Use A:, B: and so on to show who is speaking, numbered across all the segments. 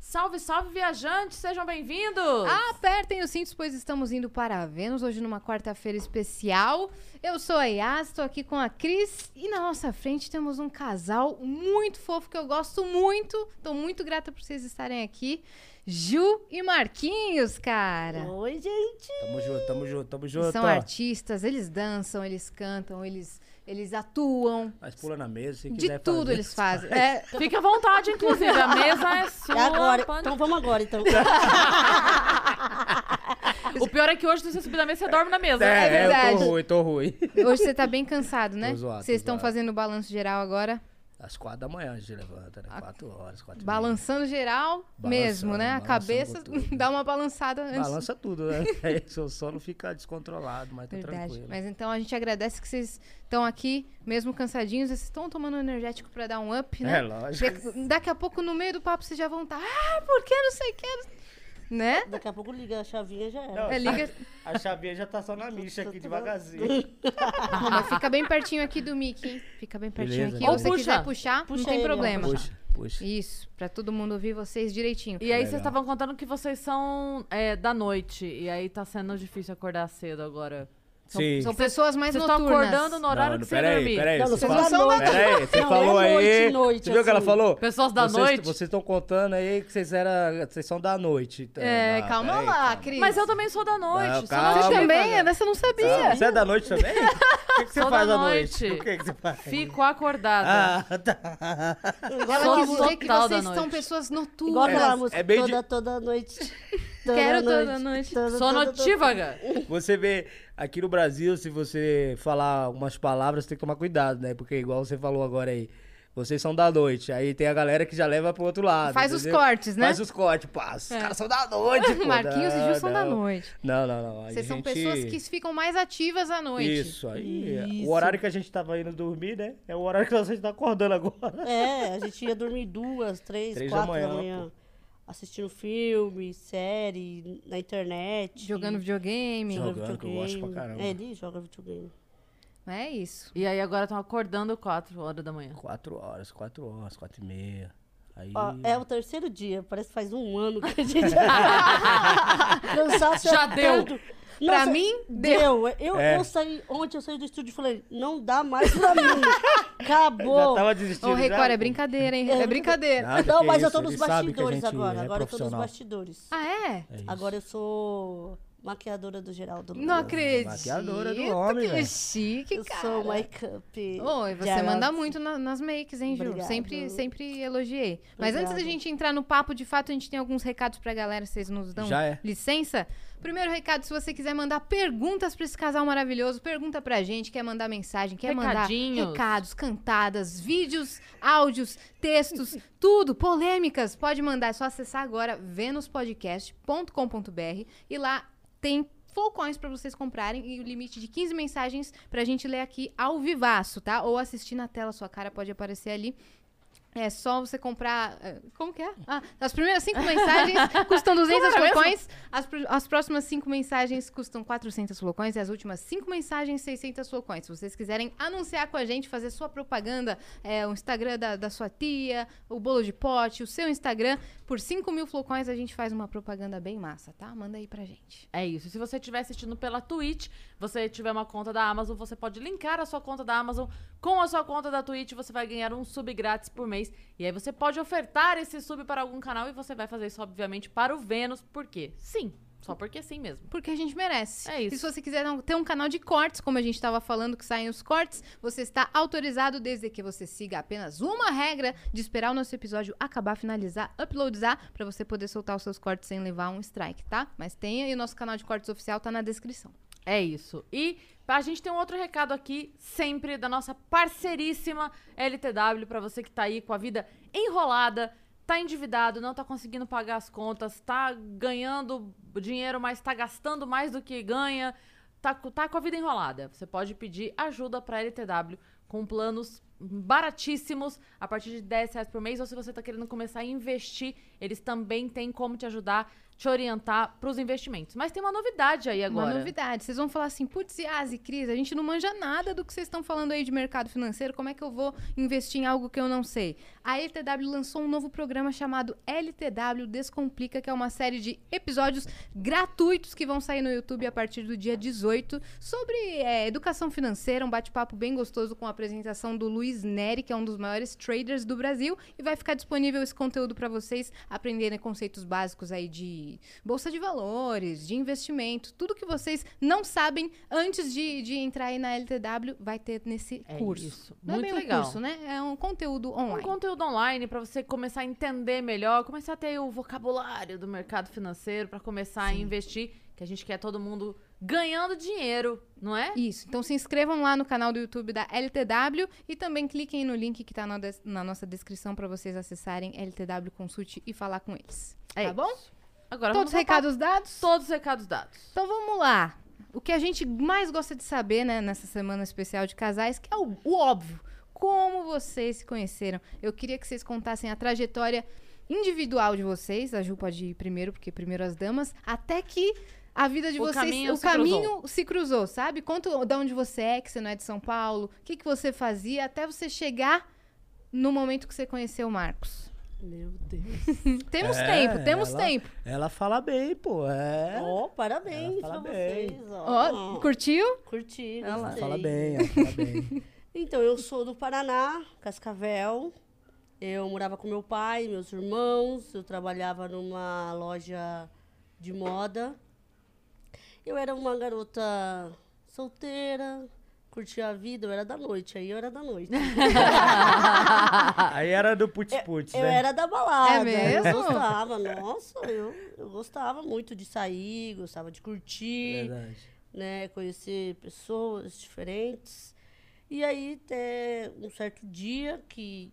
A: Salve, salve, viajantes! Sejam bem-vindos!
B: Ah, Apertem os cintos, pois estamos indo para a Vênus hoje numa quarta-feira especial. Eu sou a Yas, estou aqui com a Cris e na nossa frente temos um casal muito fofo que eu gosto muito. Estou muito grata por vocês estarem aqui. Ju e Marquinhos, cara.
A: Oi, gente!
C: Tamo junto, tamo junto, tamo junto.
B: São artistas, eles dançam, eles cantam, eles, eles atuam.
C: Mas pula na mesa, se
B: De
C: quiser
B: tudo
C: fazer.
B: eles fazem. É,
A: Fique à vontade, inclusive, a mesa é sua.
D: É agora.
A: pode-
D: Então vamos agora, então.
A: O pior é que hoje, se você subir na mesa, você dorme na mesa.
B: É
C: eu
B: verdade.
C: tô ruim, tô ruim.
B: hoje você tá bem cansado, né?
C: Tô zoado, tô
B: Vocês estão
C: zoado.
B: fazendo o balanço geral agora.
C: Às quatro da manhã a gente levanta, né? Quatro horas, quatro e
B: Balançando geral
C: Balançando,
B: mesmo, né? A
C: balançando
B: cabeça
C: com tudo.
B: dá uma balançada
C: meia.
B: antes.
C: Balança tudo, né? Aí Seu sono fica descontrolado, mas tá
B: Verdade.
C: tranquilo.
B: Mas então a gente agradece que vocês estão aqui, mesmo cansadinhos, vocês estão tomando energético pra dar um up, né?
C: É, lógico.
B: Da- Daqui a pouco, no meio do papo, vocês já vão estar. Ah, por que não sei o que? Né?
D: Daqui a pouco liga a chavinha já era.
C: Não,
B: É, liga,
C: A chavinha já tá só na micha aqui, devagarzinho.
B: Não, mas fica bem pertinho aqui do Mickey, hein? Fica bem pertinho
C: Beleza,
B: aqui.
C: né?
B: Ou se
A: Ou
B: quiser
A: puxa.
B: puxar, não
D: Puxa
B: tem
D: ele, ó,
B: problema.
C: Puxa, puxa.
B: Isso, pra todo mundo ouvir vocês direitinho.
A: E aí, vocês
C: Legal.
A: estavam contando que vocês são é, da noite. E aí tá sendo difícil acordar cedo agora.
C: Sim.
B: São pessoas mais
A: Vocês estão
B: É noturnas.
A: acordando no horário que
C: Não, não,
A: você ia
C: peraí,
A: dormir.
C: peraí.
D: Não, não
C: você
D: são da
C: falou-
D: noite.
C: Peraí, você
D: Não, é
C: falou aí.
D: noite, noite,
C: Você viu o que ela
D: assim.
C: falou?
A: Pessoas da
C: Vocês-
A: noite.
C: Vocês estão contando aí que vocês era, vocês são da noite. Tá?
B: É,
C: Ah,
B: calma
C: peraí,
B: lá, Cris.
A: Mas eu também sou da noite. sou
C: calma.
A: da
B: Você
A: noite.
B: também? Essa eu não sabia.
C: Você é da noite também? O que, que você
A: Sou da
C: faz à
A: noite.
C: noite? O que, que você faz?
A: Fico acordada.
C: Ah, tá.
B: Ela
A: Sou
B: quis dizer que
A: total da
B: vocês
A: noite.
B: são pessoas
D: Igual
B: noturnas.
D: aquela
C: É-
D: música.
C: é bem de-
D: toda, toda noite. Toda
B: Quero toda noite.
A: Sou notívaga.
C: Você vê, aqui no Brasil, se você falar algumas palavras, tem que tomar cuidado, né? Porque igual você falou agora aí, vocês são da noite. Aí tem a galera que já leva pro outro lado.
B: Faz os
C: entendeu?
B: cortes, né? É.
C: Faz os cortes, pá. Os caras são da noite, pô.
B: Marquinhos
C: Não,
B: e Gil são da
C: não.
B: noite.
C: Não, não, não. A
B: Vocês são
C: gente-
B: pessoas que ficam mais ativas à noite.
C: Isso, aí. é O horário que a gente tava indo dormir, né? É o horário que a gente tá acordando agora.
D: É, a gente ia dormir duas, três,
C: Três da
D: quatro da
C: manhã,
D: manhã. Assistindo filme, série, na internet.
B: Jogando videogame.
C: Jogando, que eu gosto pra
D: videogame.
C: caramba.
D: É, ele joga videogame.
B: É isso.
A: E aí agora estão acordando 4 horas da manhã.
C: Quatro horas, quatro horas, quatro e meia. Aí.
D: Ó, é o terceiro dia, parece que faz um ano que a gente. Cansaço é
A: Já deu.
D: tanto.
B: Pra
D: Nossa,
B: mim,
D: deu. Eu,
C: É.
D: eu saí, ontem eu saí do estúdio e falei, não dá mais pra mim. Acabou.
C: Já tá- tava desistindo.
B: Ô, Record,
C: já?
B: é brincadeira, hein? É brincadeira.
C: Nada,
D: não,
C: que
D: mas eu
C: isso,
D: tô nos
C: ele sabe que a
D: bastidores
C: gente
D: agora.
C: é
D: agora eu tô nos
C: profissional.
D: bastidores.
B: Ah, é?
C: É isso.
D: Agora eu sou maquiadora do Geraldo.
B: Não
D: Luna.
B: acredito.
C: Maquiadora do homem,
B: que
C: velho.
B: chique,
D: Eu
B: cara.
D: sou make-up.
B: Oi, você
D: Geraldo.
B: manda muito na- nas makes, hein, Ju?
D: Obrigado.
B: Sempre, sempre elogiei. Mas antes da
D: Obrigado.
B: gente entrar no papo, de fato, a gente tem alguns recados pra galera, vocês nos dão
C: Já é.
B: licença? Primeiro recado, se você quiser mandar perguntas pra esse casal maravilhoso, pergunta pra gente, quer mandar mensagem, quer
A: Recadinhos.
B: mandar recados, cantadas, vídeos, áudios, textos, tudo, polêmicas, pode mandar, é só acessar agora venuspodcast.com.br e lá tem full coins pra vocês comprarem e o limite de 15 mensagens pra gente ler aqui ao vivaço, tá? Ou assistir na tela, sua cara pode aparecer ali. É só você comprar. eh, Como que é? Ah, as primeiras cinco mensagens custam 200
A: era mesmo?
B: flocões, as, pr- as próximas cinco mensagens custam 400 flocões e as últimas cinco mensagens 600 flocões. Se vocês quiserem anunciar com a gente, fazer sua propaganda, eh, o Instagram da, da sua tia, o bolo de pote, o seu Instagram, por 5 mil flocões a gente faz uma propaganda bem massa, tá? Manda aí pra gente.
A: É isso. Se você estiver assistindo pela Twitch, você tiver uma conta da Amazon, você pode linkar a sua conta da Amazon com a sua conta da Twitch. Você vai ganhar um sub grátis por mês. E aí você pode ofertar esse sub para algum canal e você vai fazer isso, obviamente, para o Vênus. Por quê? Sim. Só porque sim mesmo.
B: Porque a gente merece.
A: É isso.
B: E se você quiser não- ter um canal de cortes, como a gente estava falando que saem os cortes, você está autorizado desde que você siga apenas uma regra de esperar o nosso episódio acabar, finalizar, uploadizar, para você poder soltar os seus cortes sem levar um strike, tá? Mas tenha e o nosso canal de cortes oficial tá na descrição.
A: É isso. E a gente tem um outro recado aqui, sempre, da nossa parceiríssima LTW, pra você que tá aí com a vida enrolada, tá endividado, não tá conseguindo pagar as contas, tá ganhando dinheiro, mas tá gastando mais do que ganha, tá, co- tá com a vida enrolada. Você pode pedir ajuda pra LTW com planos baratíssimos, a partir de 10 reais por mês, ou se você tá querendo começar a investir, eles também têm como te ajudar, te orientar pros investimentos. Mas tem uma novidade aí agora.
B: Uma novidade. Vocês vão falar assim, putz, Yas e Cris, a gente não manja nada do que vocês estão falando aí de mercado financeiro. Como é que eu vou investir em algo que eu não sei? A LTW lançou um novo programa chamado LTW Descomplica, que é uma série de episódios gratuitos que vão sair no YouTube a partir do dia 18 sobre é, educação financeira, um bate-papo bem gostoso com a apresentação do Luiz Neri, que é um dos maiores traders do Brasil, e vai ficar disponível esse conteúdo para vocês aprenderem conceitos básicos aí de bolsa de valores, de investimento, tudo que vocês não sabem antes de, de entrar aí na LTW vai ter nesse
A: É
B: curso.
A: isso.
B: Não
A: Muito
B: é bem
A: legal.
B: um curso, né? É um conteúdo
A: Um
B: online.
A: conteúdo online para você começar a entender melhor, começar a ter o vocabulário do mercado financeiro para começar a investir, que a gente quer todo mundo ganhando dinheiro, não é?
B: Isso. Então se inscrevam lá no canal do YouTube da LTW e também cliquem no link que tá na, des- na nossa descrição para vocês acessarem LTW Consult e falar com eles.
A: É
B: tá bom?
A: isso. Agora
B: tá Todos os
A: vamos voltar-
B: recados dados?
A: todos os recados dados.
B: Então vamos lá. O que a gente mais gosta de saber, né, nessa semana especial de casais, que é o, o óbvio. Como vocês se conheceram? Eu queria que vocês contassem a trajetória individual de vocês. A Ju pode ir primeiro, porque primeiro as damas, até que a vida de
A: O
B: vocês,
A: caminho
B: o
A: se
B: caminho
A: cruzou.
B: se cruzou, sabe? Conta de onde você é, que você não é de São Paulo, o que, que você fazia até você chegar no momento que você conheceu o Marcos.
D: Meu Deus.
B: Temos
C: É,
B: tempo, temos
C: ela-
B: tempo.
C: Ela fala bem, pô. É.
D: Ó, parabéns
C: Ela
D: pra
C: fala bem.
D: vocês.
B: Ó,
D: Ó,
B: curtiu?
D: curti,
B: Ela
D: gostei.
C: Fala bem, ela fala bem.
D: Então, eu sou do Paraná, Cascavel. Eu morava com meu pai, meus irmãos. Eu trabalhava numa loja de moda. Eu era uma garota solteira, curtia a vida. Eu era da noite, aí eu era da noite.
C: Ah, Aí era do putz-putz,
D: Eu
C: né?
D: era da balada.
B: É mesmo?
D: Eu gostava, nossa, eu, eu gostava muito de sair, gostava de curtir
C: Verdade.
D: né, conhecer pessoas diferentes. E aí, até um certo dia que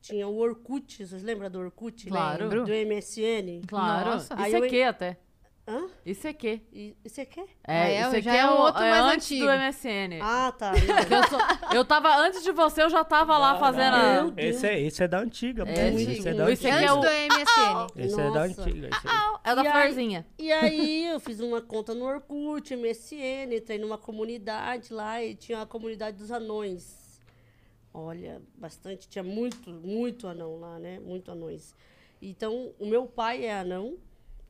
D: tinha o Orkut, vocês lembram do Orkut?
A: Claro.
D: Lembro. Do MSN?
A: Claro.
B: Nossa.
A: Isso
D: Aí
A: é
D: eu-
A: que até.
D: Hã?
A: Isso é que.
D: E e você quer?
B: Ah, é,
A: isso aqui
B: já é um outro mais
A: antes
B: antigo.
A: do MSN.
D: Ah, tá. não.
A: Eu, sou- eu tava antes de você, eu já tava lá fazendo. a-
D: Meu Deus.
C: Esse é, esse é da antiga, pô. Esse é da
A: Esse aqui é
B: Antes
C: antiga.
A: o-
B: do MSN.
C: Esse é da
D: Nossa. Ah,
C: antiga. esse aí.
A: É da
D: E aí-
A: florzinha.
D: E aí eu fiz uma conta no Orkut, MSN, entrei numa comunidade lá e tinha a comunidade dos anões. Olha, bastante, tinha muito, muito anão lá, né? Muito anões. Então, o meu pai é anão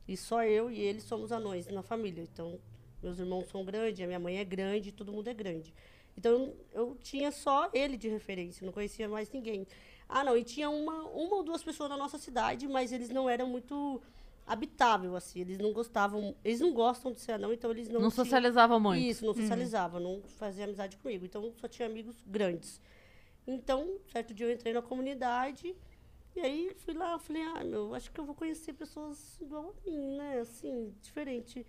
D: e só eu e ele somos anões na família. Então, meus irmãos são grandes, a minha mãe é grande, todo mundo é grande. Então, eu tinha só ele de referência, não conhecia mais ninguém. Ah, não, e tinha uma, uma ou duas pessoas na nossa cidade, mas eles não eram muito habitável, assim. Eles não gostavam, eles não gostam de ser anão, então eles não
A: Não
D: tinham-
A: socializava muito.
D: isso,
B: Uhum.
D: não socializava, não fazia amizade comigo. Então, só tinha amigos grandes. Então, certo dia eu entrei na comunidade e aí fui lá, falei, ah, meu, acho que eu vou conhecer pessoas igual a mim, né? Assim, diferente.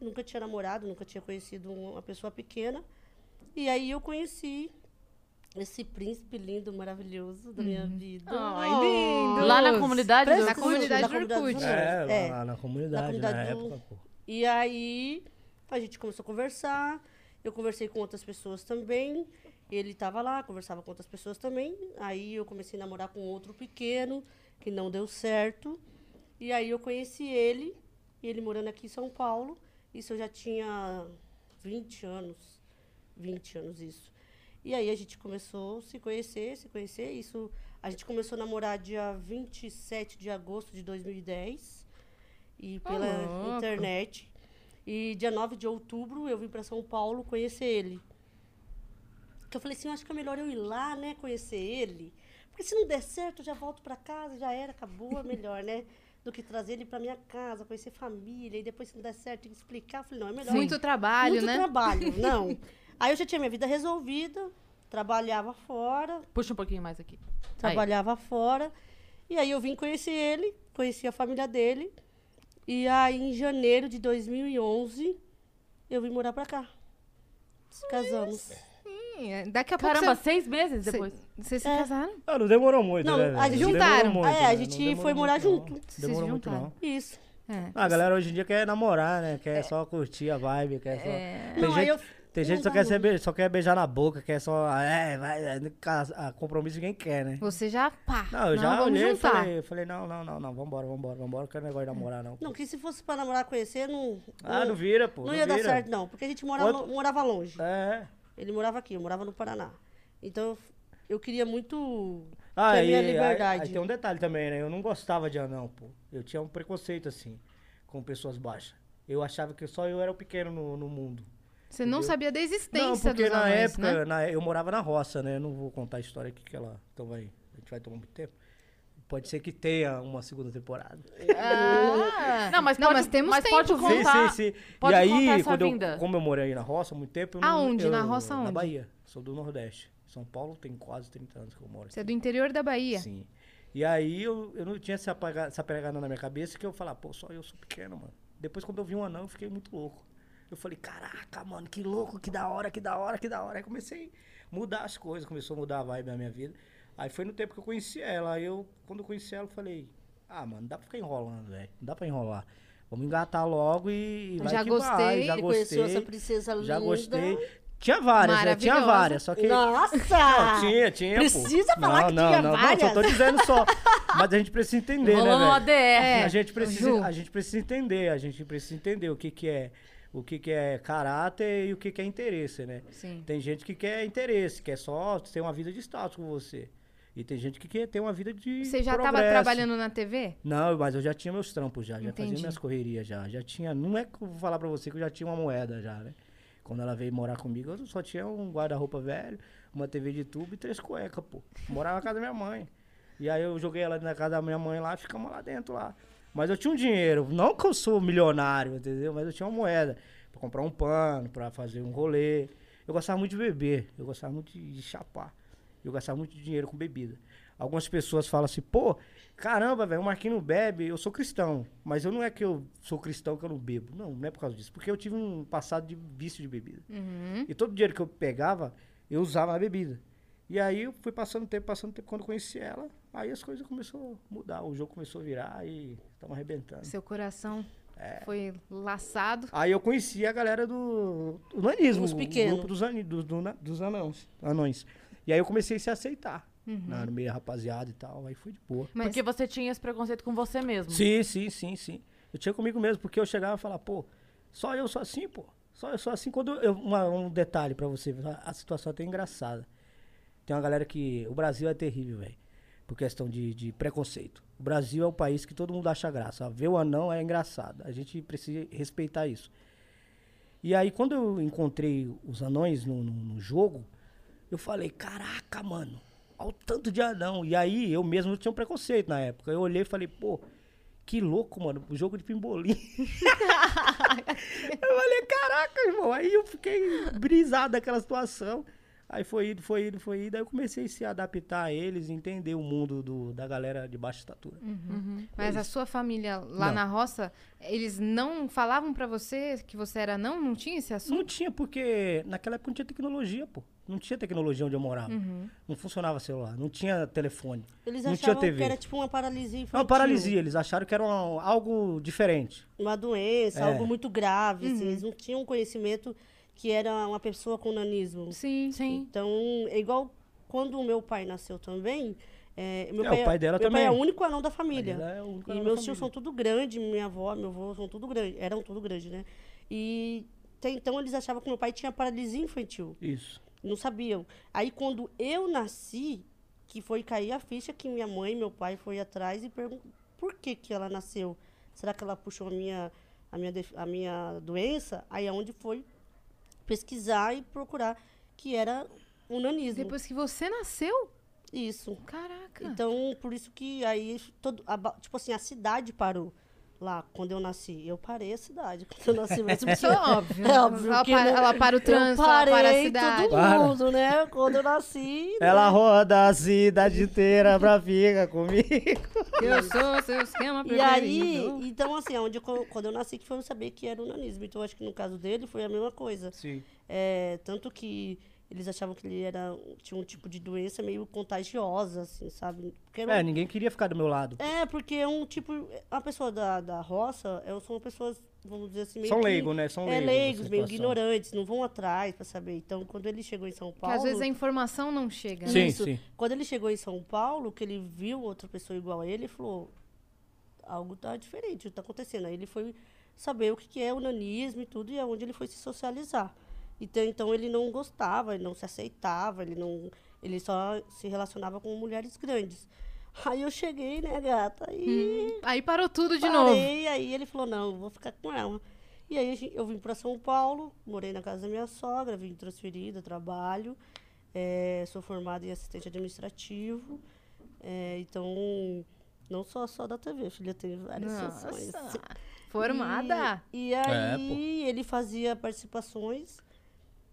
D: Nunca tinha namorado, nunca tinha conhecido um, uma pessoa pequena. E aí eu conheci esse príncipe lindo, maravilhoso da minha vida.
B: Ai, lindo!
A: Lá na comunidade do
D: Presta
B: Uhum. Na
A: Orkut.
B: comunidade
D: na
B: do
D: comunidade do
B: Orkut.
D: Orkut.
C: É, lá-
D: É.
C: lá na comunidade, na,
D: comunidade do-
C: época, pô.
D: E aí a gente começou a conversar. Eu conversei com outras pessoas também. Ele estava lá, conversava com outras pessoas também. Aí eu comecei a namorar com outro pequeno, que não deu certo. E aí eu conheci ele, e ele morando aqui em São Paulo. Isso eu já tinha 20 anos. 20 anos isso. E aí a gente começou a se conhecer, se conhecer. Isso a gente começou a namorar dia 27 de agosto de 2010 e
B: Ô,
D: pela
B: louco.
D: internet. E dia 9 de outubro eu vim para São Paulo conhecer ele. Que eu falei assim, eu acho que é melhor eu ir lá, né, conhecer ele. Porque se não der certo, eu já volto para casa, já era, acabou, é melhor, né? Do que trazer ele para minha casa, conhecer família, e depois se não der certo, tem que explicar. Eu falei, não, é melhor
B: Muito trabalho,
D: muito
B: né?
D: trabalho, não. Aí eu já tinha minha vida resolvida, trabalhava fora,
A: Puxa um pouquinho mais aqui. Aí.
D: trabalhava fora. E aí eu vim conhecer ele, conheci a família dele. E aí em janeiro de 2011 eu vim morar pra cá. Casamos.
B: Sim, é, daqui a um pouco
A: Caramba,
B: você-
A: seis meses depois.
B: vocês se casaram?
C: Ah, não demorou muito,
D: Não,
C: né?
D: a
C: velho? Não
D: gente-
C: demorou
B: Juntaram.
C: muito,
D: Ah, é, a
C: né? Não
D: gente
C: demorou
D: foi morar
C: muito,
D: junto.
C: Não.
B: Vocês
C: Demorou muito,
B: juntaram.
C: não.
D: Isso.
B: É.
C: Ah, a galera hoje em dia quer namorar, né? Quer só curtir a vibe, quer só... Tem
D: É. Não, aí
C: gente,
D: eu- um
C: tem
D: eu
C: gente que só
D: não
C: quer,
D: dá
C: ser
D: muito.
C: be- só quer beijar na boca, quer só... É, vai... é, cas- ah, compromisso ninguém quer, né?
B: Você já pá.
C: Não, eu já
B: vamos
C: olhei e
B: juntar.
C: falei, falei, não, não, não, não, vambora, vambora, vambora, não quero negócio de namorar, não.
D: Não, que se fosse pra namorar, conhecer, não.
C: Ah, não vira, pô,
D: Não,
C: não
D: ia dar
C: vira.
D: certo, não. Porque a gente morava,
C: Quanto-
D: morava longe.
C: É,
D: Ele morava aqui, eu morava no Paraná. Então eu, eu queria muito
C: Ah,
D: ter a
C: e-
D: minha
C: aí-
D: liberdade.
C: aí tem um detalhe também, né? Eu não gostava de anão, pô. Eu tinha um preconceito, assim, com pessoas baixas. Eu achava que só eu era o pequeno no, no mundo.
B: Você não sabia da existência
C: não, porque
B: dos
C: na
B: anões,
C: época,
B: né?
C: na- eu morava na roça, né? Eu não vou contar a história aqui que ela. Então vai. A gente vai tomar muito tempo. Pode ser que tenha uma segunda temporada.
B: Ah,
A: Não, mas,
B: não,
A: pode,
B: mas temos
A: mas pode
B: tempo.
A: contar.
C: sim, sim.
A: Pode
C: e
A: contar
C: aí,
A: essa
C: quando
A: vinda.
C: eu, como eu morei aí na roça há muito tempo. eu não-
B: Aonde?
C: eu-
B: Na roça aonde?
C: Na Bahia. Sou do Nordeste. São Paulo tem quase 30 anos que eu moro.
B: Você é do interior da Bahia.
C: Sim. E aí eu, eu não tinha essa, apaga- essa pegada na minha cabeça que eu falava, pô, só eu sou pequeno, mano. Depois quando eu vi um anão, eu fiquei muito louco. Eu falei, caraca, mano, que louco, que da hora, que da hora, que da hora. Aí comecei a mudar as coisas, começou a mudar a vibe da minha vida. Aí foi no tempo que eu conheci ela. Aí eu, quando eu conheci ela, eu falei, ah, mano, não dá pra ficar enrolando, velho. Não dá pra enrolar. Vamos engatar logo e. e Vai
B: Já
C: que vai,
B: gostei.
C: já
D: Ele
C: gostei.
D: conheceu essa princesa linda.
C: já gostei. Tinha várias, né? Tinha
B: Maravilhosa.
C: várias, só que.
D: Nossa!
C: Não, tinha, tinha.
D: Ah, Precisa
C: pô.
D: falar
C: não,
D: que
C: não,
D: tinha
C: não,
D: várias.
C: Não, só tô dizendo só. Mas a gente precisa entender,
A: Rolou no
C: né,
A: ADR.
C: velho?
D: É,
C: a gente
B: Ju.
C: precisa, a gente precisa entender, a gente precisa entender o que que é, o que que é caráter e o que que é interesse, né?
B: Sim.
C: Tem gente que quer interesse, quer só ter uma vida de status com você. E tem gente que quer ter uma vida de
B: Você já
C: progresso.
B: estava trabalhando na TV?
C: Não, mas eu já tinha meus trampos já, já fazia
B: Entendi.
C: minhas correrias já, já tinha, não é que eu vou falar pra você que eu já tinha uma moeda já, né? Quando ela veio morar comigo, eu só tinha um guarda-roupa velho, uma TV de tubo e três cuecas, pô. Morava na casa da minha mãe. E aí eu joguei ela na casa da minha mãe lá, e ficamos lá dentro lá. Mas eu tinha um dinheiro, não que eu sou milionário, entendeu? Mas eu tinha uma moeda pra comprar um pano, pra fazer um rolê. Eu gostava muito de beber, eu gostava muito de de chapar. Eu gastava muito dinheiro com bebida. Algumas pessoas falam assim, pô, caramba, velho, o Marquinhos não bebe, eu sou cristão. Mas eu não é que eu sou cristão que eu não bebo. Não, não é por causa disso. Porque eu tive um passado de vício de bebida. E todo o dinheiro que eu pegava, eu usava na bebida. E aí eu fui passando tempo, passando tempo, quando eu conheci ela, aí as coisas começaram a mudar. O jogo começou a virar e estamos arrebentando.
B: Seu coração
C: É.
B: foi laçado.
C: Aí eu conheci a galera do, do nanismo,
D: Os
C: o
D: pequenos.
C: grupo dos, ani- dos, do na- dos anãos, anões. E aí eu comecei a se aceitar na, no meio da rapaziada e tal, aí foi de boa.
B: Mas
A: Porque você tinha esse preconceito com você mesmo.
C: Sim, sim, sim, sim. Eu tinha comigo mesmo, porque eu chegava e falava, pô, só eu sou assim, pô. Só eu sou assim. Quando eu, uma- um detalhe pra você, a, a situação é até engraçada. Tem uma galera que. O Brasil é terrível, velho. Por questão de, de preconceito. O Brasil é o país que todo mundo acha graça. Ver o anão é engraçado. A gente precisa respeitar isso. E aí, quando eu encontrei os anões no, no- no jogo, eu falei, caraca, mano, olha o tanto de anão. E aí, eu mesmo tinha um preconceito na época. Eu olhei e falei, pô, que louco, mano, o jogo de pimbolim. eu falei, caraca, irmão. Aí eu fiquei brisado daquela situação. Aí foi indo, foi indo, foi indo. Aí eu comecei a se adaptar a eles, entender o mundo do- da galera de baixa estatura.
B: Mas a sua família lá
C: Não.
B: na roça, eles não falavam pra você que você era não? Não tinha esse assunto?
C: Não tinha, porque naquela época não tinha tecnologia, pô. Não tinha tecnologia onde eu morava. Não funcionava celular, não tinha telefone.
D: Eles
C: não tinha
D: achavam
C: TV.
D: que era tipo uma paralisia infantil.
C: Não, paralisia. Eles acharam que era uma- algo diferente.
D: Uma doença,
C: É.
D: algo muito grave. assim, eles não tinham conhecimento que era uma pessoa com nanismo.
B: Sim.
A: Sim.
D: Então, é igual quando o meu pai nasceu também. é, meu
C: É,
D: pai
C: o pai dela
D: meu
C: também.
D: pai é o único anão da família.
C: dela é o único
D: e
C: anão da
D: meus tios
C: família.
D: são tudo grande, minha avó, meu avô são tudo grande, eram tudo grande, né? E até então eles achavam que meu pai tinha paralisia infantil,
C: Isso.
D: não sabiam. Aí quando eu nasci, que foi cair a ficha que minha mãe e meu pai foi atrás e perguntou por que que ela nasceu? Será que ela puxou a minha a minha def- a minha doença? Aí aonde foi pesquisar e procurar que era o nanismo.
B: Depois que você nasceu?
D: Isso.
B: Caraca.
D: Então, por isso que aí, todo, a ba- tipo assim, a cidade parou. lá quando eu nasci. Eu parei a cidade quando eu nasci. Mas
B: Isso é óbvio.
D: É óbvio
B: Ela
D: que
B: para-
D: não-
B: ela para o trânsito,
D: eu
B: ela
D: parei
B: para a cidade.
D: todo mundo, né? Quando eu nasci. né?
C: Ela roda a cidade inteira pra ficar comigo.
B: Eu sou seu esquema
C: É
D: E
B: preferido.
D: aí, então assim, onde, eu- quando eu nasci, que foi eu saber que era onanismo. Então, acho que no caso dele foi a mesma coisa.
C: Sim.
D: É, tanto que eles achavam que ele era, tinha um tipo de doença meio contagiosa, assim, sabe? Porque era um-
C: É, ninguém queria ficar do meu lado.
D: É, porque é um tipo. A pessoa da, da roça eu sou pessoas, vamos dizer assim, meio.
C: São
D: que-
C: leigo, né? São
D: É
C: leigo
D: leigos,
C: nessa
D: meio
C: situação.
D: ignorantes, não vão atrás pra saber. Então, quando ele chegou em São
B: Porque
D: Paulo.
B: às vezes é a informação não chega. né?
C: Sim,
D: Isso.
C: sim.
D: Quando ele chegou em São Paulo, que ele viu outra pessoa igual a ele, ele falou: algo tá diferente, tá acontecendo. Aí ele foi saber o que que é o nanismo e tudo, e aonde ele foi se socializar. Então, então ele não gostava, ele não se aceitava, ele não, ele só se relacionava com mulheres grandes. Aí eu cheguei, né, gata?
C: Hum.
D: E
B: né? Aí parou tudo de
D: parei,
B: novo.
D: aí ele falou, não, eu vou ficar com ela. E aí a gen- eu vim para São Paulo, morei na casa da minha sogra, vim transferida, trabalho. eh, sou formada em assistente administrativo. eh, então, não sou só da TV, filha, tem várias
B: Nossa,
D: sessões.
B: formada.
D: E, e
C: É,
D: aí ele fazia participações.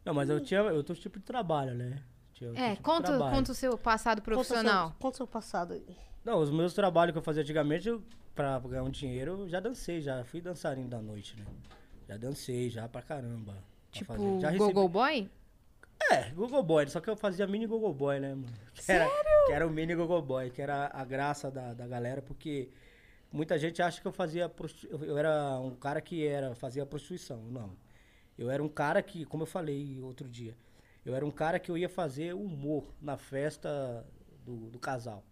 C: Não, mas eu tinha outro tipo de trabalho, né? Tinha outro
B: É,
C: tipo de
B: conta,
C: trabalho.
B: conta o seu passado
D: Conta seu-
B: profissional.
D: Conta o seu passado aí.
C: Não, os meus trabalhos que eu fazia antigamente, eu, pra ganhar um dinheiro, eu já dancei, já fui dançarino da noite, né? Já dancei, já pra caramba. pra
B: Tipo,
C: fazer. Tá já
B: Go Go Boy?
C: É, Google Boy, só que eu fazia mini Google Boy, né, mano? Que era, Sério? Que era o mini Google Boy, que era a graça da, da galera, porque muita gente acha que eu fazia. prosti- Eu, eu era um cara que era, fazia prostituição. Não. Eu era um cara que, como eu falei outro dia, eu era um cara que eu ia fazer humor na festa do, do casal.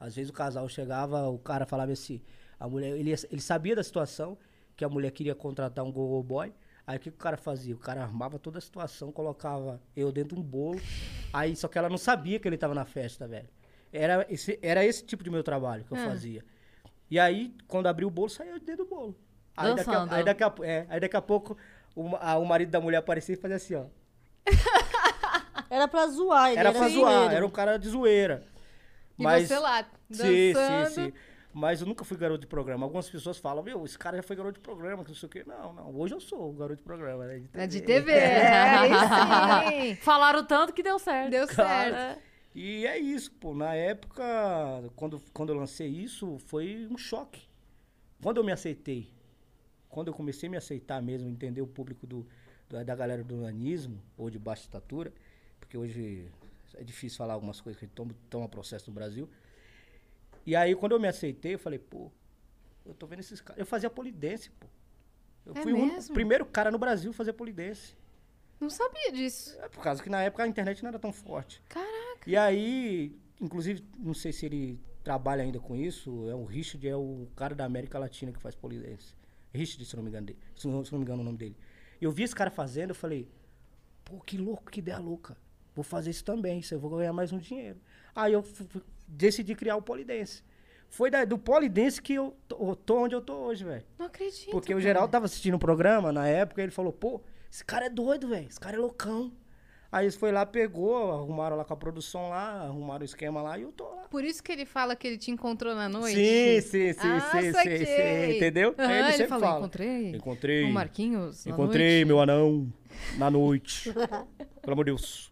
C: Às vezes o casal chegava, o cara falava assim, a mulher, ele, ele sabia da situação, que a mulher queria contratar um gogo boy. Aí o que, que o cara fazia? O cara armava toda a situação, colocava eu dentro de um bolo. Aí só que ela não sabia que ele tava na festa, velho. Era esse, era esse tipo de meu trabalho que eu fazia. E aí, quando abriu o bolo, saiu eu dentro do bolo. Aí daqui, a,
A: Dançando.
C: aí, daqui a, po- é, aí daqui a pouco o, ma- a- o marido da mulher aparecia e fazia assim, ó.
D: Era pra zoar, ele
C: Era
D: era,
C: pra zoar,
D: zoeiro.
C: era um cara de zoeira.
B: E você lá,
C: Sim,
B: dançando.
C: sim, sim. Mas eu nunca fui garoto de programa. Algumas pessoas falam, meu, esse cara já foi garoto de programa, que não sei o quê. Não, não. Hoje eu sou o garoto de programa. né,
B: É de TV.
D: é
B: aí sim.
A: Falaram tanto que deu certo.
B: Deu certo.
C: E é isso, pô. Na época, quando, quando eu lancei isso, foi um choque. Quando eu me aceitei, quando eu comecei a me aceitar mesmo, entender o público do, do- da galera do nanismo, ou de baixa estatura, porque hoje é difícil falar algumas coisas que toma, toma processo no Brasil. E aí, quando eu me aceitei, eu falei, pô, eu tô vendo esses caras. Eu fazia polidense, pô. Eu
B: É
C: fui o único-
B: mesmo?
C: primeiro cara no Brasil a fazer polidense.
B: Não sabia disso.
C: É por causa que na época a internet não era tão forte.
B: Caraca.
C: E aí, inclusive, não sei se ele trabalha ainda com isso, é o Richard, é o cara da América Latina que faz polidense. Richard, se não me engano, dele, se não, se não me engano o nome dele. Eu vi esse cara fazendo, eu falei, pô, que louco, que ideia louca. Vou fazer isso também, isso eu vou ganhar mais um dinheiro. Aí eu fu- fu- decidi criar o polidense. Foi da- do polidense que eu tô, eu tô onde eu tô hoje, velho.
B: Não acredito.
C: Porque o
B: cara.
C: tá Geraldo tava assistindo o programa na época, e ele falou, pô, esse cara é doido, velho, esse cara é loucão. Aí eles foi lá, pegou, arrumaram lá com a produção lá, arrumaram o esquema lá e eu tô lá.
B: Por isso que ele fala que ele te encontrou na noite.
C: Sim, sim, sim,
B: Ah,
C: sim,
B: saquei.
C: sim, sim, entendeu?
B: Aham,
C: Aí
B: ele
C: sempre
B: falou,
C: fala,
B: encontrei
C: Encontrei.
B: o Marquinhos na noite."
C: Encontrei meu anão na noite. Pelo amor de Deus.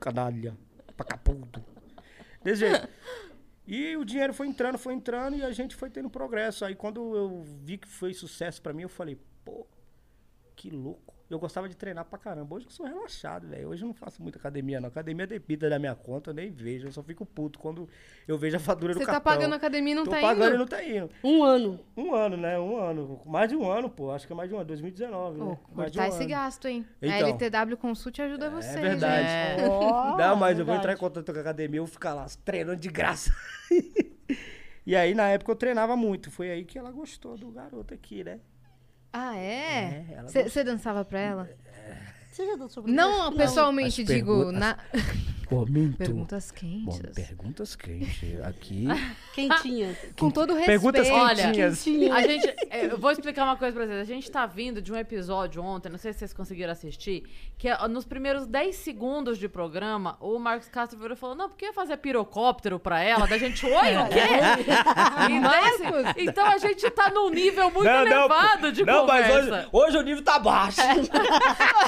C: Canalha. Pacapudo. Desse jeito. E o dinheiro foi entrando, foi entrando e a gente foi tendo progresso. Aí quando eu vi que foi sucesso pra mim, eu falei, pô, que louco. Eu gostava de treinar pra caramba. Hoje eu sou relaxado, velho. Hoje eu não faço muita academia, não. Academia é debida da minha conta, eu nem vejo. Eu só fico puto quando eu vejo a fatura
B: Você
C: do
B: tá
C: cartão.
B: pagando a academia e não
C: Tô
B: tá
C: pagando e
B: indo?
C: não tá indo.
D: Um ano.
C: Um ano, né? Um ano. Mais de um ano, pô. Acho que é mais de um ano. 2019,
B: Pô,
C: né? Mais de um
B: cortar esse
C: ano.
B: gasto, hein? A
C: Então.
B: LTW Consult ajuda né? você,
C: É verdade.
B: gente.
D: Ó,
C: Não, mas eu vou
D: verdade.
C: entrar em contato com a academia, eu vou ficar lá treinando de graça. e aí, na época, eu treinava muito. Foi aí que ela gostou do garoto aqui, né?
B: Ah, é?
C: É, ela
B: Você dançava pra ela?
D: Você já dançou
B: Não, pessoalmente,
C: As
B: digo,
C: perguntas-
B: na...
C: Momento.
B: Perguntas
C: Bom,
B: quentes.
C: perguntas quentes. Aqui.
D: Quentinhas.
B: Com todo respeito.
C: Perguntas
A: Olha,
C: quentinhas.
A: A gente, é, eu vou explicar uma coisa pra vocês. A gente tá vindo de um episódio ontem, não sei se vocês conseguiram assistir, que ah, nos primeiros 10 segundos de programa, o Marcos Castro virou e falou: Não, porque ia fazer pirocóptero pra ela? Da gente, oi, o quê? Em dez se-
B: Marcos?
A: Então a gente tá num nível muito elevado de
E: não, mas
A: conversa.
E: hoje, hoje o nível tá baixo.
B: É.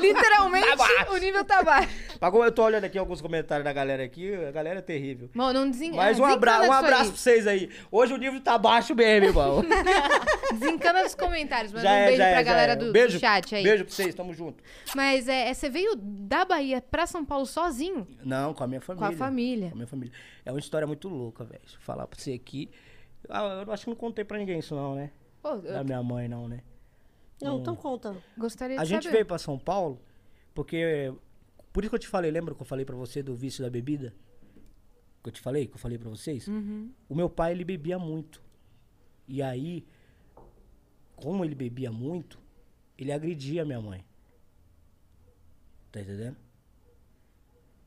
B: Literalmente,
E: baixo.
B: o nível tá baixo.
C: Pagou, eu tô olhando aqui alguns comentários da galera aqui. A galera é terrível.
B: Bom, não desen...
E: Mas um,
B: desencana
E: abra um
B: disso aí.
E: abraço pra vocês aí. Hoje o nível tá baixo mesmo, irmão.
B: Desencana dos comentários. Mas
E: já
B: um
E: é,
B: beijo
E: já
B: pra
E: é, já
B: galera
E: é.
B: do, do
E: beijo,
B: chat aí.
C: Beijo pra vocês, tamo junto.
B: Mas é, é, você veio da Bahia pra São Paulo sozinho?
C: Não, com a minha família.
B: família.
C: Com a minha família. É uma história muito louca, velho. Se eu falar pra você aqui. Ah, eu acho que não contei pra ninguém isso, não, né?
B: Pô,
C: Da
B: eu
C: minha mãe, não, né?
D: Não, então conta.
B: gostaria de
C: A gente
B: saber.
C: veio pra São Paulo porque. Por isso que eu te falei, lembra que eu falei pra você do vício da bebida? Que eu te falei, que eu falei pra vocês?
B: Uhum.
C: O meu pai, ele bebia muito. E aí, como ele bebia muito, ele agredia a minha mãe. Tá entendendo?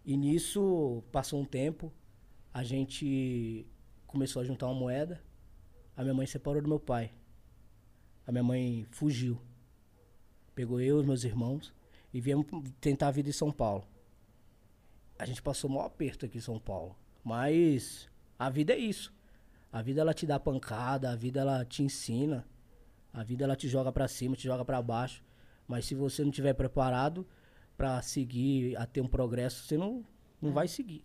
C: E nisso, passou um tempo, a gente começou a juntar uma moeda, a minha mãe separou do meu pai. A minha mãe fugiu. Pegou eu e meus irmãos e viemos tentar a vida em São Paulo. A gente passou o maior aperto aqui em São Paulo. Mas a vida é isso. A vida ela te dá pancada, a vida ela te ensina, a vida ela te joga pra cima, te joga pra baixo. Mas se você não tiver preparado pra seguir, a ter um progresso, você não,
A: É.
C: não vai seguir.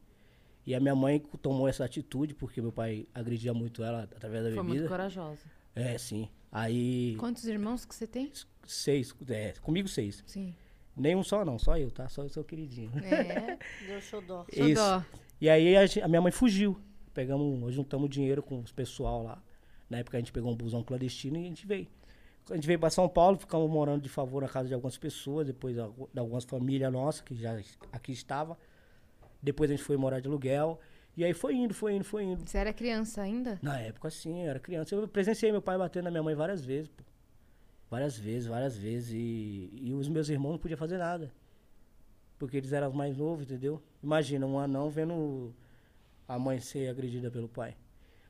C: E a minha mãe tomou essa atitude porque meu pai agredia muito ela através da
A: Foi muito
C: bebida.
A: corajosa.
C: É, sim. Aí
B: Quantos irmãos que você tem?
C: seis, é, comigo seis.
B: Sim.
C: Nenhum só não, só eu, tá? Só eu sou queridinho.
B: É.
D: Deu xodó.
B: só dó.
C: E aí a, gen- a minha mãe fugiu. Pegamos, nós juntamos dinheiro com os pessoal lá. Na época a gente pegou um busão clandestino e a gente veio. A gente veio para São Paulo, ficamos morando de favor na casa de algumas pessoas, depois algu- de algumas famílias nossas que já es- aqui estava. Depois a gente foi morar de aluguel. E aí foi indo, foi indo, foi indo.
B: Você era criança ainda?
C: Na época, sim, eu era criança. Eu presenciei meu pai batendo na minha mãe várias vezes, pô. Várias vezes, várias vezes. E, e os meus irmãos não podiam fazer nada. Porque eles eram os mais novos, entendeu? Imagina, um anão vendo a mãe ser agredida pelo pai.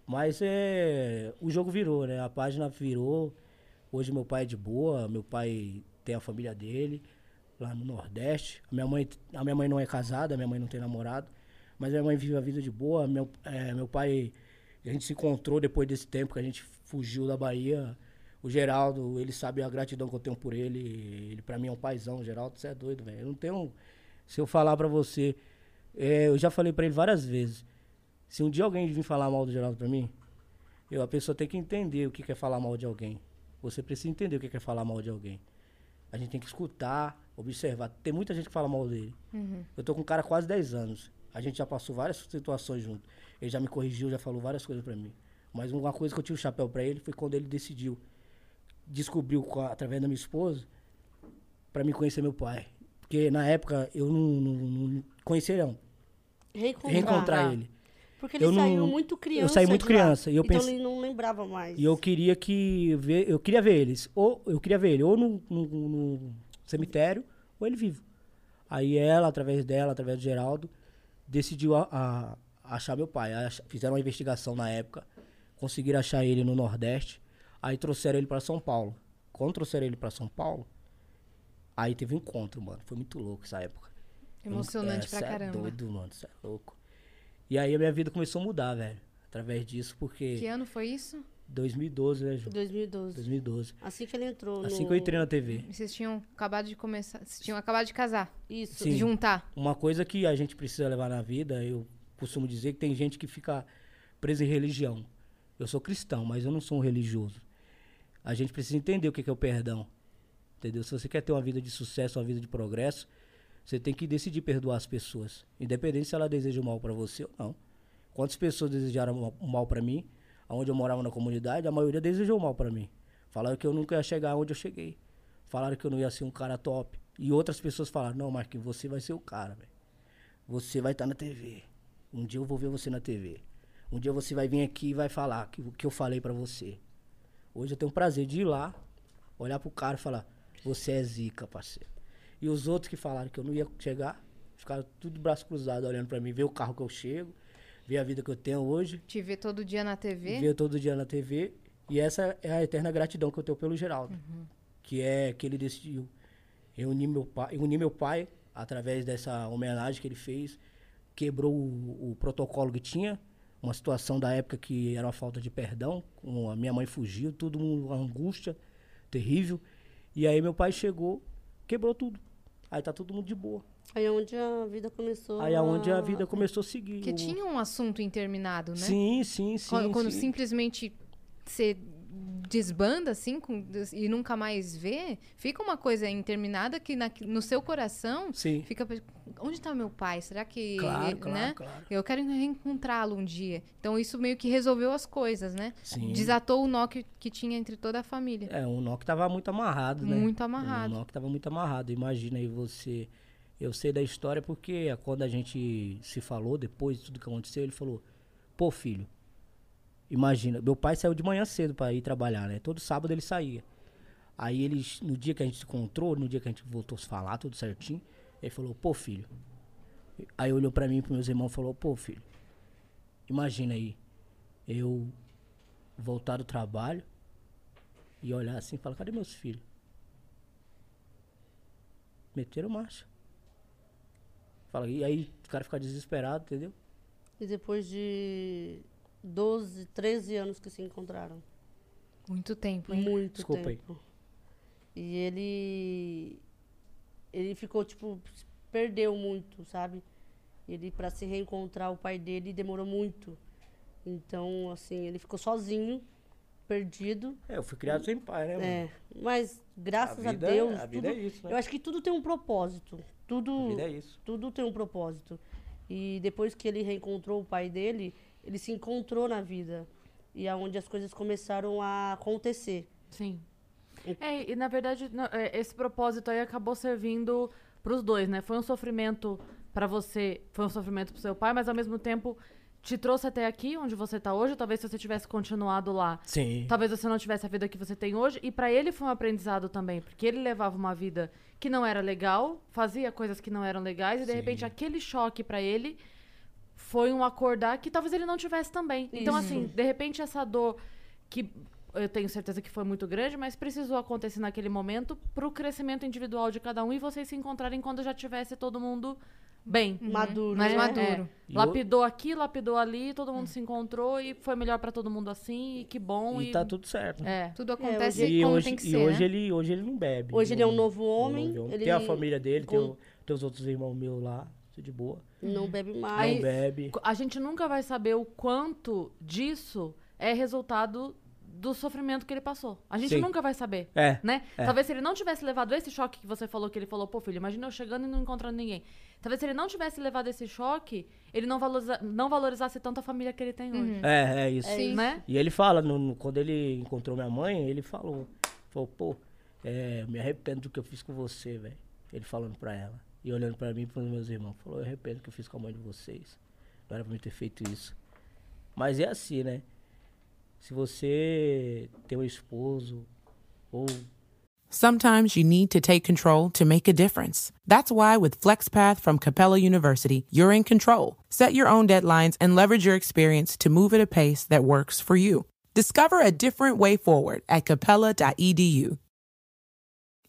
C: Mas é, o jogo virou, né? A página virou. Hoje meu pai é de boa, meu pai tem a família dele lá no Nordeste. A minha mãe, a minha mãe não é casada, a minha mãe não tem namorado, mas minha mãe vive a vida de boa. Meu, é, meu pai, a gente se encontrou depois desse tempo que a gente fugiu da Bahia. O Geraldo, ele sabe a gratidão que eu tenho por ele. Ele pra mim é um paizão, Geraldo, você é doido, velho. Eu não tenho se eu falar pra você, é, eu já falei pra ele várias vezes. Se um dia alguém vir falar mal do Geraldo pra mim, eu, a pessoa tem que entender o que que é falar mal de alguém. Você precisa entender o que que é falar mal de alguém. A gente tem que escutar, observar. Tem muita gente que fala mal dele. Eu tô com um cara há quase 10 anos. A gente já passou várias situações junto. Ele já me corrigiu, já falou várias coisas pra mim. Mas uma coisa que eu tiro o chapéu pra ele foi quando ele decidiu, descobriu com a- através da minha esposa, pra me conhecer meu pai. Porque na época eu não, não, não conhecia ele, não.
D: Reencontrar.
C: Reencontrar ele.
D: Porque ele
C: Eu não-
D: saiu muito criança.
C: eu saí muito
D: de lá.
C: criança, e eu
D: então
C: pense-
D: ele não lembrava mais.
C: E eu queria que ver, eu queria ver eles, ou eu queria ver ele ou no, no- no cemitério ou ele vivo. Aí ela, através dela, através do Geraldo, decidiu a- a- achar meu pai. Aí ach- Fizeram uma investigação na época, conseguiram achar ele no Nordeste, aí trouxeram ele para São Paulo. Quando trouxeram ele para São Paulo, aí teve um encontro, mano. Foi muito louco essa época.
B: Emocionante
C: É,
B: pra
C: cê
B: caramba.
C: É doido, mano, você é louco. E aí a minha vida começou a mudar, velho, através disso, porque
B: Que ano foi isso?
C: 2012, né, Ju?
D: 2012.
C: 2012.
D: Assim que ele entrou.
C: Assim
D: no...
C: que eu entrei na TV.
B: E Vocês tinham acabado de começar. Vocês tinham acabado de casar.
D: Isso.
C: Sim.
B: Juntar.
C: Uma coisa que a gente precisa levar na vida, eu costumo dizer que tem gente que fica presa em religião. Eu sou cristão, mas eu não sou um religioso. A gente precisa entender o que que é o perdão. Entendeu? Se você quer ter uma vida de sucesso, uma vida de progresso, você tem que decidir perdoar as pessoas, independente se ela deseja o mal pra você ou não. Quantas pessoas desejaram o mal- o mal pra mim? Aonde eu morava na comunidade, a maioria desejou o mal pra mim. Falaram que eu nunca ia chegar onde eu cheguei. Falaram que eu não ia ser um cara top. E outras pessoas falaram: "Não, Marquinhos, você vai ser o cara, velho. Você vai estar na TV. Um dia eu vou ver você na TV. Um dia você vai vir aqui e vai falar que- o que eu falei pra você. Hoje eu tenho o prazer de ir lá, olhar pro cara e falar: Você é zica, parceiro. E os outros que falaram que eu não ia chegar, Ficaram tudo de braço cruzado olhando pra mim, ver o carro que eu chego, ver a vida que eu tenho hoje,
B: Te ver todo dia na TV.
C: ver eu todo dia na TV. E essa é a eterna gratidão que eu tenho pelo Geraldo,
B: Uhum.
C: que é que ele decidiu reunir meu pai, unir meu pai através dessa homenagem que ele fez, quebrou o, o protocolo que tinha, uma situação da época que era uma falta de perdão, com a minha mãe fugiu, tudo uma angústia terrível. E aí meu pai chegou, quebrou tudo. Aí tá todo mundo de boa.
D: Aí é onde a vida começou.
C: Aí é onde a vida começou a seguir.
B: Porque
C: O-
B: Ah, tinha um assunto interminado, né?
C: Sim, sim, sim.
B: quando quando
C: sim.
B: simplesmente você desbanda assim com- e nunca mais vê, fica uma coisa interminada que na- no seu coração
C: Sim.
B: fica pe- onde está meu pai? Será que
C: Claro,
B: ele-
C: claro,
B: né?
C: claro.
B: Eu quero reencontrá-lo um dia. Então isso meio que resolveu as coisas, né?
C: Sim.
B: Desatou o nó que, que tinha entre toda a família.
C: É, o nó que tava muito amarrado, né?
B: Muito amarrado.
C: O nó que tava muito amarrado. Imagina aí você. Eu sei da história porque quando a gente se falou, depois de tudo que aconteceu, ele falou: pô, filho, imagina. Meu pai saiu de manhã cedo para ir trabalhar, né? Todo sábado ele saía. Aí eles, no dia que a gente se encontrou, no dia que a gente voltou a se falar, tudo certinho, ele falou: pô, filho. Aí olhou para mim, pros meus irmãos e falou: pô, filho, imagina aí. Eu voltar do trabalho e olhar assim e falar, cadê meus filhos? Meteram marcha. Fala, e aí o cara fica desesperado, entendeu?
D: E depois de 12, 13 anos que se encontraram.
B: Muito tempo, hein?
D: Muito
C: Desculpa aí.
D: tempo. E ele ele ficou tipo se perdeu muito, sabe? Ele para se reencontrar o pai dele demorou muito. Então, assim, ele ficou sozinho, perdido.
C: É, eu fui criado sem pai, né?
D: É, mas graças a,
E: vida é-
D: Deus,
E: a vida
D: tudo-
E: é isso, né?
D: eu acho que tudo tem um propósito. Tudo
E: A vida é isso.
D: tudo tem um propósito. E depois que ele reencontrou o pai dele, ele se encontrou na vida. E aonde as coisas começaram a acontecer.
A: Sim. É, e na verdade, na- é, esse propósito aí acabou servindo pros dois, né? Foi um sofrimento pra você, foi um sofrimento pro seu pai, mas ao mesmo tempo te trouxe até aqui, onde você tá hoje. Talvez se você tivesse continuado lá,
C: Sim.
A: talvez você não tivesse a vida que você tem hoje. E pra ele foi um aprendizado também, porque ele levava uma vida que não era legal, fazia coisas que não eram legais, e de repente aquele choque pra ele foi um acordar que talvez ele não tivesse também. Então, assim, de repente essa dor que eu tenho certeza que foi muito grande, mas precisou acontecer naquele momento pro crescimento individual de cada um e vocês se encontrarem quando já tivesse todo mundo bem. É,
D: Maduro,
B: Mais
D: né?
B: maduro.
C: E o- É.
A: Lapidou aqui, lapidou ali, todo mundo se encontrou e foi melhor pra todo mundo assim, e que
B: Hum.
A: bom.
C: E tá tudo certo.
A: É.
B: Tudo acontece
C: E,
B: como
C: hoje,
B: tem que
C: e
B: ser,
C: hoje
B: né?
C: ele, hoje ele não bebe.
D: Hoje ele é um
C: Não-
D: novo
C: não
D: homem,
C: bebe.
D: ele-
C: Uhum. Tem a família dele, tem,
D: com-
C: o- tem os outros irmãos meus lá, tudo de boa.
D: Não bebe
A: Aí-
D: mais.
C: Não bebe.
A: A gente nunca vai saber o quanto disso é resultado do sofrimento que ele passou. A gente
C: Sim.
A: nunca vai saber.
C: É.
A: né?
C: É.
A: Talvez se ele não tivesse levado esse choque que você falou, que ele falou, pô, filho, imagina eu chegando e não encontrando ninguém. Talvez se ele não tivesse levado esse choque, ele não, valoriza- não valorizasse tanto a família que ele tem hoje.
C: É, é isso.
B: Sim.
A: Né?
C: E ele fala, no- no- quando ele encontrou minha mãe, ele falou, falou, pô, é, me arrependo do que eu fiz com você, velho. Ele falando pra ela. E olhando pra mim e pros meus irmãos. Falou, eu arrependo do que eu fiz com a mãe de vocês. Não era pra mim ter feito isso. Mas é assim, né? Se você tem um esposo ou
F: Sometimes you need to take control to make a difference. That's why with FlexPath from Capella University, you're in control. Set your own deadlines and leverage your experience to move at a pace that works for you. Discover a different way forward at capella.edu.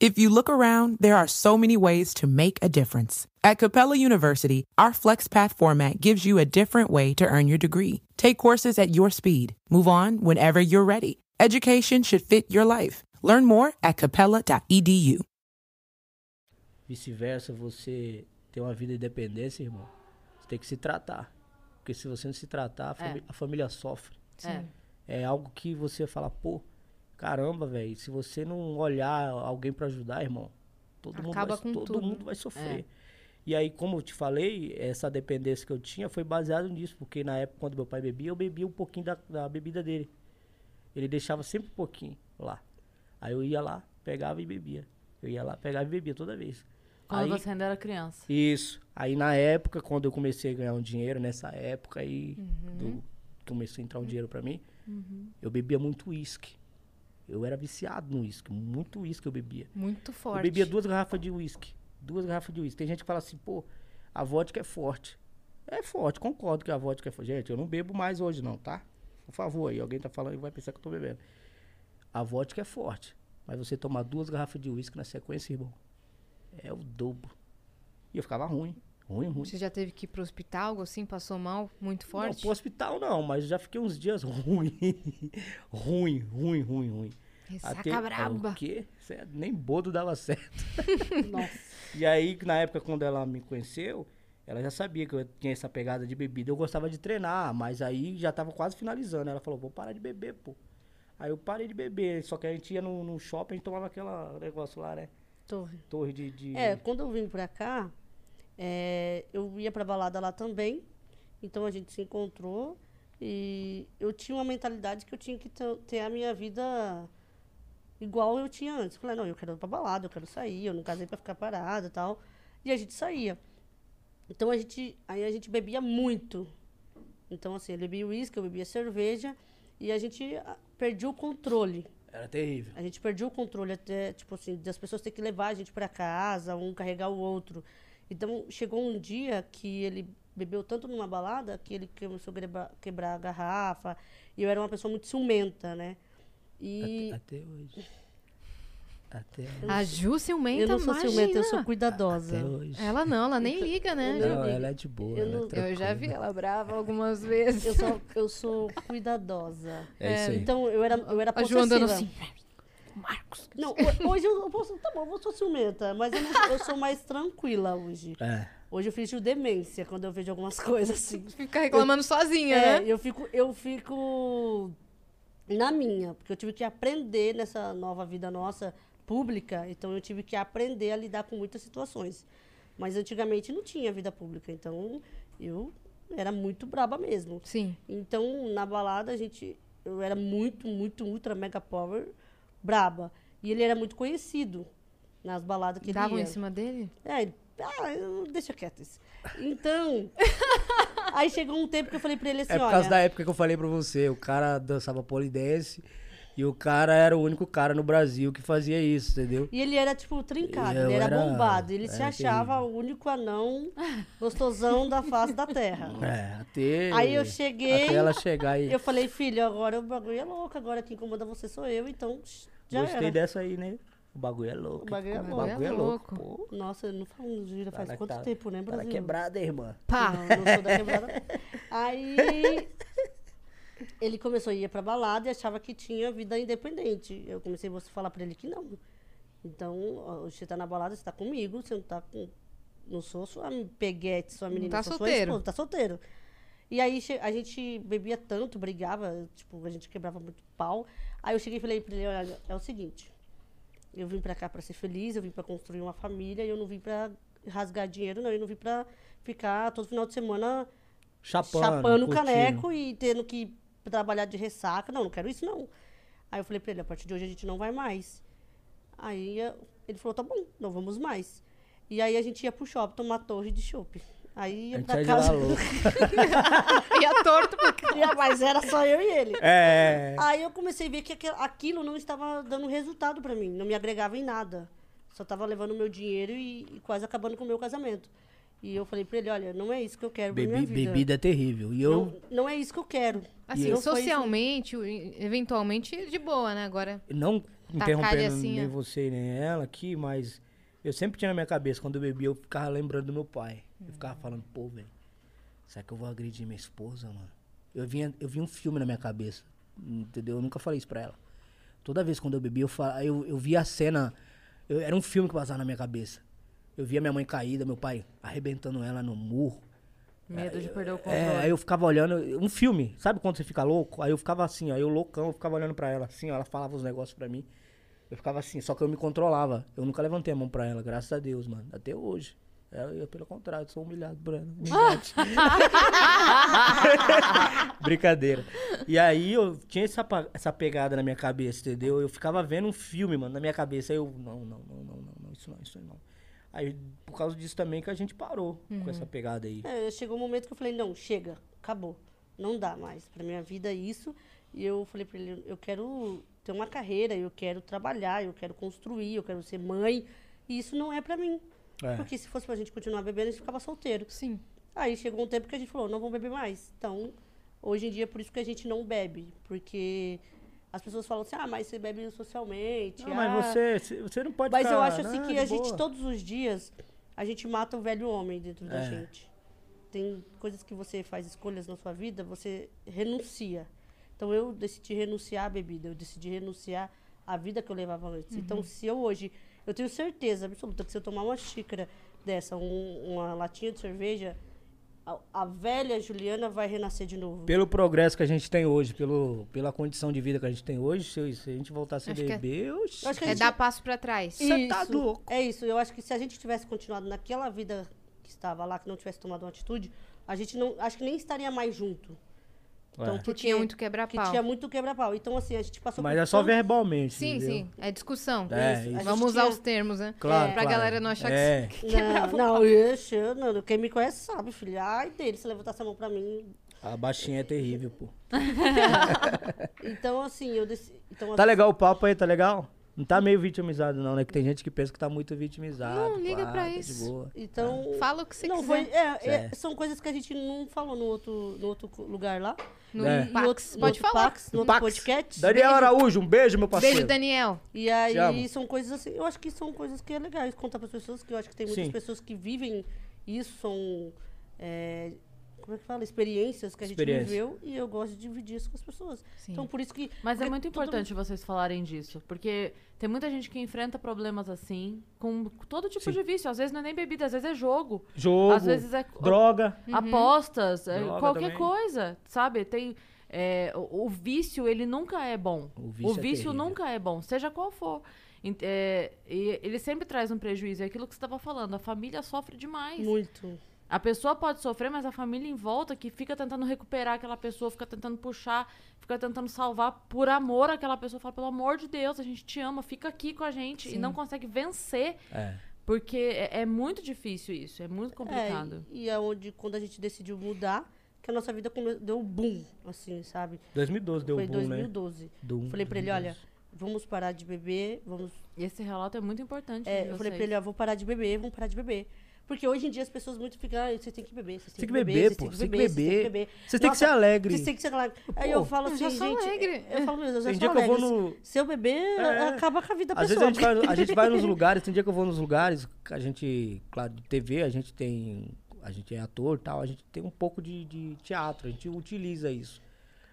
F: If you look around, there are so many ways to make a difference. At Capella University, our FlexPath format gives you a different way to earn your degree. Take courses at your speed. Move on whenever you're ready. Education should fit your life. Learn more at E capella.edu.
C: vice-versa, você tem uma vida de dependência, irmão, você tem que se tratar. Porque se você não se
B: É.
C: tratar, a, fami- a família sofre.
A: É.
C: É algo que você fala, pô, caramba, velho, se você não olhar alguém pra ajudar, irmão, todo, mundo
B: Acaba
C: vai,
B: com
C: todo
B: tudo. É.
C: mundo vai sofrer. E aí, como eu te falei, essa dependência que eu tinha foi baseado nisso, porque na época, quando meu pai bebia, eu bebia um pouquinho da, da bebida dele. Ele deixava sempre um pouquinho lá. Aí eu ia lá, pegava e bebia. Eu ia lá, pegava e bebia toda vez.
A: Quando
C: Aí-
A: você ainda era criança.
C: isso. Aí na época, quando eu comecei a ganhar um dinheiro, nessa época aí
A: Uhum.
C: do- começou a entrar um dinheiro pra mim, eu bebia muito uísque. Eu era viciado no uísque, muito uísque eu bebia.
B: Muito forte.
C: Eu bebia duas garrafas de uísque. Duas garrafas de uísque. Tem gente que fala assim, pô, A vodka é forte. É forte, concordo que a vodka é forte. Gente, eu não bebo mais hoje não, tá? Por favor, aí alguém tá falando e vai pensar que eu tô bebendo. A vodka é forte, mas você tomar duas garrafas de uísque na sequência, irmão, é o dobro. E eu ficava ruim, ruim, ruim.
B: Você já teve que ir pro hospital, algo assim, passou mal, muito
C: Não,
B: forte?
C: pro hospital não, mas já fiquei uns dias ruim. ruim, ruim, ruim, ruim.
B: Ressaca
C: Ah,
B: braba.
C: O quê? Cê- nem bodo dava certo. E aí, na época, quando ela me conheceu, ela já sabia que eu tinha essa pegada de bebida. Eu gostava de treinar, mas aí já tava quase finalizando. Ela falou, vou parar de beber, pô. Aí eu parei de beber, só que a gente ia no, no shopping, a gente tomava aquela negócio lá, né?
D: Torre.
C: Torre de... de-
D: É, quando eu vim pra cá, é, eu ia pra balada lá também. Então a gente se encontrou e eu tinha uma mentalidade que eu tinha que ter- ter a minha vida igual eu tinha antes. Falei, não, eu quero ir pra balada, eu quero sair, eu não casei pra ficar parada e tal. E a gente saía. Então a gente, aí a gente bebia muito. Então assim, eu bebia uísque, eu bebia cerveja e a gente ah, perdia o controle.
C: Era terrível.
D: A gente perdeu o controle até, tipo assim, das pessoas ter que levar a gente para casa, um carregar o outro. Então, chegou um dia que ele bebeu tanto numa balada que ele começou a greba- quebrar a garrafa. E eu era uma pessoa muito ciumenta, né? E
C: Até, até hoje. Até,
B: A Ju ciumenta,
D: eu não sou ciumenta, eu sou
B: Então, imagina.
D: cuidadosa.
C: até hoje.
B: Ela não, ela nem liga, né? Ju?
C: Não, ela é de boa,
D: Eu
C: ela é
D: não-
B: Eu já
C: tranquila.
B: vi ela brava algumas vezes.
D: Eu sou, eu sou cuidadosa.
C: É isso aí.
D: Então, eu era, eu era
B: A Ju
D: possessiva.
B: andando assim.
D: Não, ho- hoje eu posso, tá bom, eu sou ciumenta, mas eu, não- eu sou mais tranquila hoje.
C: É.
D: Hoje eu finjo demência quando eu vejo algumas coisas assim.
B: Fica reclamando sozinha,
D: É,
B: né?
D: eu fico, eu fico na minha, porque eu tive que aprender nessa nova vida nossa pública, então eu tive que aprender a lidar com muitas situações. Mas antigamente não tinha vida pública, então eu era muito braba mesmo.
B: Sim.
D: Então, na balada, a gente. Eu era muito, muito, ultra mega power braba. E ele era muito conhecido nas baladas que
B: Davam
D: ele ia.
B: em cima dele?
D: É, ele, ah, eu- deixa quieto isso. Então, aí chegou um tempo que eu falei pra ele assim,
C: É por
D: olha...
C: causa da época que eu falei pra você, o cara dançava polidense e o cara era o único cara no Brasil que fazia isso, entendeu?
D: E ele era, tipo, trincado,
C: Eu
D: ele era,
C: era-
D: bombado. Ele se
C: era
D: achava o único anão gostosão da face da terra.
C: É, até.
D: Aí eu cheguei-
C: Até ela chegar e.
D: Eu falei, filho, agora o bagulho é louco, agora quem incomoda você sou eu, então shh, já
C: Gostei
D: era.
C: dessa aí, né? O bagulho é louco.
D: O bagulho é
C: pô,
D: louco.
C: é louco. Pô,
D: Nossa, eu não falo gíria
C: tá
D: faz
C: na-
D: quanto
C: tá-
D: tempo, né,
C: Tá na
D: Brasil?
C: quebrada, irmã.
B: Pá!
D: Não, não sou da quebrada. Aí ele começou a ir pra balada e achava que tinha vida independente. Eu comecei a falar pra ele que não. Então, ó, você tá na balada, você tá comigo, você não tá com. Não sou sua peguete, sua menina.
B: tá
D: sou
B: solteiro.
D: Sua esposa, tá solteiro. E aí che- a gente bebia tanto, brigava, tipo, a gente quebrava muito pau. Aí eu cheguei e falei pra ele, olha, é o seguinte. Eu vim pra cá pra ser feliz, eu vim pra construir uma família, eu não vim pra rasgar dinheiro, não, eu não vim pra ficar todo final de semana
C: Chapando.
D: chapando o
C: curtindo.
D: caneco e tendo que trabalhar de ressaca. Não, não quero isso, não. Aí eu falei pra ele, a partir de hoje a gente não vai mais. Aí eh, ele falou, tá bom, não vamos mais. E aí a gente ia pro shopping tomar torre de chopp. Aí ia
C: A gente
D: pra
C: sai de lá
D: casa.
C: louco.
B: Ia torto pro
D: Ia, Mas era só eu e ele.
C: É.
D: Aí eu comecei a ver que aquel- aquilo não estava dando resultado pra mim, não me agregava em nada. Só estava levando meu dinheiro e, e quase acabando com o meu casamento. E eu falei pra ele, olha, não é isso que eu quero pra minha
C: Bebi,
D: vida.
C: bebida é terrível. E eu.
D: Não, não é isso que eu quero.
B: Assim,
D: Não foi isso-
B: socialmente, o- eventualmente, de boa, né? Agora.
C: não interrompendo
B: assim,
C: nem
B: ó.
C: você nem ela aqui, mas eu sempre tinha na minha cabeça, quando eu bebia, eu ficava lembrando do meu pai. Eu ficava falando, pô, velho, será que eu vou agredir minha esposa, mano? Eu vinha, eu vinha um filme na minha cabeça, entendeu? Eu nunca falei isso pra ela. Toda vez quando eu bebia, eu, fala, eu, eu via a cena, eu- era um filme que passava na minha cabeça. Eu via minha mãe caída, meu pai arrebentando ela no murro.
A: Medo de perder o
C: É,
A: controle.
C: aí eu ficava olhando, um filme, sabe quando você fica louco? Aí eu ficava assim, ó, eu loucão, eu ficava olhando pra ela assim, ó, ela falava os negócios pra mim. Eu ficava assim, só que eu me controlava. Eu nunca levantei a mão pra ela, graças a Deus, mano, até hoje. É, Eu, eu, pelo contrário, sou humilhado por ela. humilhante. Brincadeira. E aí eu tinha essa, pa- essa pegada na minha cabeça, entendeu? Eu ficava vendo um filme, mano, na minha cabeça. Aí eu, não, não, não, não, não, não, isso não, isso não. Aí, por causa disso também que a gente parou com essa pegada aí.
D: É, chegou um momento que eu falei, não, chega, acabou. Não dá mais. Pra minha vida é isso. E eu falei pra ele, eu quero ter uma carreira, eu quero trabalhar, eu quero construir, eu quero ser mãe. E isso não é pra mim.
C: É.
D: Porque se fosse pra gente continuar bebendo, a gente ficava solteiro.
B: Sim.
D: Aí chegou um tempo que a gente falou, não vamos beber mais. Então, hoje em dia, é por isso que a gente não bebe. Porque as pessoas falam assim, ah, mas você bebe socialmente.
C: Não,
D: ah,
C: mas você, se- você não pode
D: Mas eu
C: ficar,
D: acho assim
C: "Não,
D: que
C: de
D: a gente,
C: boa."
D: todos os dias, a gente mata o velho homem dentro da
C: É.
D: gente. Tem coisas que você faz escolhas na sua vida, você renuncia. Então eu decidi renunciar à bebida, eu decidi renunciar à vida que eu levava antes. Então se eu hoje, eu tenho certeza absoluta que se eu tomar uma xícara dessa, um- uma latinha de cerveja, a, a velha Juliana vai renascer de novo.
C: Pelo progresso que a gente tem hoje, pelo, pela condição de vida que a gente tem hoje, se, eu- se a gente voltar a se
B: Acho que é-
C: beber, eu
D: Eu acho que a
B: É
D: gente-
B: dar passo pra trás.
C: Cê tá louco.
D: É isso. Eu acho que se a gente tivesse continuado naquela vida que estava lá, que não tivesse tomado uma atitude, a gente não. Acho que nem estaria mais junto. Então,
B: Que
D: porque
B: tinha muito
D: que
B: quebra-pau.
D: tinha muito quebra-pau. Então, assim, a gente passou
C: É. Mas
D: por
C: é só
D: tanto-
C: verbalmente.
B: Sim,
C: entendeu?
B: sim. É discussão.
C: É, isso.
D: A gente
B: Vamos usar
D: tinha-
B: os termos, né?
C: Claro.
B: Pra
C: claro.
B: galera não achar que-
C: É.
D: Não, não, eu, eu, não, quem me conhece sabe, filha. Ai, dele, se levantar essa mão pra mim.
C: A baixinha é terrível, pô.
D: Então, assim, eu decidi. Então,
C: Tá
D: assim,
C: legal o papo aí, tá legal? Não tá meio vitimizado, não, né? Que tem gente que pensa que tá muito vitimizado.
B: Não,
C: pá,
B: liga pra
C: tá de
B: isso.
C: boa.
D: Então,
B: Fala o que você
D: não,
B: quiser.
D: foi, é, é,
C: Certo.
D: São coisas que a gente não falou no outro, no outro lugar lá.
B: No
C: É.
D: No
B: Pax.
D: outro- no
B: Pode
D: outro
B: falar.
D: Pax, no outro
C: Pax.
D: podcast.
C: Daniel Araújo, um beijo, meu parceiro.
B: Beijo, Daniel.
D: E
C: Te amo.
D: aí são coisas assim, eu acho que são coisas que é legal contar para as pessoas, que eu acho que tem muitas
C: Sim.
D: pessoas que vivem isso, são, é, como é que fala, experiências que a gente
C: Experiência.
D: viveu e eu gosto de dividir isso com as pessoas.
B: Sim.
D: Então por isso que
A: Mas é
D: porque
A: muito
D: todo mundo-
A: importante vocês falarem disso, porque tem muita gente que enfrenta problemas assim, com todo tipo de vício. Às vezes não é nem bebida, às vezes é jogo,
C: Jogo,
A: Às vezes é-
C: droga.
A: apostas, é,
C: Droga
A: qualquer
C: também.
A: coisa, sabe? Tem é, o, o vício, ele nunca é bom.
C: O vício é terrível.
A: nunca é bom, seja qual for. Ent- é, e ele sempre traz um prejuízo. É aquilo que você estava falando, a família sofre demais.
D: muito.
A: A pessoa pode sofrer, mas a família em volta que fica tentando recuperar aquela pessoa, fica tentando puxar, fica tentando salvar por amor àquela pessoa. Fala, pelo amor de Deus, a gente te ama, fica aqui com a gente. E não consegue vencer,
C: É.
A: porque é, é muito difícil isso, é muito
D: É,
A: complicado.
D: e, e é onde quando a gente decidiu mudar, que a nossa vida come- deu um boom, assim, sabe?
C: 2012 deu
D: Foi
C: o
D: em
C: boom, né?
D: 2012.
C: Do-
D: Falei para ele, olha,
C: 2012.
D: vamos parar de beber, vamos
A: E esse relato é muito importante.
D: É,
A: de
D: eu falei pra
A: vocês.
D: ele, ó, vou parar de beber, vamos parar de beber. Porque hoje em dia as pessoas muito ficam, ah, vocês têm que beber, vocês
C: Tem
D: têm
C: que beber,
D: vocês têm
C: pô, tem que beber. Vocês têm que
D: Nossa,
C: ser alegre.
D: Vocês têm que ser alegre. Aí eu
C: Pô,
D: falo
B: eu
D: assim,
B: já sou
D: gente,
B: alegre.
D: eu falo, meu Deus, eu sou
C: Tem dia que eu vou
D: alegre.
C: no-
D: Se eu beber,
C: É.
D: acaba com a vida da
C: Às vezes
D: pessoa.
C: a gente, vai, a gente vai nos lugares, tem dia que eu vou nos lugares, a gente, claro, de TV, a gente tem. A gente é ator e tal, a gente tem um pouco de, de teatro, a gente utiliza isso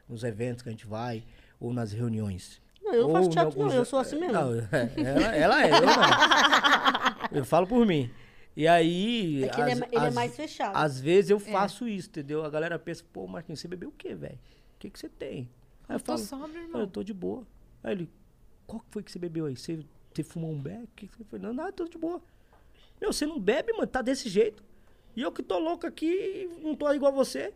C: nos eventos que a gente vai, ou nas reuniões.
D: Não, eu não
C: Ou
D: faço
C: em
D: teatro,
C: alguns- é,
D: não, eu sou assim mesmo.
C: Não, ela, ela é, eu não. Eu falo por mim. E aí.
D: É que ele é
C: às-
D: ma- ele é
C: às-
D: mais fechado.
C: Às vezes eu faço isso, entendeu? A galera pensa, pô, Marquinhos, você bebeu o quê, velho? O que, que você tem? Aí eu,
B: Tô
C: falo,
B: sóbrio,
C: Olha, eu
B: irmão.
C: tô de boa. Aí ele, qual que foi que você bebeu aí? Você, você fumou um beck? O que que você foi? Não, nada, tô de boa. Meu, você não bebe, mano, tá desse jeito. E eu que tô louco aqui, não tô igual a você.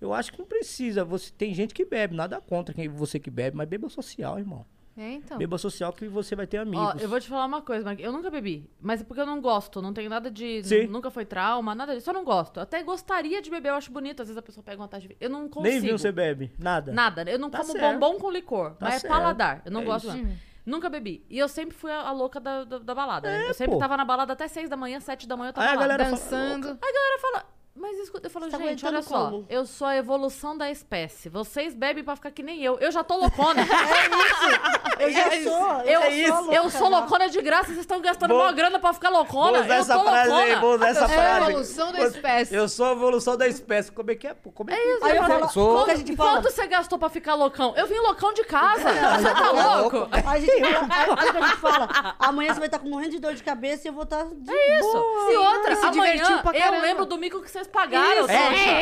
C: Eu acho que não precisa. Você, tem gente que bebe, nada contra quem você que bebe, mas beba social, irmão.
B: É, então.
C: Beba social que você vai ter amigos.
A: Ó, eu vou te falar uma coisa, Marquinhos. Eu nunca bebi, mas é porque eu não gosto, não tenho nada de.
C: Sim.
A: nu- Nunca foi trauma, nada disso. Eu não gosto. Eu até gostaria de beber, eu acho bonito. Às vezes a pessoa pega uma taça de vinho. Eu não consigo.
C: Nem viu você bebe, nada.
A: Nada. né? Eu não
C: Tá
A: como
C: certo.
A: bombom com licor.
C: Tá
A: mas
C: certo.
A: é paladar. Eu não
C: É
A: gosto
C: isso.
A: não. Nunca bebi. E eu sempre fui a, a louca da, da, da balada. né? Eu sempre
C: É, pô.
A: tava na balada até 6 da manhã, 7 da manhã eu tava
C: Aí a
A: lá.
C: galera fala,
B: Dançando.
A: Mas escuta, eu falo,
D: Você tá
A: gente,
D: aguentando
A: olha só.
D: como?
A: Eu sou a evolução da espécie. Vocês bebem pra ficar que nem eu. Eu já tô loucona.
D: Eu já sou, eu,
A: Eu,
D: já sou louca,
A: eu sou
D: já.
A: loucona de graça, vocês estão gastando
C: Vou-
A: mó grana pra ficar loucona.
C: Vou usar
A: eu
C: essa
A: tô
C: frase
A: loucona.
C: aí, vou usar essa
B: Eu sou a
C: frase.
B: evolução da espécie.
C: Eu sou a evolução da espécie. Como é que é, pô? Como é, que
D: Aí eu
C: você-
D: falo,
C: sou?
D: quando a gente fala,
A: Quanto você gastou pra ficar loucão? Eu vim loucão de casa. Você tá
D: Tá
A: louco?
D: Aí a gente fala, aí- aí quando a gente fala, amanhã você vai estar morrendo de dor de cabeça e eu vou estar de É
A: Isso. E outra,
B: se divertiu
A: amanhã
B: pra
A: eu
B: caramba.
A: lembro do mico que vocês pagaram. né?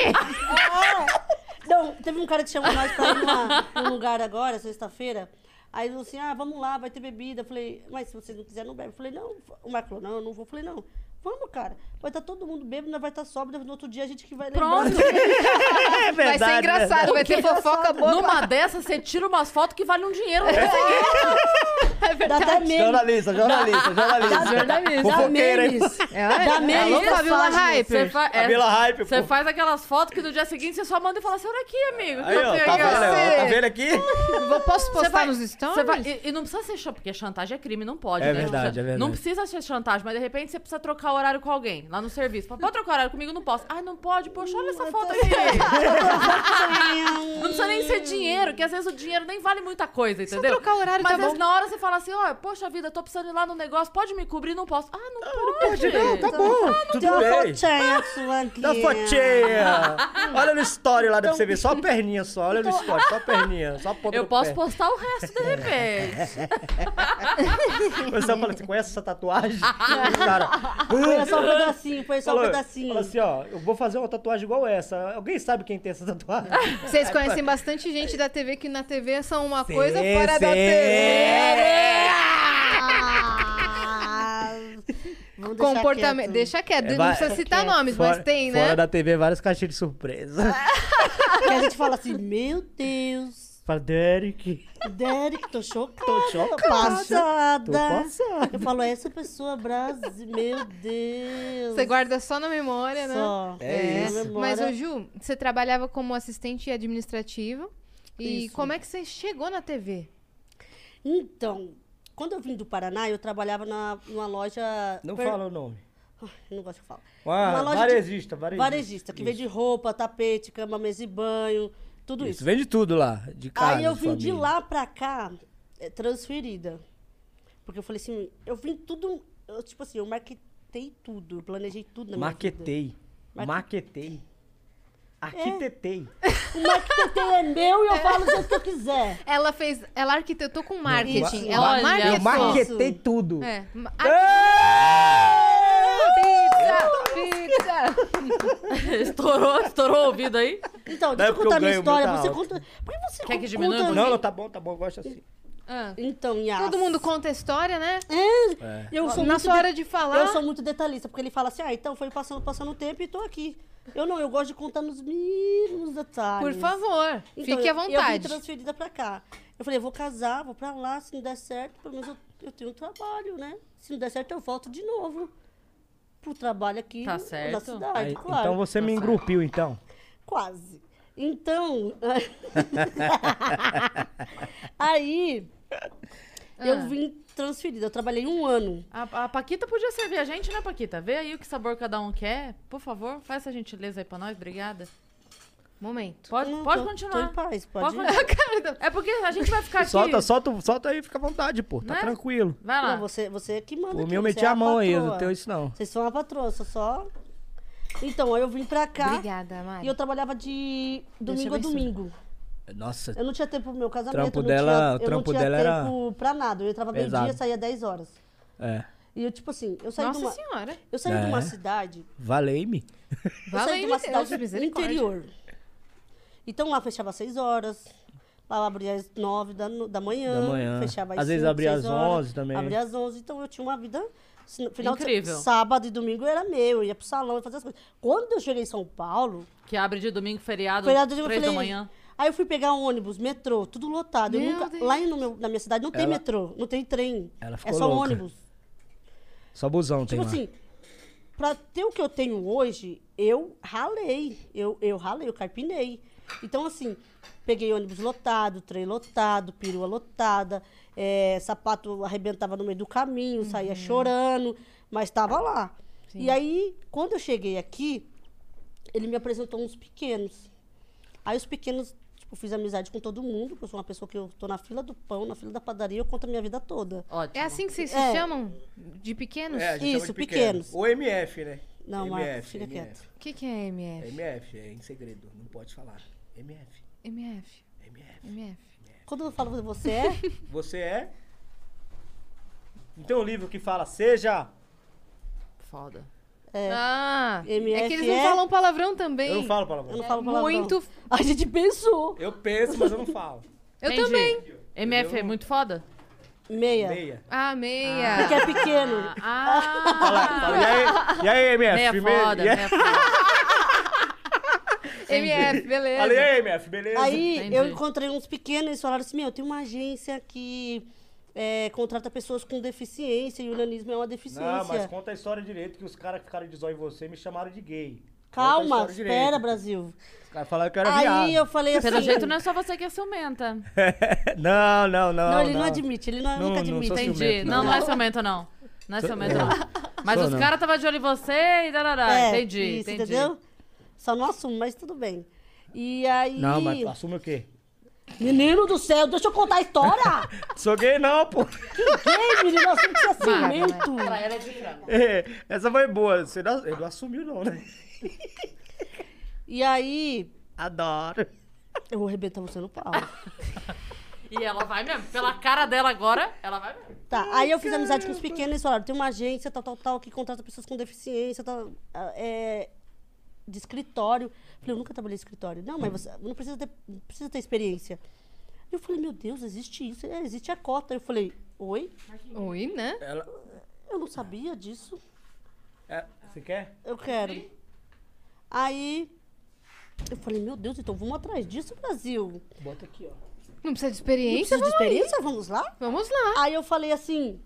C: É,
A: Sasha.
D: Ah, Não, teve um cara que chamou nós pra ir numa- num lugar agora, sexta-feira. Aí ele falou assim: ah, vamos lá, vai ter bebida. Eu falei, mas se vocês não quiserem, não bebe. Eu falei, não. O Marco falou, não, eu não vou. Eu falei, não. Vamos, cara. Vai estar todo mundo bêbado, nós vai estar sóbrio. No outro dia a gente que vai
A: Pronto.
D: lembrando.
C: É
B: Vai
C: verdade,
B: ser engraçado, vai ter fofoca boa.
C: É.
A: Numa dessas, você tira umas fotos que valem um dinheiro.
B: é
D: Dá até memes.
C: Jornalista, jornalista,
D: Tá
C: jornalista.
D: Dá
C: Fofoqueira, hein?
D: memes.
B: Ela,
D: Dá
B: ela,
D: memes.
B: louca, Fabiola
A: Você
D: Fátima,
B: Hyper.
A: fa- é,
C: Camila Hype,
A: você
C: pô.
A: faz aquelas fotos que no dia seguinte você só manda e fala assim, olha aqui, amigo.
C: Aí, ó,
A: Tem
C: tá
A: aqui, ó.
C: vendo, ó, tá vendo aqui?
B: Vou- Posso
A: Você
B: postar
A: vai-
B: nos
A: você
B: stories?
A: vai- e, e não precisa ser chantagem, porque chantagem é crime, não pode,
C: É
A: né?
C: verdade,
A: Não precisa-
C: é verdade.
A: Não precisa ser chantagem, mas de repente você precisa trocar horário com alguém lá no serviço. Fala, Pode trocar horário comigo? Não posso. Ai, não pode? Poxa, olha essa foto aqui. não precisa nem ser dinheiro, que às vezes o dinheiro nem vale muita coisa, entendeu?
B: trocar horário,
A: mas
B: tá
A: às vezes
B: bom.
A: na hora você fala assim, ó, poxa vida, tô precisando ir lá no negócio, pode me cobrir? Não posso. Ah, não, pode.
C: Não, tá bom,
D: Tem
C: tudo
D: uma
C: bem.
D: fotinha sua aqui.
C: Dá fotinha. Olha no story lá, dá pra você ver. Só a perninha só. Olha no story, só a perninha. Só a ponta
A: Eu
C: do
A: posso
C: pé.
A: postar o resto de repente.
C: Você fala assim, conhece essa tatuagem? O cara,
D: Põe só um pedacinho, põe só um
C: falou-
D: pedacinho.
C: falou assim, ó, eu vou fazer uma tatuagem igual essa. Alguém sabe quem tem essa tatuagem?
B: Vocês conhecem bastante gente da TV que na TV são uma
C: Sim,
B: coisa fora da
C: sim.
B: TV.
C: é.
D: Ah, vamos deixar
B: Comportamento.
D: quieto.
B: Deixa quieto, não
C: É vai-
B: precisa citar
D: quieto.
B: nomes, mas
C: Fora-
B: tem,
C: Fora
B: né?
C: da TV, vários caixinhas de surpresa.
D: Que a gente fala assim, meu Deus,
C: Fala, Derek,
D: Derek, tô chocada,
C: tô chocada. Tô
D: passada.
C: passada.
D: Eu falo, "É essa pessoa brasileira, meu Deus.
B: Você guarda só na memória, né?
D: Só.
C: É
D: Na memória.
B: Mas, ô Ju, você trabalhava como assistente administrativo. E
D: Isso.
B: como é que você chegou na TV?
D: Então, quando eu vim do Paraná, eu trabalhava na, numa loja...
C: Não
D: per-
C: fala o nome.
D: Ai, Não gosto que fala.
C: Ah,
D: Uma loja de-
C: varejista, varejista.
D: Varejista, que vende roupa, tapete, cama, mesa e banho, tudo
C: Isso,
D: isso.
C: vende tudo lá, de casa,
D: Aí eu vim de
C: família.
D: lá pra cá, eh, transferida. Porque eu falei assim, eu vim tudo, eu, tipo assim, eu marketei tudo, eu planejei tudo na minha vida.
C: Maquetei. Maquetei. Arquitetei.
D: O marketing é meu e eu falo do jeito que eu quiser.
B: Ela fez. Ela arquitetou com marketing.
D: Isso.
B: Ela
A: Olha,
B: marketou.
C: Eu marquetei
D: Isso.
C: tudo.
B: É. ma-
C: Pizza!
B: Pizza!
A: estourou, estourou o ouvido aí.
D: Então,
C: Não é
D: deixa eu
C: porque eu
D: contar minha
C: ganho, o meu
D: história.
C: tá
D: Você
C: alto.
D: conta. Por que você
A: Quer que
D: con-
A: diminua
D: conta-
A: um
C: Não, não, tá bom, tá bom, eu gosto assim.
B: Ah,
D: Então, Yas.
B: Todo mundo conta a história, né?
D: É. Eu sou
B: Na
D: muito
B: sua
D: de-
B: hora de falar.
D: Eu sou muito detalhista, porque ele fala assim: ah, então foi passando, passando o tempo e tô aqui. Eu não, eu gosto de contar nos mínimos detalhes.
B: Por favor,
D: Então,
B: fique à
D: eu- Eu fui
B: vontade.
D: transferida pra cá. Eu falei, eu vou casar, vou pra lá, se não der certo, pelo menos eu, eu tenho um trabalho, né? Se não der certo, eu volto de novo pro trabalho aqui
A: Tá
D: no- na
A: certo.
D: cidade,
C: Aí,
D: claro.
C: Então você me engrupiu, então.
D: Quase. Então. aí.
A: Ah.
D: Eu vim transferida. Eu trabalhei um ano.
A: A, a Paquita podia servir a gente, né, Paquita? Vê aí o que sabor cada um quer. Por favor, faz essa gentileza aí pra nós. Obrigada.
B: Momento.
A: Pode,
D: Não,
A: pode
D: tô-
A: continuar.
D: tô em paz, pode ir.
A: continuar. É porque a gente vai ficar aqui.
C: Solta, solta, solta aí, fica à vontade, pô. Tá
A: Né?
C: tranquilo.
A: Vai lá.
D: Não, você, você é que manda.
C: O
D: aqui,
C: meu
D: você
C: meti
D: é
C: a mão aí, eu
D: patroa.
C: não tenho isso não.
D: Vocês são a patroa, eu sou só. Então, aí eu vim pra cá.
B: Obrigada, Mari.
D: E eu trabalhava de domingo a
B: abençoe.
D: domingo.
C: Nossa,
D: Eu não tinha tempo pro meu casamento.
C: Trampo
D: eu não
C: dela-
D: tinha, eu
C: trampo
D: não tinha
C: dela era
D: tempo pra nada. Eu entrava meio-dia,
C: pesado.
D: saía 10 horas.
C: é.
D: E eu, tipo assim, eu saí
B: Nossa
D: de uma.
B: senhora.
D: Eu saí de
C: É.
D: uma cidade
C: Valei-me.
D: Eu saí de uma cidade do
B: misericórdia.
D: interior. Então lá fechava às 6 horas. Lá abria às 9 da, no- da manhã.
C: Da manhã.
D: Fechava às
C: Às vezes
D: cinco,
C: abria
D: seis
C: às
D: horas,
C: 11 também.
D: Abria às 11. Então eu tinha uma vida. se no Final de-
A: Incrível.
D: sábado e domingo era meu. Eu ia pro salão e fazia as coisas. Quando eu cheguei em São Paulo,
A: Que abre de domingo, feriado,
D: foi lá do dia que eu
A: três
D: falei.
A: da manhã.
D: Aí eu fui pegar um ônibus, metrô, tudo lotado. Eu
B: Meu
D: nunca-
B: Deus.
D: lá no meu- na minha cidade não tem
C: Ela-
D: metrô, não tem trem.
C: Ela
D: é
C: ficou
D: só
C: louca.
D: ônibus.
C: Só busão tem
D: Tipo
C: lá.
D: assim, pra ter o que eu tenho hoje, eu ralei. Eu, eu ralei, eu carpinei. Então, assim, peguei ônibus lotado, trem lotado, perua lotada, eh, sapato arrebentava no meio do caminho,
C: Uhum.
D: saía chorando, mas estava lá. E aí, quando eu cheguei aqui, ele me apresentou uns pequenos. Aí os pequenos, tipo, fiz amizade com todo mundo, porque eu sou uma pessoa que eu tô na fila do pão, na fila da padaria, eu conto a minha vida toda.
A: Ótimo.
B: É assim que vocês se
D: É.
B: chamam? De pequenos?
C: É, a gente
D: Isso,
C: chama de pequeno.
D: pequenos.
C: Ou MF, né?
D: Não,
C: MF,
D: Marcos, fica
C: MF.
D: quieto.
B: O que, que é MF?
C: MF, é em segredo, não pode falar. MF,
B: MF.
C: MF.
B: MF.
D: Quando eu falo você é,
C: Você é. Não tem um livro que fala, seja.
A: Foda.
B: Ah, é
D: MF
B: que eles não
D: é?
B: É. falam palavrão também.
C: Eu não falo palavrão.
D: Eu não falo palavrão.
B: Muito.
D: É A gente pensou.
C: Eu penso, mas eu não falo.
B: Eu
A: Entendi.
B: também.
A: MF é muito foda?
D: Meia.
C: Meia.
B: Ah, meia.
D: Porque é pequeno.
A: Ah,
C: Fala, e aí, e aí MF?
A: meia
C: Primeiro-
A: é foda, É,
C: e aí-
A: meia foda.
B: MF, beleza.
C: Falei, e aí, MF, beleza?
D: Aí
A: ah, Entendi.
D: eu encontrei uns pequenos e falaram assim: Meu, tem uma agência que é, contrata pessoas com deficiência e o nanismo é uma deficiência.
C: Não, Ah, mas conta a história direito, que os caras que ficaram de zóio em você me chamaram de gay. Conta a
D: Calma,
C: história direito.
D: espera, Brasil.
C: Os caras falaram que eu era
D: Aí
C: viado.
D: eu falei assim.
A: Pelo jeito, não é só você que é ciumenta.
C: Não, não, não.
D: Não, ele não admite, ele não,
C: Não,
D: nunca
C: não
D: admite.
C: sou
A: Entendi.
C: ciumento,
A: não,
C: não.
A: não é ciumento, não. Não é ciumento,
C: é.
A: não. Mas
C: né? Sou,
A: os
C: não.
A: caras estavam de olho em você e darará.
D: É,
A: Ah, entendi,
D: isso,
A: entendi.
D: entendeu? Só não assumo, mas tudo bem. E aí.
C: Não, mas tá. assume o quê?
D: Menino do céu, deixa eu contar a história!
C: Sou gay não, pô.
D: Ei, menino, eu assumo que você é ciumento.
C: É, Essa foi boa. Você não, ele não assumiu não, né?
D: E aí.
C: Adoro.
D: Eu vou arrebentar você no pau.
A: E ela vai mesmo. Pela cara dela agora, ela vai mesmo.
D: Tá, aí eu fiz amizade com os pequenos e falaram: tem uma agência tal, tal, tal, que contrata pessoas com deficiência, tal, ah, é, de escritório. Falei, eu nunca trabalhei em escritório. Não, mas você não precisa ter, não precisa ter experiência. Eu falei, meu Deus, existe isso? É, existe a cota. Eu falei, oi?
B: Oi, né?
D: Eu não sabia disso.
C: É, você quer?
D: Eu quero. Aí eu falei, meu Deus, então vamos atrás disso, Brasil.
C: Bota aqui, ó.
B: Não precisa de
D: Não
B: experiência,
D: precisa de
B: vamos aí.
D: experiência? Vamos lá?
B: Vamos lá.
D: Aí eu falei assim,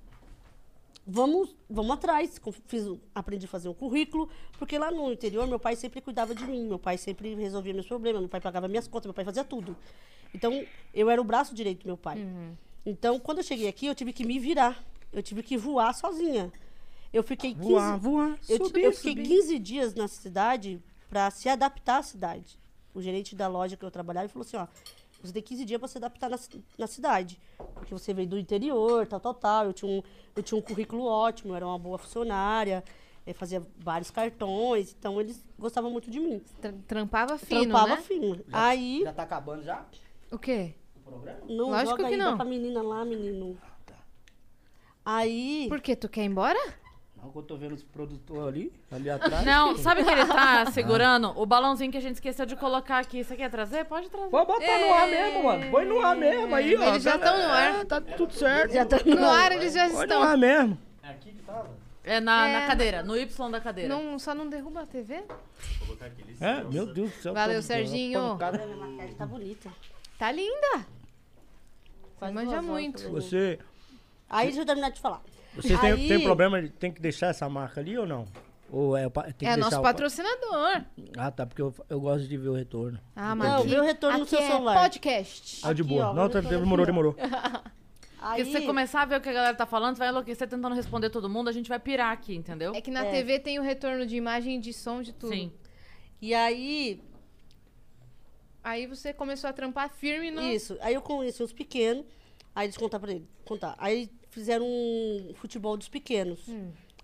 D: vamos, vamos atrás. Com- Fiz, o- aprendi a fazer um currículo, porque lá no interior meu pai sempre cuidava de mim, meu pai sempre resolvia meus problemas, meu pai pagava minhas contas, meu pai fazia tudo. Então eu era o braço direito do meu pai. Então quando eu cheguei aqui eu tive que me virar, eu tive que voar sozinha. Eu fiquei 15,
C: Voar, voar,
D: eu, ti-
C: subir,
D: eu fiquei
C: subir.
D: 15 dias na cidade para se adaptar à cidade. O gerente da loja que eu trabalhava ele falou assim, ó, você tem 15 dias para se adaptar na, ci- na cidade, porque você veio do interior, tal, tal, tal. Eu tinha um, eu tinha um currículo ótimo, eu era uma boa funcionária, eh, fazia vários cartões, então eles gostavam muito de mim.
B: Tra- trampava fino,
D: Trampava
B: né?
D: fino. Aí,
C: Já tá acabando já?
B: O quê?
D: não
B: Lógico
D: joga
B: que
D: ainda
B: não.
D: pra menina lá, menino.
C: Ah, tá.
D: Aí,
B: Por quê? Tu quer ir embora?
C: Não, que eu tô vendo os produtores ali, ali atrás.
A: Não, sabe o que ele tá segurando? O balãozinho que a gente esqueceu de colocar aqui. Você quer trazer? Pode trazer.
C: Pô, bota no ar mesmo, mano. Põe no ar mesmo aí, ó.
B: Eles já
C: Tá-
B: tão no ar.
C: É, Tá tudo certo.
D: já tá
B: No ar eles já
C: Põe
B: estão.
C: no ar mesmo.
A: É na, na
B: É.
A: cadeira, no Y da cadeira.
B: Não, só não derruba a TV?
C: É, meu Deus do céu.
B: Valeu,
C: tô-
B: Serginho.
C: pancada.
D: Minha maquiagem tá bonita.
B: Tá linda.
D: Faz
B: manja
D: duas horas
B: muito.
D: que eu vou-
C: Você,
D: Aí deixa eu terminar de falar.
C: você tem,
D: Aí-
C: tem problema de tem que deixar essa marca ali ou não? Ou é, o pa- tem que
B: É
C: deixar
B: nosso
C: o pa-
B: patrocinador.
C: Ah, tá, porque eu, eu gosto de ver o retorno.
B: Ah,
D: Não,
B: aqui-
D: vê o retorno no
B: aqui
D: seu
B: é
D: celular.
B: podcast.
C: Ah, de
D: Aqui,
C: boa.
D: ó,
C: não,
D: o
C: tá,
D: retorno
C: demorou,
D: aqui, ó.
C: demorou.
D: Aí,
A: Porque se você começar a ver o que a galera tá falando, você vai enlouquecer tentando responder todo mundo, a gente vai pirar aqui, entendeu?
B: É que na TV tem o retorno de imagem, de som, de tudo.
A: Sim.
D: E aí,
B: Aí você começou a trampar firme no...
D: Isso. Aí eu conheci os pequenos. Aí eles contaram pra ele. Contar. Aí fizeram um futebol dos pequenos.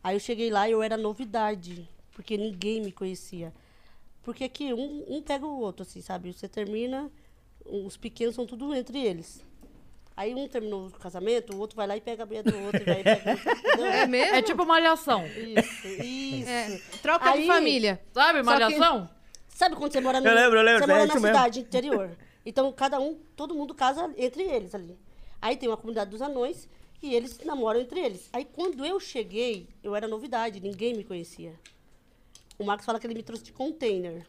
D: Aí eu cheguei lá e eu era novidade. Porque ninguém me conhecia. Porque aqui um, um pega o outro, assim, sabe? Você termina, os pequenos são tudo entre eles. Aí um terminou o casamento, o outro vai lá e pega a meia do outro. e vai e pega... Entendeu?
B: É mesmo?
A: É tipo malhação.
D: Isso, isso.
B: É, Troca de
D: Aí-
B: família.
A: Sabe, malhação?
D: Sabe quando você mora no,
C: Eu lembro, eu lembro,
D: você
C: é
D: mora na
C: isso mesmo.
D: cidade interior. Então cada um, todo mundo casa entre eles ali. Aí tem uma comunidade dos anões e eles namoram entre eles. Aí quando eu cheguei, eu era novidade, ninguém me conhecia. O Marcos fala que ele me trouxe de container,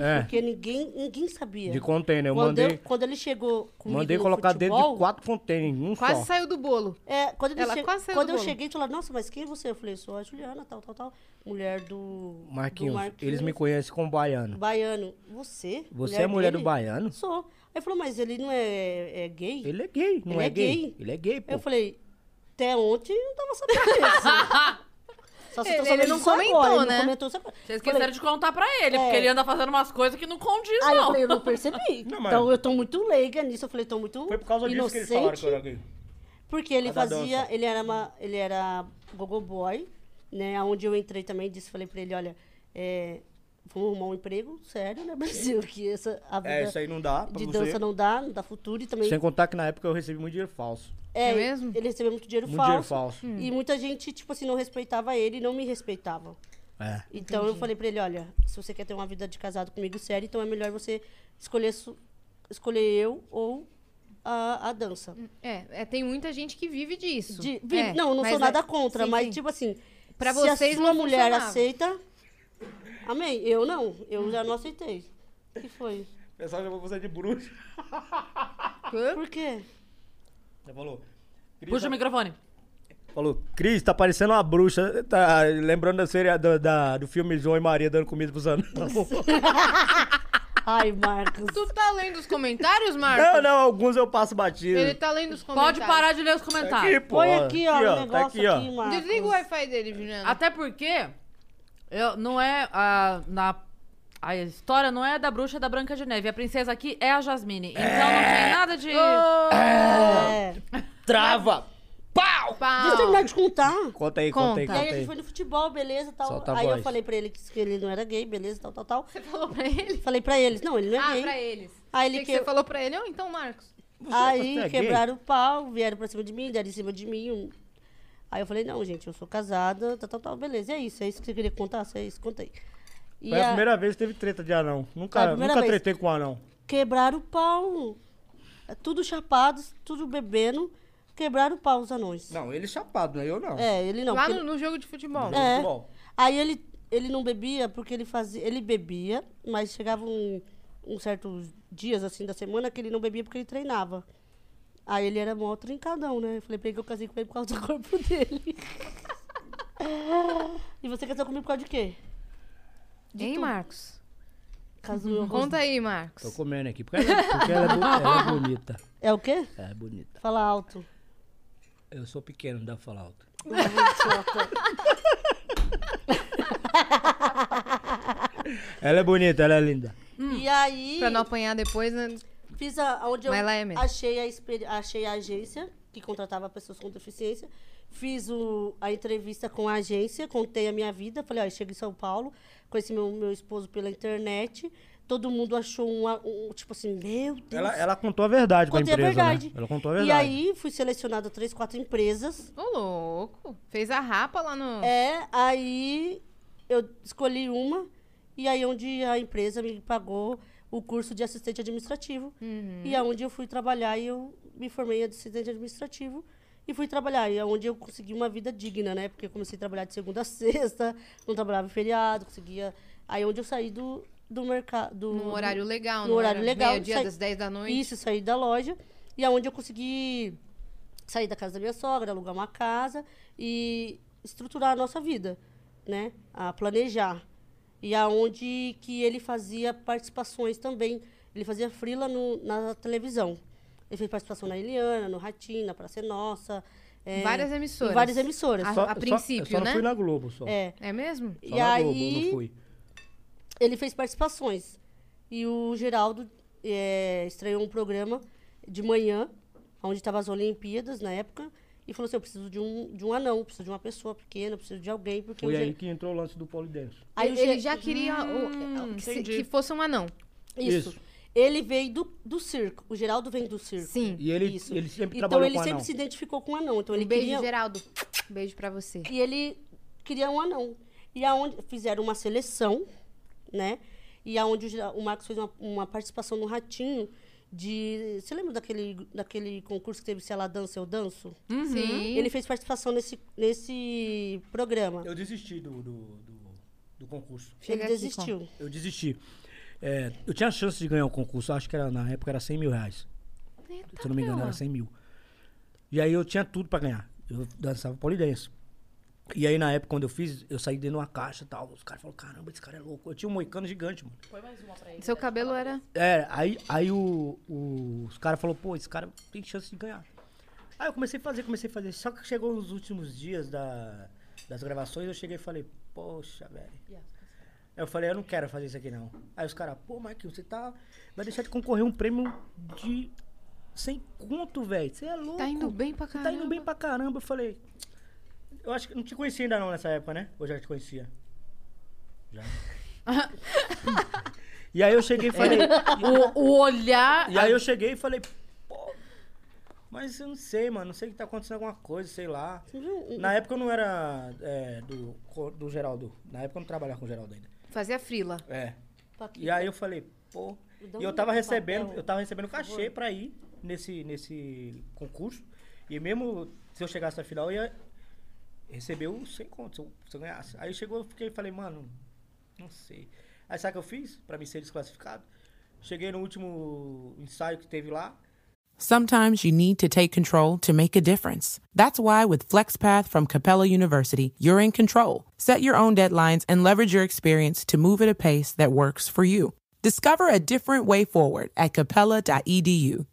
C: É,
D: porque ninguém, ninguém sabia.
C: de container. Eu
D: quando
C: mandei,
D: quando ele chegou comigo
C: mandei
D: no
C: colocar dentro
D: futebol,
C: de quatro containers, em um
B: Quase
C: só.
B: saiu do bolo.
D: é, quando ele
B: Ela
D: che-
B: quase saiu
D: quando
B: do
D: eu
B: bolo.
D: cheguei, falaram, nossa, mas quem é você? Eu falei, sou a Juliana, tal, tal, tal. Mulher do do
C: Marquinhos, eles me
D: Marquinhos.
C: conhecem como baiano.
D: Baiano, você?
C: Você é mulher do baiano?
D: Sou. Aí falou, mas ele não é, é gay?
C: Ele é gay, não
D: Ele
C: é,
D: é
C: gay.
D: gay.
C: Ele é gay, pô.
D: Eu falei, até ontem eu não tava sabendo disso. Só vocês
B: Ele-
D: tão
B: ele
D: sabendo
B: não
D: disso
B: comentou,
D: agora, ele
B: né?
D: Não comentou isso agora.
A: Vocês
D: Falei-
A: esqueceram de contar pra ele, porque ele anda fazendo umas coisas que não condiz,
D: Aí eu
A: não.
D: falei, eu não percebi.
C: Não, mas-
D: Então eu tô muito leiga nisso. Eu falei, tô muito
C: Foi por causa disso
D: inocente.
C: que eles falaram que eu era gay.
D: Porque ele
C: Cada
D: fazia,
C: dança.
D: ele era uma, ele era gogo boy, né? Onde eu entrei também disse, falei pra ele, olha, é, vamos arrumar um emprego sério, né, Brasil? Que essa a vida
C: É, isso aí não dá pra
D: de
C: você.
D: dança não dá, não dá futuro e também
C: Sem contar que na época eu recebi muito dinheiro falso.
D: É,
B: É mesmo? Hum.
D: Ele recebeu muito dinheiro
C: Muito
D: falso.
C: dinheiro falso.
D: E muita gente, tipo assim, não respeitava ele e não me respeitava.
C: É.
D: Então eu falei pra ele, olha, se você quer ter uma vida de casado comigo séria, então é melhor você escolher, su- escolher eu ou a, a dança.
B: É, é, tem muita gente que vive disso.
D: De- vi-
B: É,
D: não, não
B: mas
D: sou
B: é-
D: nada contra,
B: sim,
D: mas
B: sim.
D: tipo assim,
B: Pra
D: se
B: vocês
D: a sua
B: não
D: mulher
B: funcionava.
D: aceita, amém. Eu não, eu já não aceitei. O que foi?
C: O pessoal chamou você de bruxa.
D: Por quê?
C: Você falou, tá-"
A: Puxa o microfone.
C: Falou, Cris, tá parecendo uma bruxa. Tá lembrando da série da, da- do filme João e Maria dando comida pros anões.
D: Ai, Marcos.
B: Tu tá lendo os comentários, Marcos?
D: Tá.
C: Não, não, alguns eu passo batido.
B: Ele tá lendo os comentários.
A: Pode parar de ler os comentários.
C: Aqui, pô,
D: tá. Põe aqui, ó, o
C: tá
D: negócio aqui, Marcos.
B: Desliga o Wi-Fi dele, Juliana.
A: Até porque eu, não é a, na, a história não é da bruxa é da Branca de Neve. A princesa aqui é a Jasmine. Então não tem nada de.
B: Ah.
D: É.
E: Trava! Pau!
D: Deixa eu terminar de contar.
C: Conta aí, conta,
B: Conta.
D: E
C: aí,
D: aí
C: conta
D: a gente
C: aí.
D: foi no futebol, beleza, tal.
C: Solta a
D: aí eu
C: voz.
D: falei pra ele que, que ele não era gay, beleza, tal, tal, tal.
B: Você falou pra ele?
D: Falei pra eles, não, ele não é
B: Ah,
D: gay.
B: pra eles.
D: Aí
B: Achei
D: ele
B: que
D: que-
B: você falou pra ele, ou então, Marcos?
D: Aí
C: você é gay?
D: quebraram o pau, vieram pra cima de mim, deram em cima de mim. um- Aí eu falei, não, gente, eu sou casada, tal, tal, tal, beleza. É isso, é isso que você queria contar, se é isso, conta aí. E
C: Foi a
D: a-
C: primeira vez que teve treta de anão.
D: Foi
C: Nunca,
D: a primeira
C: nunca
D: vez.
C: tretei com anão.
D: quebraram o pau. É Tudo chapados, tudo bebendo, quebraram o pau os anões.
E: Não, ele
C: né?
E: chapado, não é eu não.
D: É, ele não.
B: Lá
D: porque-
B: no, no jogo de futebol.
D: É.
C: Bom.
D: Aí ele, ele não bebia porque ele fazia. Ele bebia, mas chegava um, um certo dias assim da semana que ele não bebia porque ele treinava. Aí ele era mó trincadão, né? Eu falei, peguei que eu casei com ele por causa do corpo dele. e você casou comigo por causa de quê?
B: Hein, Marcos?
D: Casou
B: Conta aí,
C: Tô
B: Marcos.
C: comendo aqui, porque ela, porque ela é, bo- ela é bonita.
D: É o quê?
C: Ela é bonita.
D: Fala alto.
C: Eu sou pequeno, não dá pra falar alto. ela é bonita, ela é linda.
D: E aí.
B: Hum. Pra não apanhar depois, né?
D: Fiz a, onde eu
B: Mas lá é mesmo.
D: achei, a, experi- achei a agência que contratava pessoas com deficiência. Fiz o- a entrevista com a agência, contei a minha vida. Falei, ó, eu chego em São Paulo, conheci meu, meu esposo pela internet. Todo mundo achou um, a- um tipo assim, meu Deus.
C: Ela, ela contou a verdade pra
D: contei
C: empresa,
D: a verdade.
C: né? Ela contou a verdade.
D: E aí fui selecionada três, quatro empresas.
B: Ô, louco. Fez a rapa lá no...
D: É, aí eu escolhi uma, e aí onde a empresa me pagou o curso de assistente administrativo.
B: Uhum.
D: E aonde eu fui trabalhar e eu me formei em assistente administrativo e fui trabalhar. E aonde eu consegui uma vida digna, né? Porque eu comecei a trabalhar de segunda a sexta, não trabalhava em feriado, conseguia. Aí onde eu saí do, do mercado. do-
B: Num horário legal,
D: no
B: não
D: horário
B: era?
D: legal.
B: Meio-dia
D: saí-
B: das 10 da noite.
D: Isso, saí da loja. E aonde eu consegui sair da casa da minha sogra, alugar uma casa e estruturar a nossa vida, né? A planejar. E aonde que ele fazia participações também. Ele fazia frila no- na televisão. Ele fez participação na Eliana, no Ratinho, na Praça é Nossa. é,
B: Várias
D: em
B: emissoras.
D: Várias emissoras.
B: A- a princípio,
C: só, eu só
B: né?
C: não fui na Globo, só.
D: É.
B: É mesmo?
C: Só
D: e
C: na
D: aí,
C: Globo, eu não fui.
D: ele fez participações. E o Geraldo eh, estreou um programa de manhã, onde estavam as Olimpíadas na época, e falou assim: eu preciso de um, de um anão, preciso de uma pessoa pequena, preciso de alguém, porque
C: Foi
D: o Ge-
C: aí que entrou o lance do polidense.
D: Aí Hum, o
B: ele ele
D: Ge-
B: já queria o- que, se- que fosse um anão.
D: Isso.
C: Isso.
D: Ele veio do, do circo. O Geraldo vem do circo.
B: Sim.
C: E ele,
D: Isso.
C: ele sempre
D: então
C: trabalhou
D: ele
C: com
D: sempre
C: anão.
D: se identificou com um anão. Então ele
B: Um beijo,
D: queria
B: Geraldo. Beijo pra você.
D: E ele queria um anão. E aonde fizeram uma seleção, né? E aonde o, Gera- o Marcos fez uma, uma participação no Ratinho de. Você lembra daquele, daquele concurso que teve Se Ela Dança, Eu Danço?
B: Hum. Sim.
D: Ele fez participação nesse, nesse programa.
C: Eu desisti do, do, do, do concurso.
B: Chega
D: ele
B: aqui,
D: desistiu.
C: Eu desisti. É, eu tinha chance de ganhar o concurso, acho que era, na época era 100 mil reais. se
B: Tá
C: eu não me engano, era assim. 100 mil. E aí eu tinha tudo pra ganhar. Eu dançava polidense. E aí, na época, quando eu fiz, eu saí dentro de uma caixa e tal. Os caras falaram, caramba, esse cara é louco. Eu tinha um moicano gigante, mano.
B: Seu cabelo era...
C: É, aí, aí o, o- os caras falaram, pô, esse cara tem chance de ganhar. Aí eu comecei a fazer, comecei a fazer. Só que chegou nos últimos dias da- das gravações, eu cheguei e falei, poxa, velho. Aí eu falei, eu não quero fazer isso aqui não. Aí os caras, pô, Marquinhos, você tá. Vai deixar de concorrer um prêmio de. Sem conto, velho. Você é louco.
B: Tá indo bem pra
C: Você
B: caramba.
C: tá indo bem pra caramba. Eu falei. Eu acho que não te conhecia ainda não nessa época, né? Ou já te conhecia? Já. e aí eu cheguei e falei.
B: É.
A: O, o olhar.
C: E aí eu cheguei e falei, pô, mas eu não sei, mano, não sei que tá acontecendo alguma coisa, sei lá. Na época eu não era é, do, co- do Geraldo, na época eu não trabalhava com o Geraldo ainda.
B: Fazia frila.
C: É.
D: Tá aqui.
C: E aí eu falei, pô.
D: Me dá
C: E
D: um
C: eu tava
D: papel,
C: recebendo, eu tava recebendo
D: por favor.
C: cachê pra ir nesse, nesse concurso. E mesmo se eu chegasse na final, eu ia receber o sem conto, se eu, se eu ganhasse. Aí chegou, eu fiquei e falei, mano, não sei. Aí sabe o que eu fiz pra me ser desclassificado? Cheguei no último ensaio que teve lá.
F: Sometimes you need to take control to make a difference. That's why with FlexPath from Capella University, you're in control. Set your own deadlines and leverage your experience to move at a pace that works for you. Discover a different way forward at E capella.edu.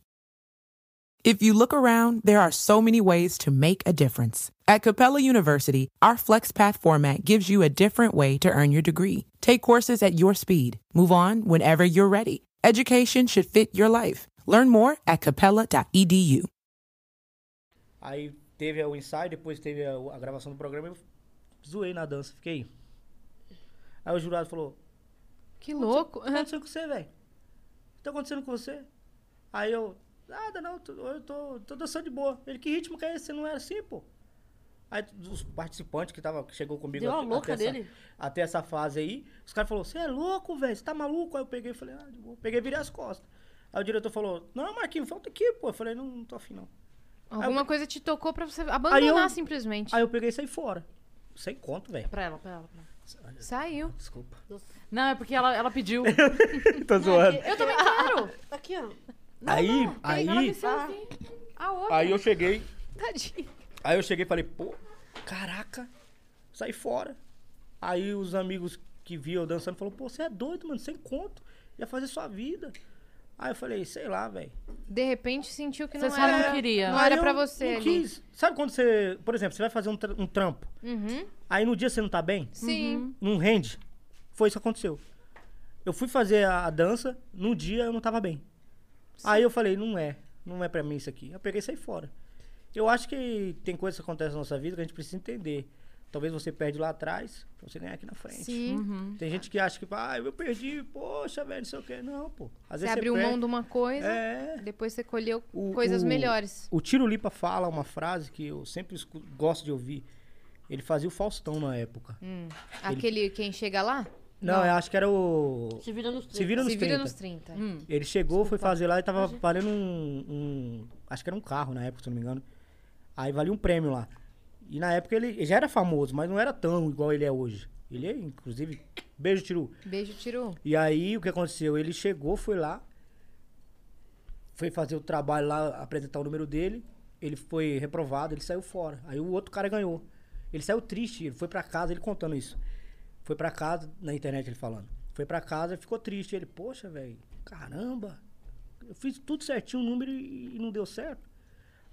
F: If you look around, there are so many ways to make a difference. At Capella University, our FlexPath format gives you a different way to earn your degree. Take courses at your speed. Move on whenever you're ready. Education should fit your life. Learn more at E capella.edu.
C: Aí teve o ensaio, depois teve a, a gravação do programa, eu zoei na dança, fiquei. Aí o jurado falou,
B: Que louco.
C: O que aconteceu Tá com você, velho? O que tá acontecendo com você? Aí eu, nada não, tô- eu tô, tô dançando de boa. Ele, que ritmo que é esse? Você não era assim, pô. Aí os participantes que, tava, que chegou comigo
D: Deu
C: at-
D: uma louca
C: até,
D: nele.
C: Essa, até essa fase aí, os caras falaram, você é louco, velho, você tá maluco? Aí eu peguei e falei, ah, de boa. Peguei e virei as costas. Aí o diretor falou, não, Marquinhos, volta aqui, pô. Eu falei, não, não tô afim, não.
B: Alguma coisa te tocou pra você
C: Aí
B: abandonar
C: eu-
B: simplesmente.
C: Aí eu peguei e saí fora. Sem conto, velho.
A: Pra ela, pra ela. pra ela.
B: Saiu.
C: Desculpa.
A: Não, é porque ela, ela pediu.
D: é
C: tô zoando.
B: Eu também quero.
D: Tá Aqui, ó.
C: Aí, aí,
B: Ela me serviu. A outra.
C: aí eu cheguei,
B: Tadinha.
C: Aí eu cheguei e falei, pô, caraca, saí fora. Aí os amigos que viam eu dançando falaram, pô, você é doido, mano, sem conto, ia fazer sua vida. Aí eu falei, sei lá, velho.
B: De repente sentiu que
A: Você
B: não
A: só
B: era.
A: não queria.
B: Não era
C: Aí
B: pra
C: eu
B: você
C: não
B: ali.
C: quis. Sabe quando você, por exemplo, você vai fazer um, tra- um trampo,
B: Uhum.
C: aí no dia você não tá bem,
D: Uhum.
B: Sim.
C: não rende? Foi isso que aconteceu. Eu fui fazer a, a dança, num dia eu não tava bem. Aí eu falei, não é, não é pra mim isso aqui. Eu peguei e saí fora. Eu acho que tem coisas que acontecem na nossa vida que a gente precisa entender. Talvez você perde lá atrás, pra você ganhar aqui na frente.
B: Sim.
C: Tem gente que acha que, ah, eu perdi, poxa, velho, não sei o quê. Não, pô. Às
B: Você
C: vezes
B: abriu
C: perde.
B: mão de uma coisa,
C: É.
B: depois você colheu
C: O-
B: coisas
C: o-
B: melhores.
C: O Tiro Lipa fala uma frase que eu sempre escu- gosto de ouvir. Ele fazia o Faustão na época.
B: Hum. Aquele quem chega lá,
C: Não, eu acho que era o.
D: Se vira nos Hum.
C: Se vira nos
B: se vira
C: 30.
B: nos 30.
C: Ele chegou, foi fazer lá e tava valendo um, um- Acho que era um carro na época, se eu não me engano. Aí valia um prêmio lá. E na época ele, ele já era famoso, mas não era tão igual ele é hoje. Ele, é, inclusive. Beijo, Tiru.
B: Beijo, tirou.
C: E aí o que aconteceu? Ele chegou, foi lá, foi fazer o trabalho lá, apresentar o número dele. Ele foi reprovado, ele saiu fora. Aí o outro cara ganhou. Ele saiu triste, ele foi pra casa, ele contando isso. Foi pra casa, na internet ele falando. Foi pra casa e ficou triste. Ele, poxa, velho, caramba, eu fiz tudo certinho o número e, e não deu certo.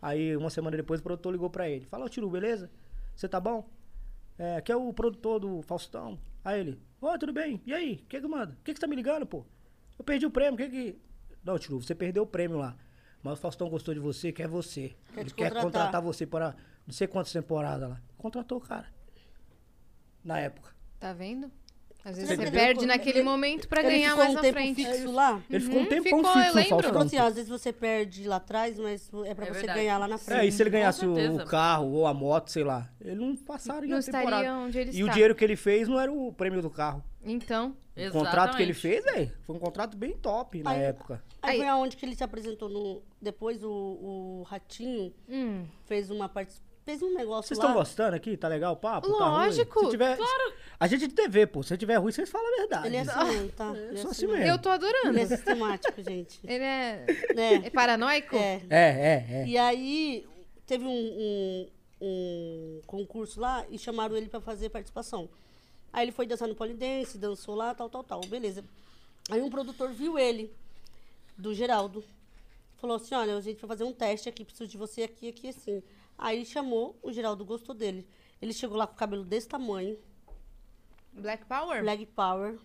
C: Aí uma semana depois o produtor ligou pra ele. Fala, ô Tiru, beleza? Você tá bom? É, que é o produtor do Faustão. Aí ele, ô, tudo bem? E aí? O que que manda? O que que você tá me ligando, pô? Eu perdi o prêmio, o que que... Não, Tiru, você perdeu o prêmio lá. Mas o Faustão gostou de você, quer você.
D: Quer
C: ele
D: te
C: quer
D: contratar.
C: contratar você para não sei quantas temporadas lá. Contratou o cara. Na época.
B: Tá vendo? Às vezes
D: Você
B: você,
D: entendeu?
B: perde
D: Ele-
B: naquele momento pra ganhar
D: ficou
B: mais
D: um
B: na
D: tempo
B: frente. É
D: fixo lá.
C: Ele ficou um tempão
B: Uhum. ficou, ah, eu
C: fixo no
B: lembro.
D: Então,
C: Faustão.
D: assim, às vezes você perde lá atrás, mas é pra
A: É
D: você
A: verdade.
D: ganhar lá na
C: É,
D: frente.
C: e se ele ganhasse o-
A: certeza.
C: o carro ou a moto, sei lá, ele não passaria
B: Não
C: a temporada.
B: estaria onde ele
C: e
B: está.
C: o dinheiro que ele fez não era o prêmio do carro.
B: Então,
C: O contrato que ele
A: Exatamente.
C: fez, velho, foi um contrato bem top na
D: Aí-
C: época.
D: Aí foi
B: Aí-
D: aonde que ele se apresentou no. Depois o, o Ratinho
B: hum,
D: fez uma parte. Fez um negócio
C: Vocês
D: lá.
C: estão gostando aqui? Tá legal o papo? Tá ruim?
B: Lógico,
C: Se tiver... A gente é de TV, pô. Se tiver ruim, vocês falam a verdade.
D: Ele é assim, mesmo, tá? Ele
C: É
D: é
C: só
D: assim
C: assim
D: mesmo.
C: mesmo.
B: eu tô adorando.
D: Ele é sistemático, gente.
B: Ele é, é
D: É.
B: paranoico?
D: é.
C: É, é, é.
D: E aí teve um, um- um concurso lá e chamaram ele pra fazer participação. Aí ele foi dançar no Polidense, dançou lá, tal, tal, tal. Beleza. Aí um produtor viu ele, do Geraldo. Falou assim, olha, a gente vai fazer um teste aqui, preciso de você aqui, aqui, assim. Aí ele chamou, o Geraldo gostou dele. Ele chegou lá com o cabelo desse tamanho,
B: Black Power?
D: Black Power.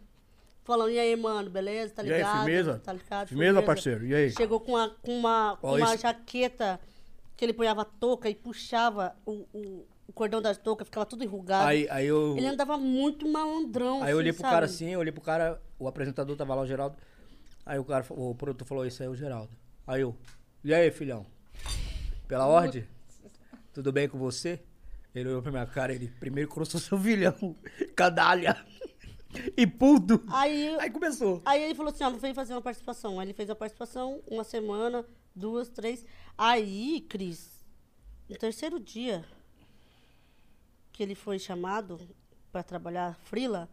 D: Falando, e aí, mano, beleza? Tá
C: E aí,
D: ligado?
C: firmeza?
D: Tá ligado?
C: Firmeza, parceiro? E aí?
D: Chegou com uma, com uma, com
C: Ó,
D: uma
C: esse-
D: jaqueta que ele ponhava a touca e puxava o, o, o cordão da touca, ficava tudo enrugado.
C: Aí, aí eu...
D: Ele é andava muito malandrão.
C: Aí eu olhei
D: assim,
C: pro
D: sabe?
C: cara assim, eu olhei pro cara, o apresentador tava lá, o Geraldo. Aí o cara, fa- o produtor falou, esse aí é o Geraldo. Aí eu, e aí, filhão? Pela ordem? Tudo bem com você? Ele olhou pra minha cara, ele, primeiro cruzou seu vilhão, cadalha, e puto.
D: Aí,
C: Aí começou.
D: aí ele falou assim: ó, vem fazer uma participação. Aí ele fez a participação, uma semana, duas, três. Aí, Cris, no terceiro dia que ele foi chamado pra trabalhar Frila,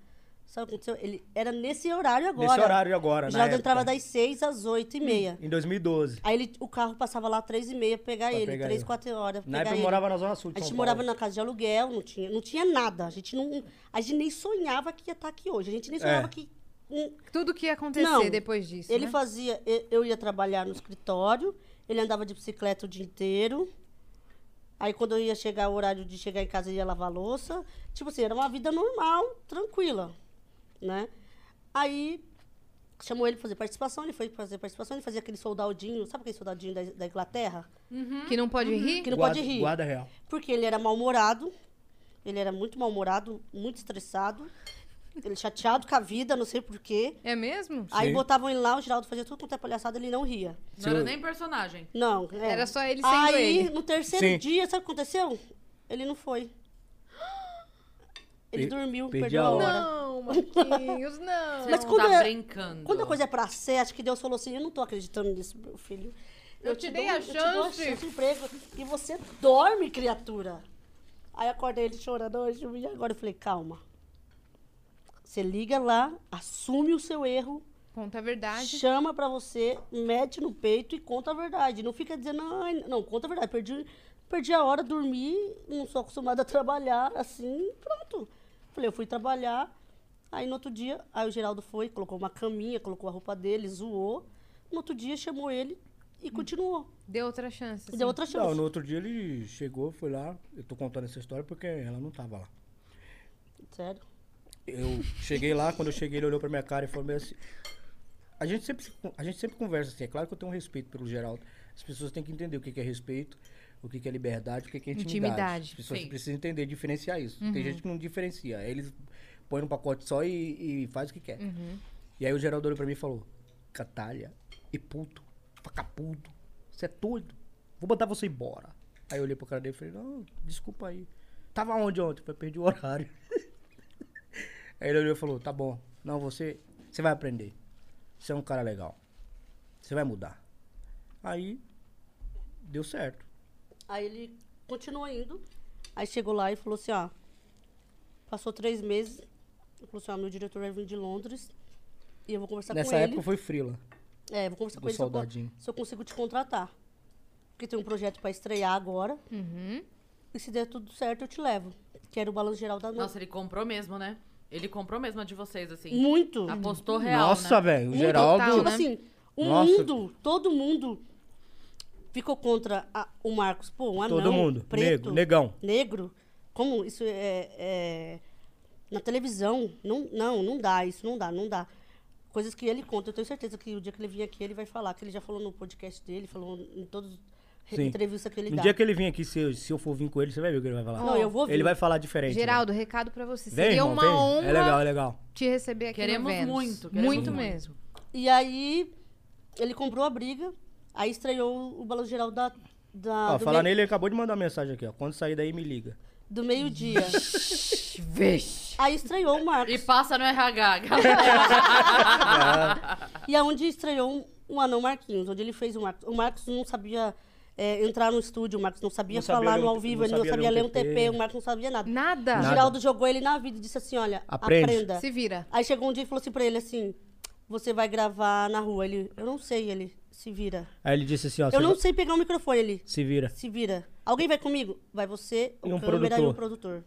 D: Sabe o que aconteceu? Ele era nesse horário agora.
C: Nesse horário agora,
D: O
C: na
D: Geraldo
C: época.
D: entrava das 6 às 8 e meia.
C: Em 2012.
D: Aí ele, o carro passava lá três e meia pra pegar ele,
C: pegar
D: três,
C: ele.
D: quatro horas. pra
C: Na
D: pegar
C: época eu
D: ele.
C: morava na Zona Sul de
D: A gente
C: São
D: morava
C: Paulo.
D: na casa de aluguel, não tinha, não tinha nada. A gente não. A gente nem sonhava que ia estar aqui hoje. A gente
C: É.
D: nem sonhava que. um-
B: Tudo que ia acontecer
D: Não,
B: depois disso.
D: ele
B: né?
D: fazia. e- Eu ia trabalhar no escritório, ele andava de bicicleta o dia inteiro. Aí quando eu ia chegar, o horário de chegar em casa, eu ia lavar a louça. Tipo assim, era uma vida normal, tranquila, né? Aí chamou ele pra fazer participação, ele foi fazer participação, ele fazia aquele soldadinho, sabe aquele soldadinho da, da Inglaterra?
B: Que não pode rir?
D: Que não
C: guarda,
D: pode rir.
C: Guarda real.
D: Porque ele era mal-humorado, ele era muito mal-humorado, muito estressado, ele chateado com a vida, não sei porquê.
B: É mesmo?
D: Aí
C: Sim.
D: botavam ele lá, o Geraldo fazia tudo quanto é palhaçada, ele não ria.
A: Não era nem personagem.
D: Não. é.
B: Era só ele sendo
D: Aí,
B: ele.
D: no terceiro
C: Sim.
D: dia, sabe o que aconteceu? Ele não foi. Ele
C: Per-
D: dormiu,
C: perdi
D: perdeu
C: a
D: a hora.
C: hora.
B: Não, Marquinhos, não.
A: Você
D: Mas
A: não
D: quando
A: tá
D: é-
A: brincando.
D: Quando a coisa é pra ser, acho que Deus falou assim: eu não tô acreditando nisso, meu filho.
B: Eu te dei a
D: eu te dou a
B: chance."
D: chance de emprego e você dorme, criatura. Aí acordei ele chorando hoje. E agora eu falei: calma. Você liga lá, assume o seu erro,
B: Conta a verdade.
D: chama pra você, mete no peito e conta a verdade. Não fica dizendo, ai, não, conta a verdade. Perdi, perdi a hora, dormi, não sou acostumada a trabalhar assim, pronto. Falei, eu fui trabalhar. Aí no outro dia, aí o Geraldo foi, colocou uma caminha, colocou a roupa dele, zoou. No outro dia chamou ele e continuou.
B: Deu outra chance. assim.
D: Deu outra chance.
C: Não, no outro dia ele chegou, foi lá. Eu tô contando essa história porque ela não tava lá.
D: Sério.
C: Eu cheguei lá, quando eu cheguei, ele olhou pra minha cara e falou meio assim. A gente, sempre, se con- a gente sempre conversa assim, é claro que eu tenho um respeito pelo Geraldo. As pessoas têm que entender o que que é respeito, o que que é liberdade, o que que é intimidade.
B: Intimidade,
C: As pessoas
A: sim.
C: precisam entender, diferenciar isso. Tem gente que não diferencia. aí Eles põem num pacote só e, e faz o que quer. E aí o Geraldo olhou pra mim e falou: Catalha e puto, facapudo, você é doido, vou mandar você embora. Aí eu olhei pro cara dele e falei: Não, desculpa aí. Tava onde ontem? Eu falei, perdi o horário. Aí ele olhou e falou: Tá bom, não, você, você vai aprender. Você é um cara legal. Você vai mudar. Aí deu certo.
D: Aí ele continuou indo. Aí chegou lá e falou assim, ó. Passou três meses. Ele falou assim, ó, meu diretor vai vir de Londres. E eu vou conversar
C: Nessa
D: Tá com ele.
C: época foi Frila.
D: É, vou conversar
C: Do
D: com ele se eu, con-
C: soldadinho.
D: se eu consigo te contratar. Porque tem um projeto pra estrear agora. E se der tudo certo, eu te levo. Que era o balanço geral da noite.
A: Nossa, ele comprou mesmo, né? Ele comprou mesmo a de vocês, assim.
D: Muito.
A: Apostou real,
C: Nossa,
A: né?
C: velho, o
D: Muito
C: Geraldo.
D: Tipo
B: né?
D: assim, o
C: Nossa.
D: mundo, todo mundo ficou contra a- o Marcos. Pô, um anão
C: Todo mundo.
D: preto,
C: Nego, negão.
D: negro. Como isso é, é- Na televisão, não, não, não dá, isso não dá, não dá. Coisas que ele conta. Eu tenho certeza que o dia que ele vir aqui, ele vai falar. Que ele já falou no podcast dele, falou em todas as
C: Sim.
D: entrevistas que ele
C: No
D: dá.
C: dia que ele vir aqui, se eu, se eu for vir com ele, você vai ver o que ele vai falar.
D: Não, eu vou vir.
C: Ele vai falar diferente.
B: Geraldo, recado pra você.
C: velho. né? vem,
B: Seria
C: irmão,
B: uma
C: vem.
B: honra
C: É legal, é legal.
B: te receber aqui
A: Queremos
B: no Vênus.
A: muito, queremos muito.
B: muito mesmo.
D: E aí, ele comprou a briga, aí estreou o Balanço Geral da. da
C: Ó,
D: do
C: falar
D: meio-
C: nele, ele acabou de mandar uma mensagem aqui, ó. Quando sair daí, me liga.
D: do meio-dia. Aí estreou o Marcos.
A: E passa no RH, galera.
D: E aonde estreou um, um anão Marquinhos, onde ele fez o Marcos. O Marcos não sabia é, entrar no estúdio, o Marcos não sabia
C: Não sabia
D: falar
C: ler
D: no
C: um-
D: ao vivo,
C: não
D: ele não
C: sabia
D: sabia
C: ler
D: ler
C: um
D: um TP,
C: TP,
D: o Marcos não sabia nada.
B: Nada.
D: O
C: Nada.
D: Giraldo jogou ele na vida e disse assim: olha,
C: Aprende.
D: aprenda.
B: Se vira.
D: Aí chegou um dia e falou assim pra ele assim: você vai gravar na rua. Ele, eu não sei, ele, se vira.
C: Aí ele disse assim, ó.
D: Eu
C: "Você
D: não
C: vai-
D: sei pegar o microfone, ele,
C: Se vira.
D: se vira. Alguém vai comigo? Vai você, o
C: E um
D: câmera e
C: produtor.
D: um produtor.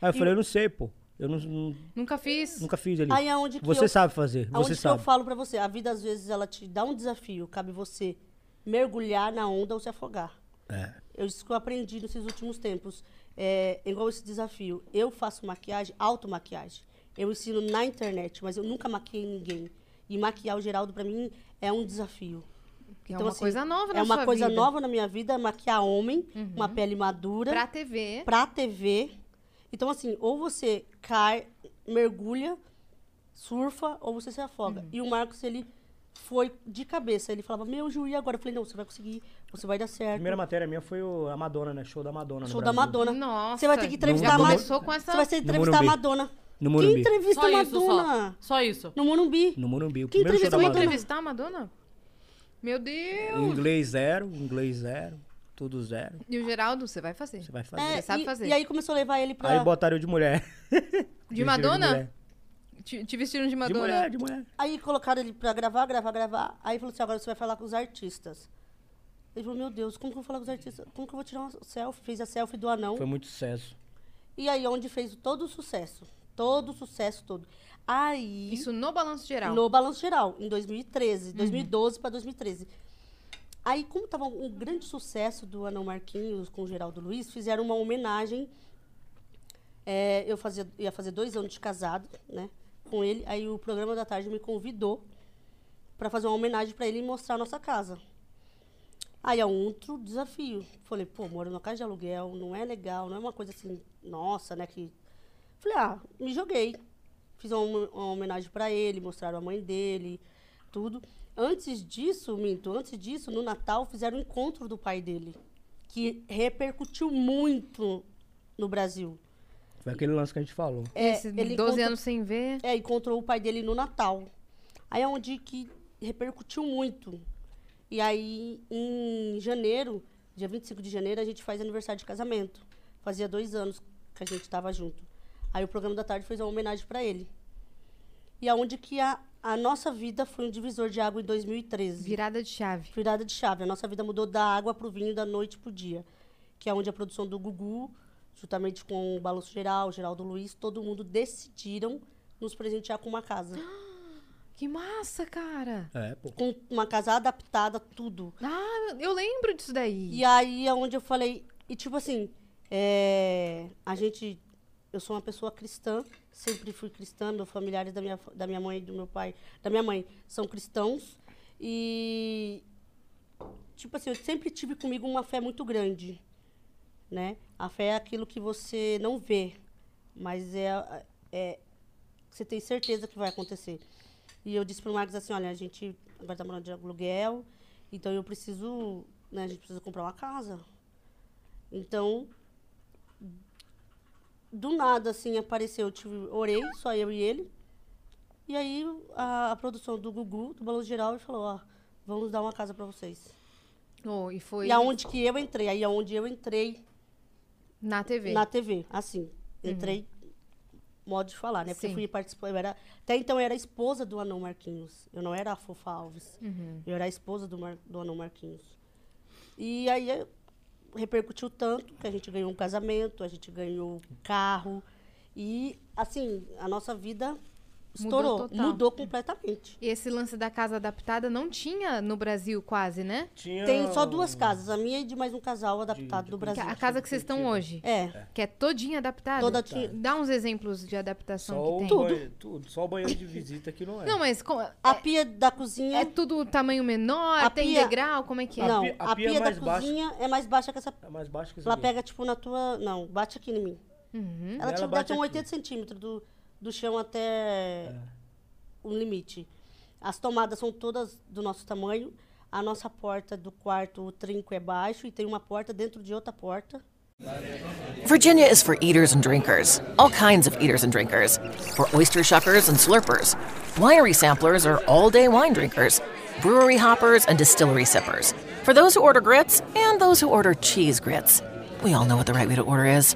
C: Aí eu falei, eu não sei, pô. Eu não, não-
B: Nunca fiz.
C: nunca fiz ali.
D: Aí aonde que
C: você
D: eu-
C: sabe fazer,
D: Aonde
C: você
D: que
C: sabe.
D: eu falo pra você, a vida às vezes ela te dá um desafio, cabe você mergulhar na onda ou se afogar.
C: É.
D: Eu isso que eu aprendi nesses últimos tempos, é, igual esse desafio. Eu faço maquiagem, automaquiagem. Eu ensino na internet, mas eu nunca maquiei ninguém. E maquiar o Geraldo pra mim é um desafio.
B: Que é uma coisa nova na
D: É uma
B: sua
D: coisa
B: vida. Uhum.
D: nova na minha vida, maquiar homem, uma pele madura
B: Pra TV.
D: pra TV. Então, assim, ou você cai, mergulha, surfa, ou você se afoga.
B: Uhum.
D: E o Marcos, ele foi de cabeça. Ele falava, meu, Ju, e agora? Eu falei, não, você vai conseguir, você vai dar
C: A
D: certo.
C: primeira matéria minha foi o, a Madonna, né? Show da Madonna. no
D: Show da
C: Brasil.
D: Madonna.
B: Nossa,
D: Você vai ter que entrevistar
C: já
D: a Ma-
B: começou com essa-
D: Você vai ter que
C: No
D: entrevistar a
C: Morumbi.
D: Madonna.
C: No Morumbi.
D: Quem entrevista
A: Só
D: a
A: isso, só.
D: Madonna?
A: Só isso.
D: No Morumbi.
C: No Morumbi. O
D: Quem
C: primeiro show da
B: Entrevistar
D: entrevistou
C: Madonna.
B: a Madonna? Meu Deus.
C: Inglês zero, inglês zero, tudo zero.
B: E o Geraldo, você vai fazer.
C: Você vai fazer.
D: É,
B: sabe
D: e,
B: fazer.
D: e aí começou a levar ele pra...
C: Aí botaram eu de mulher. Vestido
B: Madonna?
C: mulher.
B: Te, te vestiram de
C: De
B: Madonna.
C: mulher, de mulher.
D: Aí colocaram ele pra gravar, gravar, gravar. Aí falou assim, agora você vai falar com os artistas. Ele falou, meu Deus, como que eu vou falar com os artistas? Como que eu vou tirar uma selfie? Fez a selfie do anão.
C: Foi muito sucesso.
D: E aí, onde fez todo o sucesso. Todo o sucesso, todo. Aí,
B: Isso no balanço geral.
D: no Balanço Geral, em 2013. 2012 pra 2013. Aí, como tava um grande sucesso do Anão Marquinhos com o Geraldo Luiz, fizeram uma homenagem. É, eu fazia, ia fazer dois anos de casado, né? Com ele. Aí o programa da tarde me convidou para fazer uma homenagem para ele e mostrar a nossa casa. Aí é um outro desafio. Falei, pô, moro numa casa de aluguel, não é legal, não é uma coisa assim, nossa, né? Que... Falei, ah, me joguei. Fiz uma, uma homenagem para ele, mostraram a mãe dele, tudo. Antes disso, Minto, antes disso, no Natal, fizeram um encontro do pai dele, que repercutiu muito no Brasil.
C: Foi aquele lance que a gente falou.
D: É,
B: Esse
D: ele
B: 12
D: conta-
B: anos sem ver.
D: é, encontrou o pai dele no Natal. Aí é onde que repercutiu muito. E aí, em janeiro, dia 25 de janeiro, a gente faz aniversário de casamento. Fazia dois anos que a gente estava junto. Aí o programa da tarde fez uma homenagem para ele. E aonde que a, a nossa vida foi um divisor de água em 2013
B: Virada de chave.
D: virada de chave. A nossa vida mudou da água para o vinho, da noite para o dia. Que é onde a produção do Gugu, juntamente com o Balanço Geral, Geraldo Luiz, todo mundo decidiram nos presentear com uma casa.
B: Que massa, cara.
C: É, pô.
D: Com uma casa adaptada, tudo.
B: Ah, eu lembro disso daí.
D: E aí é onde eu falei. E tipo assim, é, a gente. Eu sou uma pessoa cristã, sempre fui cristã, meus familiares da minha, fa- da minha mãe e do meu pai, da minha mãe, são cristãos. E tipo assim, eu sempre tive comigo uma fé muito grande. Né? A fé é aquilo que você não vê, mas é, a- é você tem certeza que vai acontecer. E eu disse pro Marcos assim, olha, a gente agora tá morando de aluguel, então eu preciso, né, a gente precisa comprar uma casa. Então, do nada, assim, apareceu, eu tive, orei, só eu e ele. E aí a, a produção do Gugu, do Balanço Geral, falou, ó, vamos dar uma casa para vocês.
B: Oh, e foi
D: E aonde que eu entrei, aí aonde eu entrei
B: na TV.
D: na TV, assim. Entrei, modo de falar, né? Porque eu
B: Uhum. Sim.
D: fui participar. Eu era, até então eu era esposa do Anão Marquinhos. Eu não era a Fofa Alves.
B: Uhum.
D: Eu era a esposa do, Mar, do Anão Marquinhos. E aí eh, repercutiu tanto que a gente ganhou um casamento, a gente ganhou um carro. E, assim, a nossa vida estourou. Mudou,
B: total.
D: completamente.
B: E esse lance da casa adaptada não tinha no Brasil quase, né?
C: Tinha
D: Tem só duas casas, a minha e um de mais um casal adaptado do
B: Que
D: Brasil.
B: a- a casa que vocês estão hoje.
D: É,
B: Que é todinha adaptada.
D: Toda ti-
B: Dá uns exemplos de adaptação
C: Só um o
B: que tem.
C: banheiro, tudo. Só o banheiro de visita que não é.
B: Não, mas co- é,
D: a pia da cozinha...
B: é tudo tamanho menor,
D: A
B: tem
D: pia-
B: degrau, como é que é?
D: Não,
C: pi- a
D: a
C: pia
D: pia,
C: é mais
D: da
C: baixa.
D: cozinha é mais baixa que essa.
C: É mais baixo que isso
D: Ela
C: aqui.
D: pega, tipo, na tua. Não, bate aqui em mim.
B: Uhum.
D: Ela,
C: Ela
D: te dá
C: bate
D: até um
C: aqui. É.
D: 80 centímetros do, do chão até o limite. As tomadas são todas do nosso tamanho. A nossa porta do quarto, o trinco é baixo e tem uma porta dentro de outra porta.
G: Virginia is for eaters and drinkers, all kinds of eaters and drinkers, for oyster shuckers and slurpers. Winery samplers are all day wine drinkers, brewery hoppers and distillery sippers, for those who order grits and those who order cheese grits. We all know what the right way to order is.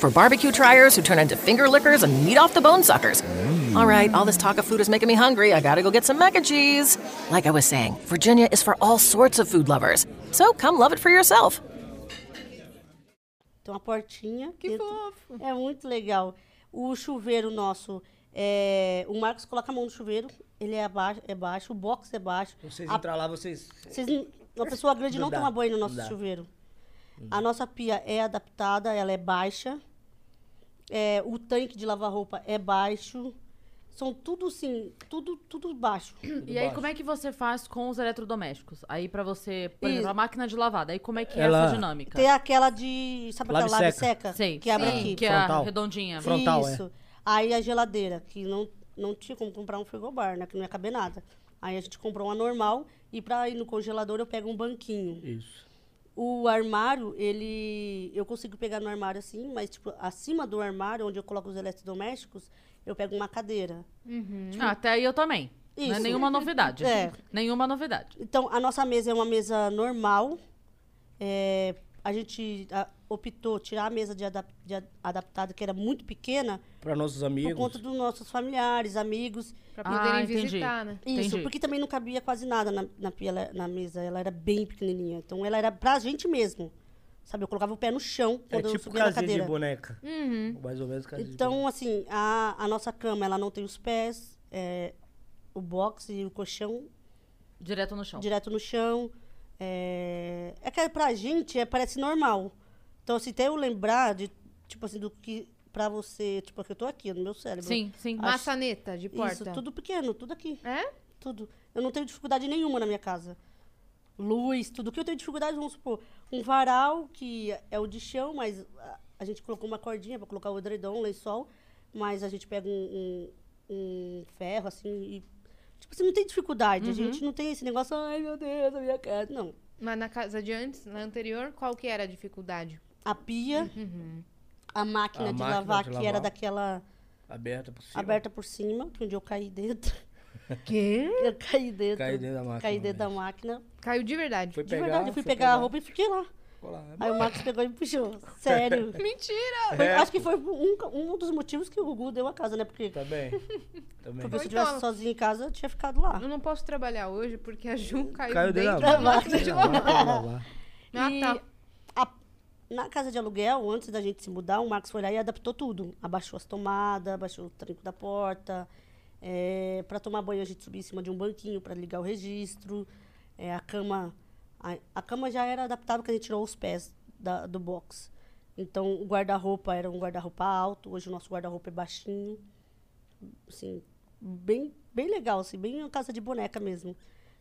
G: For barbecue triers who turn into finger lickers and meat off the bone suckers. All right, all this talk of food is making me hungry. I gotta go get some mac and cheese. Like I was saying, Virginia is for all sorts of food lovers. So come love it for yourself.
D: Tem uma portinha.
B: Que
D: dentro.
B: fofo.
D: É muito legal. O chuveiro nosso. é, o Marcos coloca a mão no chuveiro, ele é baixo, é baixo o box é baixo.
C: Vocês
D: a
C: entrar lá, vocês.
D: Vocês não- uma pessoa grande não,
C: Não dá,
D: toma banho no
C: não
D: nosso
C: dá. Uhum.
D: chuveiro. A nossa pia é adaptada, ela é baixa. É, o tanque de lavar roupa é baixo. São tudo assim, tudo, tudo baixo.
A: E aí, como é que você faz com os eletrodomésticos? Aí, pra você, por exemplo,
D: E-
A: a máquina de lavar, daí como é que é
C: Ela-
A: essa dinâmica?
D: Tem aquela de. Sabe aquela
C: Lave
D: lave
C: seca.
D: seca?
A: Sei,
D: que abre
A: sim,
D: aqui.
A: que é a
C: Frontal.
A: redondinha.
C: Fron- Frontal, é.
D: Isso. Aí a geladeira, que não, não tinha como comprar um frigobar, né? Que não ia caber nada. Aí a gente comprou uma normal e pra ir no congelador eu pego um banquinho.
C: Isso.
D: O armário, ele. Eu consigo pegar no armário assim, mas, tipo, acima do armário, onde eu coloco os eletrodomésticos, eu pego uma cadeira.
A: Ah, até aí eu também. Não é
D: Isso.
A: nenhuma novidade.
D: É.
A: Nenhuma novidade.
D: Então, a nossa mesa é uma mesa normal. É, a gente. a- optou tirar a mesa de, adap- de a- adaptado, que era muito pequena,
C: Pra nossos amigos.
D: por conta dos nossos familiares, amigos.
B: Pra
A: Ah,
B: poderem
A: entendi.
B: visitar, né?
D: Isso,
A: Entendi.
D: porque também não cabia quase nada na, na, pia- ela- na mesa. Ela era bem pequenininha. Então, ela era pra gente mesmo. Sabe, eu colocava o pé no chão
C: É
D: quando eu
C: tipo
D: subia na
C: casinha
D: cadeira. Uhum.
C: de boneca. Mais ou menos casinha de boneca.
D: Então, assim, a, a nossa cama, ela não tem os pés, é, o box e o colchão
A: Direto no chão.
D: direto no chão. É, é que pra gente é, parece normal. Então, assim, até eu lembrar de, tipo assim, do que pra você, tipo, que eu tô aqui no meu cérebro.
A: Sim, sim. né,
B: Maçaneta de porta.
D: Isso, tudo pequeno, tudo aqui.
B: É?
D: Tudo. Eu não tenho dificuldade nenhuma na minha casa. Luz, tudo que eu tenho dificuldade, vamos supor, um varal que é o de chão, mas a, a gente colocou uma cordinha para colocar o edredom, o lençol, mas a gente pega um, um- um ferro assim e tipo assim, não tem dificuldade,
C: Uhum.
D: a gente não tem esse negócio, ai meu Deus, a minha casa, não.
B: Mas na casa de antes, na anterior, qual que era a dificuldade?
D: A pia, a máquina,
C: Uhum. A
D: de,
C: máquina
D: lavar,
C: de
D: que era
C: lavar.
D: daquela
C: Aberta por cima.
D: aberta por cima, que um dia eu caí dentro.
B: Quê?
D: Eu caí dentro.
C: Caí dentro da máquina,
D: Caí dentro da
C: mas-
D: máquina.
B: Caiu de verdade.
C: Foi
D: De
C: pegar,
D: verdade, eu fui
C: foi
D: pegar a roupa e fiquei lá.
C: ficou lá.
D: Aí o Marcos pegou e me puxou. Sério.
B: Mentira!
D: Foi-
C: É,
D: acho que foi um, um dos motivos que o Gugu deu a casa, né? Porque,
C: Tá bem. Tá bem.
D: porque se eu
B: Coitado.
D: estivesse sozinha em casa, eu tinha ficado lá.
B: Eu não posso trabalhar hoje porque a Ju caiu,
C: Caiu dentro
B: dentro
C: da
B: da máquina de
C: Tá bom,
B: lavar.
C: tá bom, lá.
B: Ah,
D: E
B: tá.
D: a- na casa de aluguel, antes da gente se mudar, o Marcos foi lá e adaptou tudo. Abaixou as tomadas, abaixou o tranco da porta. É, para tomar banho, a gente subia em cima de um banquinho para ligar o registro. É, a cama a, a cama já era adaptável, porque a gente tirou os pés da- do box. Então, o guarda-roupa era um guarda-roupa alto. Hoje, o nosso guarda-roupa é baixinho. Assim, bem, bem legal, assim, bem uma casa de boneca mesmo.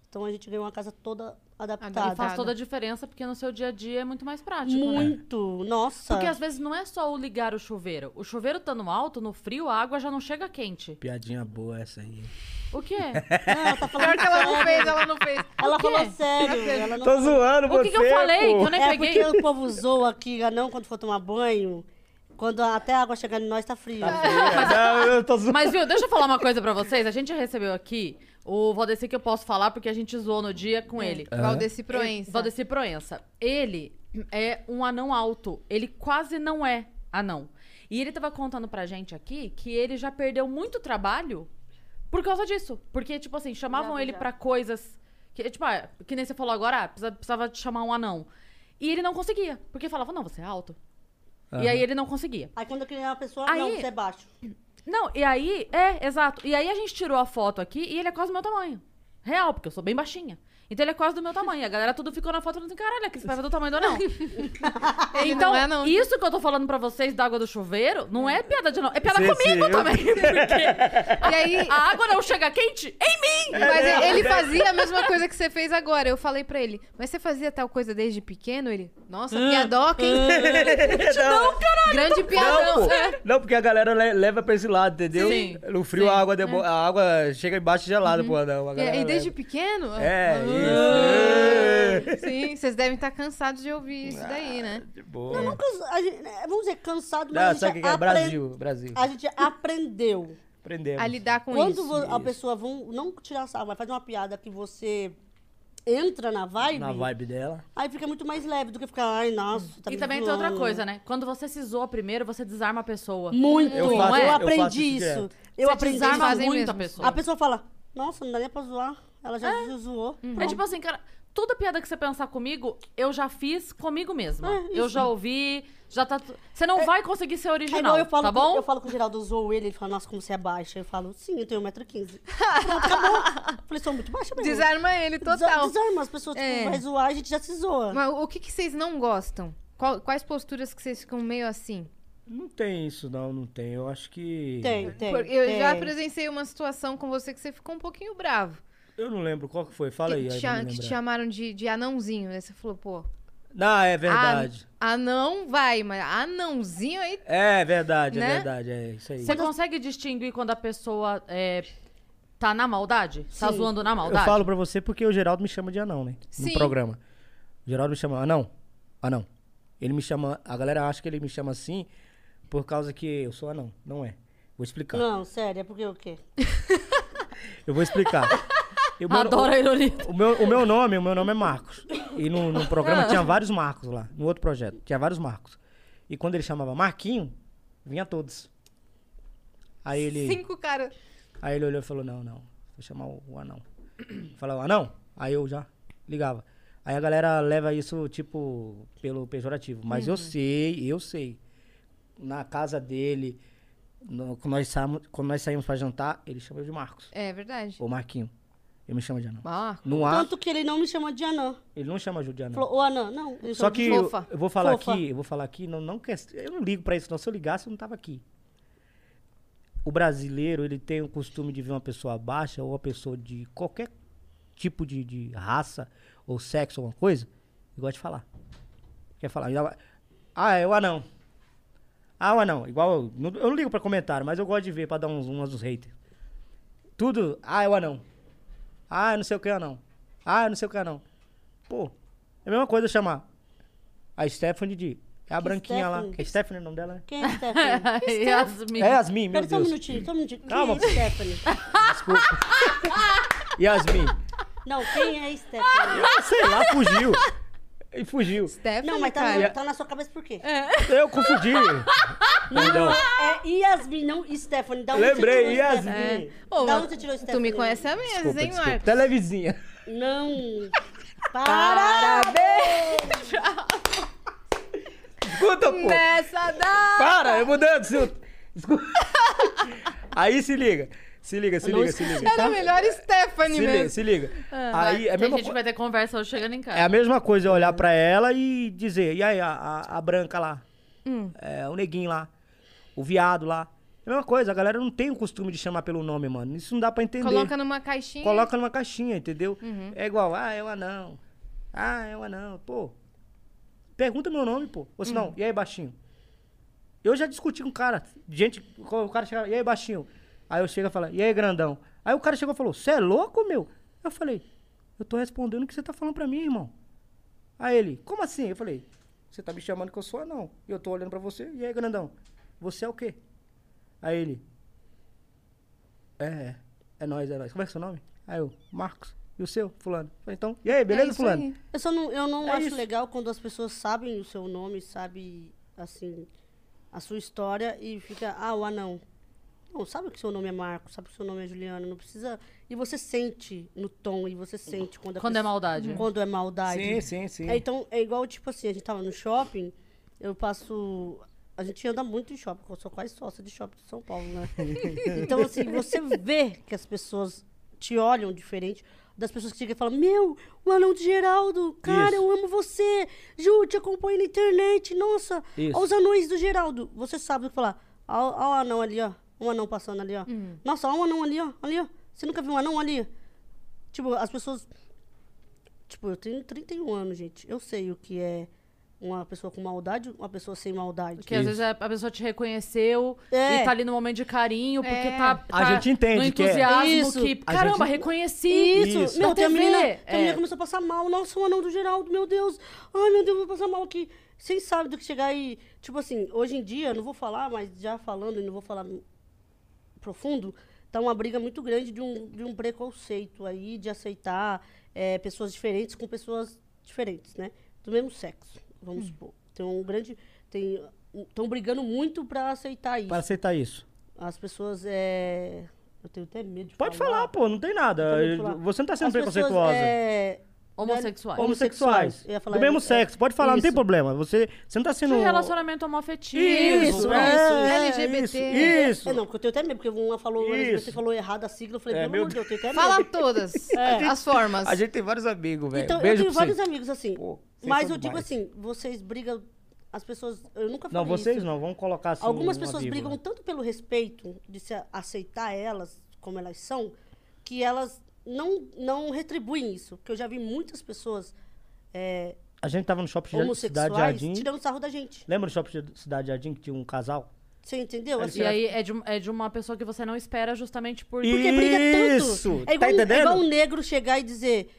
D: Então, a gente ganhou uma casa toda
A: E
D: adaptada.
B: Adaptada.
A: faz toda a diferença, porque no seu dia a dia é muito mais prático, né?
D: Muito, nossa.
A: Porque às vezes não é só o ligar o chuveiro. O chuveiro estando alto, no frio, a água já não chega quente.
C: Piadinha boa essa aí.
A: O quê?
C: É
D: Não, ela tá
B: Pior
D: falando
B: que ela não
D: sério.
B: fez, ela não fez.
D: Ela
B: O quê?
D: falou sério. Ela não...
C: Tô zoando né,
A: o que, que eu falei? Que eu nem
D: É
A: peguei.
D: porque o povo zoa aqui, não quando for tomar banho, quando a- até a água chegar em nós tá frio.
C: É, eu tô zoando.
A: Mas viu, deixa eu falar uma coisa pra vocês. A gente recebeu aqui o Valdeci que eu posso falar porque a gente zoou no dia com
D: É.
A: ele.
C: É.
B: Valdeci Proença.
A: Valdeci Proença. Ele é um anão alto. Ele quase não é anão. E ele tava contando pra gente aqui que ele já perdeu muito trabalho por causa disso. Porque, tipo assim, chamavam ele pra coisas. Que, tipo, ah, que nem você falou agora, ah, precisa- precisava te chamar um anão. E ele não conseguia. Porque falava, não, você é alto. E aí ele não conseguia.
D: Aí quando eu queria uma pessoa,
A: Aí-
D: não, você é baixo.
A: Não, e aí, é, exato. E aí a gente tirou a foto aqui e ele é quase do meu tamanho. Real, porque eu sou bem baixinha. Então ele é quase do meu tamanho. A galera tudo ficou na foto e falou assim, caralho, a Cris Paiva é do tamanho do anão.
B: Ele
A: então,
B: não é, não.
A: isso que eu tô falando pra vocês da água do chuveiro, não é piada de não. É piada
C: Sim,
A: comigo
C: sim, eu-
A: também. Porque
B: E
D: Ah,
B: aí,
A: a água não chega quente em mim!
C: É.
B: Mas e-
C: né?
B: ele fazia a mesma coisa que você fez agora. Eu falei pra ele, mas você fazia tal coisa desde pequeno? Ele, nossa, piadoca, hein?
C: Ah, não,
B: Grande piadão.
C: pô.
B: É.
C: Não, porque a galera le- leva pra esse lado, entendeu?
A: Sim.
C: No frio a, água debo- a água chega embaixo gelada pro anão. a galera
B: E, e desde
C: leva.
B: pequeno?
C: É,
B: Ah, Sim, vocês devem estar cansados de ouvir isso daí, né?
C: De boa.
D: Nunca- a gente- né, vamos dizer, cansado, mas a
C: Não,
D: gente
C: sabe o que que é?
D: apren-
C: Brasil, Brasil.
D: A gente aprendeu.
C: Aprendemos.
B: A lidar com
D: quando
B: isso.
D: vo- a pessoa vão, não tirar sarro, mas fazer uma piada que você entra na vibe,
C: Na vibe dela.
D: aí fica muito mais leve do que ficar, ai, nossa, tá
A: E
D: me
A: também tem outra
D: zoando."
A: coisa, né? Quando você se zoa primeiro, você desarma a pessoa. é?
D: Muito. é?
C: Eu
D: Eu,
C: faço- eu faço
D: aprendi
C: isso
D: isso.
C: direto.
D: Eu
A: você
D: aprendi
A: desarma
D: isso.
B: fazem
A: muito a
B: mesmo.
A: pessoa.
D: A pessoa fala, nossa, não dá nem pra zoar. Ela já se zoou.
B: Hum.
A: É tipo assim, cara, toda piada que você pensar comigo, eu já fiz comigo mesma. eu já ouvi, já tá. tu- Você não vai conseguir ser
D: É
A: original,
D: igual eu falo,
A: tá
D: com,
A: bom?
D: eu falo com o Geraldo, eu zoo ele, ele fala, nossa, como você é baixa. Eu falo, sim, eu tenho 1,15m. Falei, sou muito baixa mesmo.
B: Desarma ele
D: Desa-
B: total.
D: Desarma, as pessoas,
B: É.
D: tipo, vai zoar, a gente já se zoa.
B: Mas o que, que vocês não gostam? Qual- quais posturas que vocês ficam meio assim?
C: Não tem isso, não, não tem. Eu acho que.
D: Tem, tem,
B: Porque eu já
D: tem.
B: presenciei uma situação com você que você ficou um pouquinho bravo.
C: Eu não lembro qual que foi. Fala aí.
B: que,
C: aí
B: te,
C: pra
B: cha-
C: me
B: que te
C: lembrar.
B: chamaram de, de anãozinho, né? Você falou, pô,
C: Não, é verdade.
B: Ah, não vai, mas anãozinho aí.
C: É verdade,
B: Né?
C: é verdade. É isso aí.
A: Você consegue distinguir quando a pessoa é, tá na maldade? Tá
D: Sim.
A: zoando na
C: Eu
A: maldade?
C: falo pra você porque o Geraldo me chama de anão, né?
B: Sim.
C: No programa. O Geraldo me chama anão. Anão. Ele me chama... A galera acha que ele me chama assim por causa que eu sou anão. Não é. Vou explicar.
D: Não, sério, é porque o quê?
C: Eu vou explicar. Eu moro-
A: Adoro a ironia.
C: O meu, o
A: Ah.
C: meu nome, o meu nome é Marcos. E no, no programa tinha vários Marcos lá, no outro projeto. Tinha vários Marcos. E quando ele chamava Marquinho, vinha todos. Aí ele.
B: Cinco caras.
C: Aí ele olhou e falou: Não, não, vou chamar o, o anão. Falava, anão? Aí eu já ligava. Aí a galera leva isso, tipo, pelo pejorativo. Mas
D: Uhum.
C: eu sei, eu sei. Na casa dele, no- quando, nós saímos, quando nós saímos pra jantar, ele chama eu de Marcos.
B: É verdade.
C: Ou Marquinho. Ele me chama de anão.
B: Marco.
C: No ar,
D: Tanto que ele não me chama de anã.
C: ele não chama Ju de anão.
D: Falou, ô anã, não. ele
C: Só
D: chama
C: que
D: de
C: eu,
D: é um fofa.
C: eu vou falar
D: Fofa.
C: aqui, eu vou falar aqui, não, não quer, eu não ligo pra isso, não. Se eu ligasse, eu não tava aqui. O brasileiro, ele tem o costume de ver uma pessoa baixa ou uma pessoa de qualquer tipo de, de raça ou sexo ou alguma coisa, ele gosta de falar. Quer falar. ainda vai- Ah, é o anão. Ah, o anão. Igual, eu não, eu não ligo pra comentário, mas eu gosto de ver pra dar uns, umas dos haters. Tudo, ah, é o anão. Ah, não sei o que é anão. Ah, não sei o que é anão. Pô, é a mesma coisa eu chamar a Stephanie de. É a branquinha lá.
D: Stephanie?
C: É Stephanie o nome dela, né?
D: Quem é Stephanie?
A: Yasmin.
C: É Yasmin, meu
D: Pera só um
C: Deus.
D: minutinho, só um minutinho. Quem
C: Calma.
D: é Stephanie?
C: Yasmin.
D: Não, quem é Stephanie?
C: Ah, sei lá, fugiu. E fugiu.
B: Stephanie,
D: Não, mas tá,
B: cara.
D: na, tá na sua cabeça por quê? É,
C: Eu confundi. Perdão.
D: Yasmin, não Stephanie. Da onde
C: Lembrei,
D: você tirou
C: Yasmin.
D: Stephanie?
B: Ô,
D: Da
B: mas
D: onde você tirou Stephanie?
B: Tu me conhece há meses,
C: Desculpa,
B: hein,
C: desculpa.
B: Marco?
C: Televizinha.
D: Não. Para!
C: Escuta, pô.
B: Nessa data!
C: Para, eu mudei de assunto. Escuta. Aí se liga. Se liga, se
D: Eu não
C: liga, se
D: esqueci,
C: liga. tá? É,
B: Era a melhor Stephanie
C: Se liga,
B: mesmo. Ah,
C: se liga. Aí é a
A: a
C: mesma
A: gente
C: co-
A: vai ter conversa hoje chegando em
C: É a
A: casa.
C: mesma coisa eu olhar pra ela e dizer, e aí, a, a- a branca lá,
B: Hum.
C: É, o neguinho lá, o viado lá. É a mesma coisa, a galera não tem o costume de chamar pelo nome, mano. Isso não dá pra entender.
B: Coloca numa caixinha.
C: Coloca numa caixinha, entendeu? É igual, ah, é um anão. Ah, é um anão. Pô, pergunta meu nome, pô. Ou senão, e aí, baixinho? Eu já discuti com o cara. Gente, o cara chegava, e aí, baixinho? Aí eu chego e falo, e aí, grandão? Aí o cara chegou e falou, você é louco, meu? Eu falei, eu tô respondendo o que você tá falando pra mim, irmão. Aí ele, como assim? Eu falei, você tá me chamando que eu sou anão. E eu tô olhando pra você, e aí, grandão? Você é o quê? Aí ele, é, é. É nóis, é nóis. Como é que é seu nome? Aí eu, Marcos. E o seu? Fulano. Eu Falei, então, e aí, beleza,
B: É isso
C: fulano?
B: aí.
D: Eu só não, eu não
C: É
D: acho
C: isso.
D: legal quando as pessoas sabem o seu nome, sabem, assim, a sua história e fica, ah, o anão. Não, sabe que seu nome é Marco, sabe que seu nome é Juliana, não precisa. E você sente no tom, e você sente quando a
A: Quando é
D: pessoa-
A: maldade.
D: Quando é maldade.
C: Sim, sim, sim.
D: É, então, é igual, tipo assim, a gente tava no shopping, eu passo. A gente anda muito em shopping, eu sou quase sócia de shopping de São Paulo, né? então, assim, você vê que as pessoas te olham diferente das pessoas que chegam e falam: Meu, o anão de Geraldo, cara,
C: Isso.
D: eu amo você, Ju, te acompanho na internet, nossa,
C: Isso.
D: olha os anões do Geraldo. Você sabe o que falar. Olha o anão ali, ó, um anão passando ali, ó. Nossa, olha um anão ali, ó, ali, ó. Você nunca viu um anão ali? Tipo, as pessoas Tipo, eu tenho 31 anos, gente. Eu sei o que é uma pessoa com maldade, uma pessoa sem maldade.
A: Porque às vezes a a pessoa te reconheceu
D: É.
A: e tá ali no momento de carinho, porque
B: É.
A: tá,
C: A
A: tá
C: gente entende
A: no
C: que é.
A: entusiasmo
D: Isso.
A: que,
C: A
A: caramba,
C: gente-
A: reconheci.
D: Isso,
C: Isso.
D: meu,
A: Na
D: tem a
A: TV.
D: menina, tem a
A: É.
D: menina começou a passar mal. Nossa, o anão do Geraldo, meu Deus. Ai, meu Deus, vou passar mal aqui. Sem sabe do que chegar e... Tipo assim, hoje em dia, não vou falar, mas já falando, e não vou falar profundo, tá uma briga muito grande de um, de um preconceito aí, de aceitar eh, pessoas diferentes com pessoas diferentes, né? Do mesmo sexo, vamos supor. Tem um grande... Tem... Estão brigando muito para aceitar isso.
C: Pra aceitar isso.
D: As pessoas é. Eu tenho até medo de
C: Pode falar, pô, não tem nada.
D: Eu também falar.
C: Você Ah, não tá sendo
D: As pessoas,
C: preconceituosa.
D: é,
A: Homossexuais.
C: Homossexuais.
D: Eu ia falar
C: Do mesmo
D: isso, é,
C: sexo, pode falar, não tem
D: Isso.
C: problema. Você, você não tá sendo.
A: De relacionamento homoafetivo.
C: Isso, é,
B: Isso,
C: é, isso,
B: LGBT.
C: Isso.
D: É, não, porque eu tenho até medo, porque uma falou,
C: Isso.
D: você falou errado a sigla, eu falei,
C: É,
D: pelo
C: meu
D: amor de Deus, eu tenho até
B: Fala
D: medo.
B: todas as formas.
C: A gente tem vários amigos, velho.
D: Então, eu
C: É, Beijo
D: tenho
C: pra vocês.
D: vários amigos assim.
C: Pô, vocês
D: mas
C: são
D: eu digo
C: demais.
D: assim, vocês brigam. As pessoas. Eu nunca falei
C: Não, vocês
D: isso.
C: não, vamos colocar assim.
D: Algumas
C: uma
D: pessoas
C: vírgula.
D: brigam tanto pelo respeito de se a- aceitar elas como elas são, que elas não, não retribuem isso. Porque eu já vi muitas pessoas é,
C: A gente tava no shopping de Cidade
D: homossexuais
C: Jardim.
D: tirando sarro da gente.
C: Lembra do shopping de Cidade Jardim que tinha um casal?
D: Você entendeu? Assim,
A: E aí é de, um- é de uma pessoa que você não espera justamente por...
C: E-
D: Porque briga tanto.
C: Isso,
D: É
C: tá
D: igual, um-
C: entendendo?
D: É igual um negro chegar e dizer: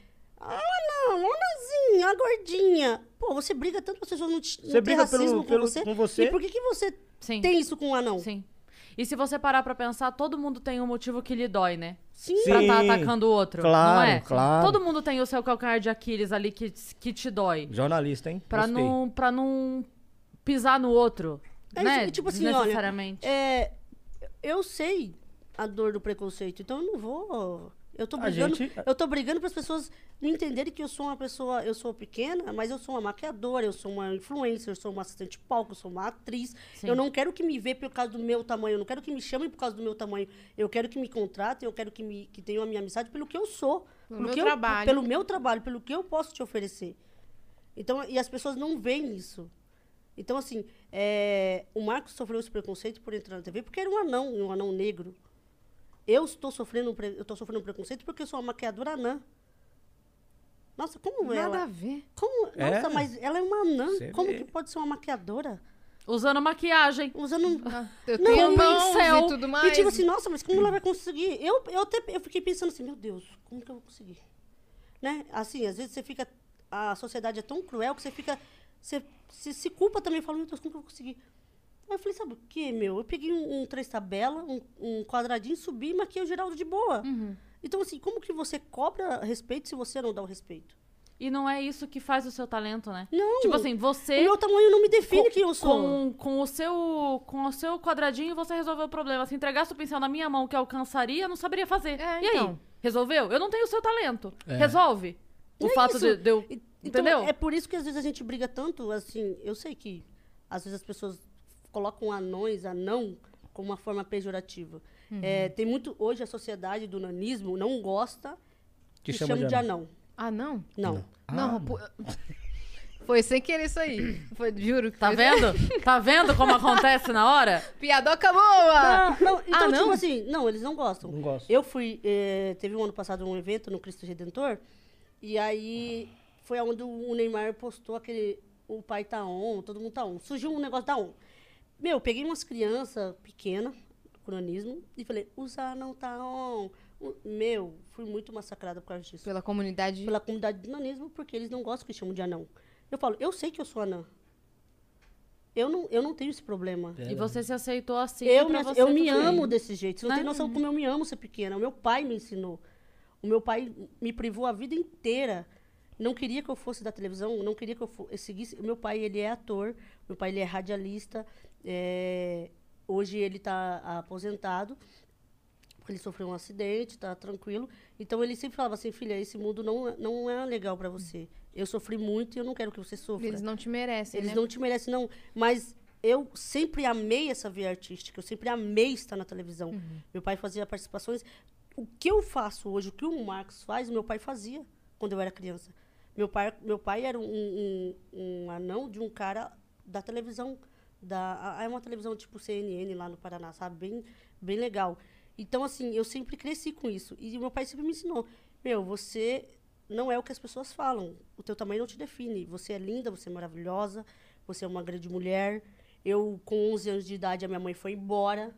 D: Ah, não, ó, Nazinha, a gordinha. Pô, você briga tanto, as pessoas não, te,
C: Você
D: não têm
C: briga
D: racismo
C: pelo-
D: com,
C: pelo-
D: você.
C: com você.
D: E por que, que você
A: Sim.
D: tem isso com um anão?
A: Sim. E se você parar pra pensar, todo mundo tem um motivo que lhe dói, né?
D: Sim.
A: Pra
C: Sim.
A: tá atacando o outro, não
C: Claro,
A: é?
C: claro.
A: Todo mundo tem o seu calcanhar de Aquiles ali que, que te dói.
C: Jornalista, hein?
A: Pra
C: Gostei.
A: não, pra não pisar no outro.
D: É
A: né?
D: isso, tipo assim, olha,
A: Necessariamente.
D: é, eu sei a dor do preconceito, então eu não vou. Eu tô
C: A
D: brigando,
C: gente-
D: eu tô brigando para as pessoas me entenderem que eu sou uma pessoa, eu sou pequena, mas eu sou uma maquiadora, eu sou uma influencer, eu sou uma assistente de palco, eu sou uma atriz.
A: Sim.
D: Eu não quero que me vê por causa do meu tamanho, eu não quero que me chamem por causa do meu tamanho. Eu quero que me contratem, eu quero que me que tenham a minha amizade pelo que eu sou,
B: Pelo
D: pelo
B: meu
D: que eu-
B: trabalho.
D: pelo meu trabalho, pelo que eu posso te oferecer. Então, e as pessoas não veem isso. Então, assim, é, o Marcos sofreu esse preconceito por entrar na TV porque era um anão, um anão negro. Eu estou sofrendo, um pre- eu estou sofrendo um preconceito porque eu sou uma maquiadora anã. Nossa, como
B: Nada a
D: ela?
B: ver.
D: Como,
C: É.
D: Nossa, mas ela é uma anã.
C: Você
D: como
C: vê.
D: que pode ser uma maquiadora?
A: Usando maquiagem.
D: Usando um.
B: Eu
D: Não,
B: tenho
D: não,
B: mãos
A: céu.
B: e tudo mais.
D: E tipo assim, nossa, mas como ela vai conseguir? Eu, eu até eu fiquei pensando assim, meu Deus, como que eu vou conseguir? Né? Assim, às vezes você fica. A sociedade é tão cruel que você fica. Você, você se culpa também, fala, meu Deus, como que eu vou conseguir? Aí eu falei, sabe o que, meu? Eu peguei um, um três tabela, um, um quadradinho, subi e maquei o Geraldo de boa.
B: Uhum.
D: Então, assim, como que você cobra respeito se você não dá o respeito?
A: E não é isso que faz o seu talento, né?
D: Não.
A: Tipo assim,
D: O
A: você.
D: meu tamanho não me define quem eu sou.
A: Com, com o seu, com o seu quadradinho, você resolveu o problema. Se entregasse o pincel na minha mão que alcançaria, eu não saberia fazer.
B: É,
A: e aí?
B: então.
A: Resolveu? Eu não tenho o seu talento. Resolve. O
D: Não é
A: fato
D: isso.
A: de, de eu.
D: E- Então,
A: Entendeu?
D: é por isso que às vezes a gente briga tanto, assim, eu sei que às vezes as pessoas colocam anões, anão, como uma forma pejorativa.
A: Uhum.
D: É, tem muito, hoje a sociedade do nanismo não gosta que
C: Te chama
D: chama
C: de
D: de anão.
B: Ah, não?
D: Não.
B: Não, pô- Foi sem querer isso aí. Foi, juro que
A: Tá
B: foi-
D: é.
A: vendo? tá vendo como acontece na hora?
B: Piadoca boa!
D: Ah, não, então,
B: não?
D: tipo assim, não, eles não gostam.
C: Não gostam.
D: Eu fui, eh, teve um ano passado um evento no Cristo Redentor, e aí foi onde o Neymar postou aquele, o pai tá on, todo mundo tá on. Surgiu um negócio da on. Meu, eu peguei umas crianças pequenas, cronismo, e falei, usar não tá on. O- Meu, fui muito massacrada por causa disso
B: Pela comunidade.
D: pela comunidade do nanismo, porque eles não gostam que chamam de anão. Eu falo, eu sei que eu sou anã. Eu não, eu não tenho esse problema.
A: E você se aceitou assim.
D: Eu
A: pra
D: me,
A: você
D: eu me
A: tudo bem.
D: amo desse jeito. Você não
A: Né?
D: tem noção como eu me amo ser pequena. O meu pai me ensinou. O meu pai me privou a vida inteira. Não queria que eu fosse da televisão, não queria que eu, fo- eu seguisse. O meu pai, ele é ator, meu pai, ele é radialista. é, Hoje ele está aposentado, porque ele sofreu um acidente, está tranquilo. Então ele sempre falava assim, filha, esse mundo não, é- não é legal para você. Eu sofri muito e eu não quero que você sofra.
B: Eles não te merecem,
D: Eles
B: né?
D: não te merecem, não. Mas eu sempre amei essa via artística, eu sempre amei estar na televisão.
B: Uhum.
D: Meu pai fazia participações. O que eu faço hoje, o que o Marcos faz, meu pai fazia quando eu era criança. Meu pai, meu pai era um, um- um anão de um cara da televisão. Da, a- é uma televisão tipo CNN lá no Paraná, sabe? Bem, bem legal. Então, assim, eu sempre cresci com isso. E meu pai sempre me ensinou. Meu, você não é o que as pessoas falam. O teu tamanho não te define. Você é linda, você é maravilhosa, você é uma grande mulher. Eu, com 11 anos de idade, a minha mãe foi embora.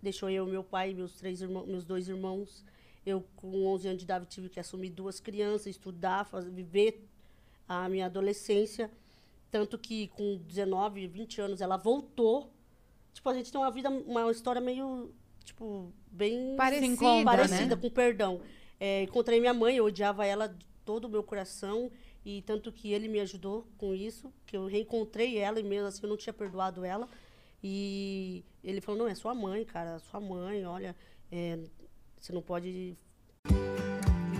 D: Deixou eu, meu pai e meus, três irmão- meus dois irmãos. Eu, com 11 anos de idade, tive que assumir duas crianças, estudar, faz- viver a minha adolescência. Tanto que, com 19, 20 anos, ela voltou. Tipo, a gente tem uma vida, uma história meio, tipo, bem
B: Parecida,
D: Sim,
B: né?
D: parecida com perdão. É, encontrei minha mãe, eu odiava ela de todo o meu coração. E tanto que ele me ajudou com isso, que eu reencontrei ela e mesmo assim eu não tinha perdoado ela. E ele falou, não, é sua mãe, cara, sua mãe, olha, é, você não pode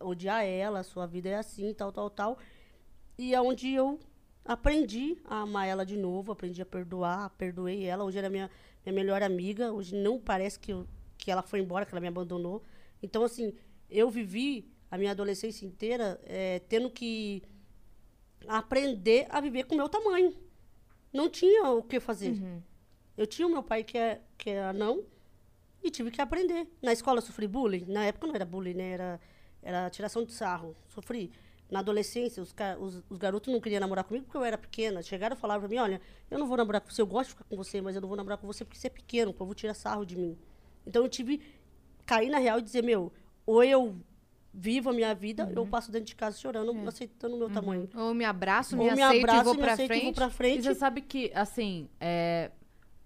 D: odiar ela, sua vida é assim, tal, tal, tal. E é onde eu aprendi a amar ela de novo, aprendi a perdoar, perdoei ela. Hoje era minha, minha melhor amiga, hoje não parece que, eu- que ela foi embora, que ela me abandonou. Então, assim, eu vivi a minha adolescência inteira eh, tendo que aprender a viver com o meu tamanho. Não tinha o que fazer. Eu tinha o meu pai que é, que é anão e tive que aprender. Na escola eu sofri bullying. Na época não era bullying, né? Era, era tiração de sarro. Sofri. Na adolescência, os, ca- os- os garotos não queriam namorar comigo porque eu era pequena. Chegaram e falaram pra mim, olha, eu não vou namorar com você, eu gosto de ficar com você, mas eu não vou namorar com você porque você é pequeno, o povo tira sarro de mim. Então eu tive cair na real e dizer, meu, ou eu vivo a minha vida, ou eu passo dentro de casa chorando, aceitando o meu tamanho.
B: Ou me abraço,
D: Ou
B: me
D: me
B: aceito e
D: abraço
B: vou
D: e me
B: pra
D: aceito e vou
B: frente.
D: pra frente.
A: E você sabe que, assim, é,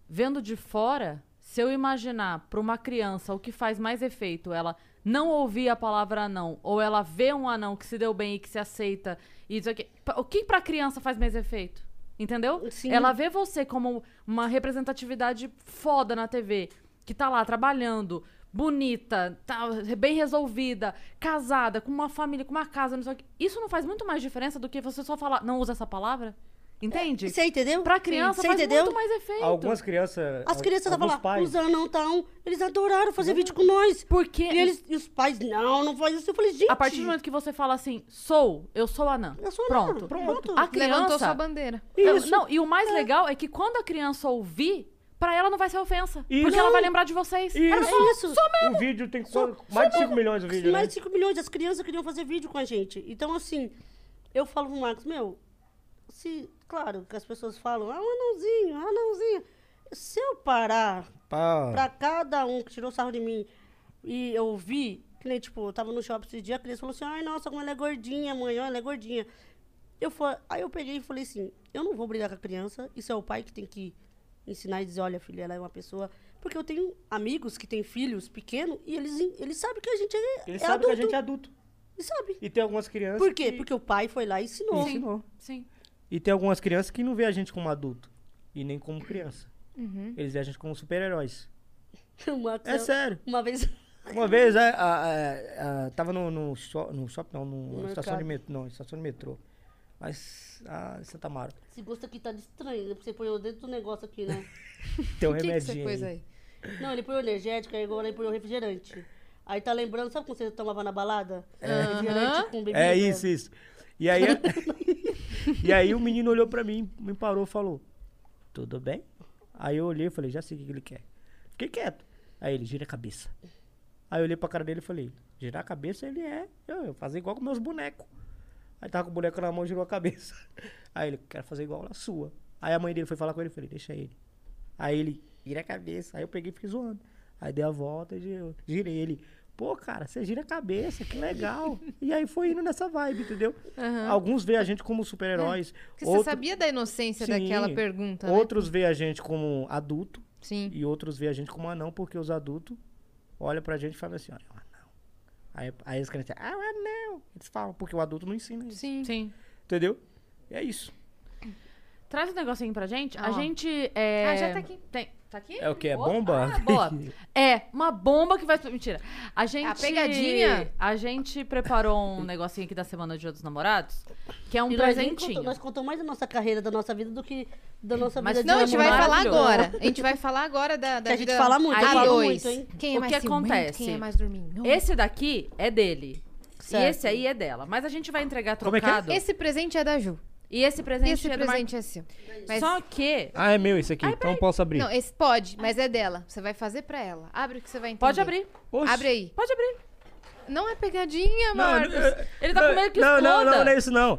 A: vendo de fora, se eu imaginar pra uma criança o que faz mais efeito, ela não ouvir a palavra anão, ou ela vê um anão que se deu bem e que se aceita, e isso aqui. pa- O que pra criança faz mais efeito? Entendeu?
D: Sim.
A: Ela vê você como uma representatividade foda na TV, que tá lá trabalhando, bonita, tá bem resolvida, casada, com uma família, com uma casa, não sei o quê. Isso não faz muito mais diferença do que você só falar, não usa essa palavra? Entende?
D: É, Você entendeu?
A: Pra criança
D: Você
A: faz
D: entendeu?
A: muito mais efeito.
C: Algumas crianças.
D: As crianças estavam
C: alguns
D: lá,
C: pais,
D: os anão tão, eles adoraram fazer vídeo com nós.
A: Porque
D: E, eles, e os pais, não, não faz isso. Eu falei, gente...
A: A partir do momento que você fala assim, sou, eu sou anã.
D: Eu sou anã,
A: pronto.
D: pronto.
A: A
B: Levantou
A: criança...
B: sua bandeira.
A: Eu-
D: Isso.
A: Não, e o mais legal é que quando a criança ouvir, pra ela não vai ser ofensa.
C: Isso.
A: Porque ela vai lembrar de vocês.
C: Isso.
A: Ela vai falar,
D: É isso.
A: Sou mesmo.
C: O vídeo tem quase- mais de 5 milhões o vídeo,
D: Mais
C: né?
D: de 5 milhões, as crianças queriam fazer vídeo com a gente. Então, assim, eu falo pro Marcos, meu, se, claro, que as pessoas falam, ah, um anãozinho, ah, anãozinho. Se eu parar
C: Ah.
D: pra cada um que tirou sarro de mim e eu vi, que nem, tipo, eu tava no shopping esse dia, a criança falou assim, ai, nossa, como ela é gordinha, mãe, ó, ela é gordinha. Eu fa- Aí eu peguei e falei assim, eu não vou brigar com a criança, isso é o pai que tem que ensinar e dizer, olha, filha, ela é uma pessoa... Porque eu tenho amigos que têm filhos pequenos e eles, eles sabem que a gente é,
C: Eles
D: é
C: sabem que a
D: adulto.
C: gente é adulto.
D: E sabe.
C: E tem algumas crianças.
D: Por quê?
C: que-
D: Porque o pai foi lá e ensinou.
C: Ensinou.
A: Sim.
C: E tem algumas crianças que não vê a gente como adulto. E nem como criança.
D: Uhum.
C: Eles veem a gente como super-heróis.
D: O Marcos,
C: É sério.
D: Uma vez...
C: Uma vez, a, a- a- a- tava no, no, sho- no shopping, não, numa estação de
D: mercado.
C: metrô. Não, estação de metrô. Mas, ah, em Santa Mara.
D: Esse gosto aqui tá estranho, né? Você põe o dedo do negócio aqui, né?
C: Tem um
B: O que
D: é
B: que
C: remedinho.
B: você pôs aí?
D: Não, ele põe o energético, aí agora ele põe o refrigerante. Aí tá lembrando, sabe quando você tomava na balada? Refrigerante com bebida.
C: É isso, isso. E aí, e aí o menino olhou pra mim, me parou e falou, tudo bem? Aí eu olhei e falei, já sei o que que ele quer. Fiquei quieto. Aí ele, gira a cabeça. Aí eu olhei pra cara dele e falei, girar a cabeça ele é, eu, eu fazer igual com meus bonecos. Aí tava com o boneco na mão, girou a cabeça. Aí ele, quero fazer igual na sua. Aí a mãe dele foi falar com ele, eu falei, deixa ele. Aí ele, gira a cabeça. Aí eu peguei e fiquei zoando. Aí dei a volta, gi- girei ele. Pô, cara, você gira a cabeça, que legal. e aí foi indo nessa vibe, entendeu? Alguns veem a gente como super-heróis.
B: É, Porque
C: outro-
B: você sabia da inocência
C: Sim.
B: daquela pergunta, né?
C: Outros veem a gente como adulto
B: Sim.
C: e outros veem a gente como anão, porque os adultos olham pra gente e falam assim, olha, é um anão. Aí, aí as crianças, ah, é um anão. Eles falam, porque o adulto não ensina isso,
B: Sim.
A: Sim.
C: entendeu? É isso.
A: Traz um negocinho pra gente. A
B: Ó.
A: gente... é,
B: Ah, já tá aqui.
A: Tem... Tá aqui?
C: É o quê? É
A: Opa,
C: bomba?
A: ah, boa. É, uma bomba que vai... Mentira. A gente...
B: a pegadinha.
A: A gente preparou um negocinho aqui da Semana de Dia dos Namorados, que é um
D: E nós, nem
A: presentinho.
D: contou- nós contamos mais da nossa carreira, da nossa vida, do que da nossa
A: Mas
D: vida
B: Não, a
D: de
B: gente vai falar
D: namorado.
B: agora. A gente vai falar agora da, da
D: Que a gente
B: vida
D: fala muito,
B: a
D: fala
B: dois.
D: muito, hein?
B: Quem é
A: O
B: mais
A: que
B: ciumento,
A: acontece?
B: Quem é mais dorminho?
A: Esse daqui é dele. E
D: Certo.
A: esse aí é dela. Mas a gente vai entregar
C: Como é que é?
A: trocado.
B: Esse presente é da Ju.
A: E esse presente
B: Esse
A: é do
B: presente é seu.
A: Marquinhos.
B: Mas-
A: Só que.
C: Ah, é meu esse aqui, então posso abrir.
B: Não, esse pode, mas é dela. Você vai fazer pra ela. Abre o que você vai entender.
A: Pode abrir.
C: Oxe.
B: Abre aí.
A: Pode abrir.
B: Não é pegadinha,
C: Não,
B: Marcos.
C: eu-
A: Ele tá
C: não,
A: com medo que
C: não,
A: exploda.
C: Não, não, não é isso não.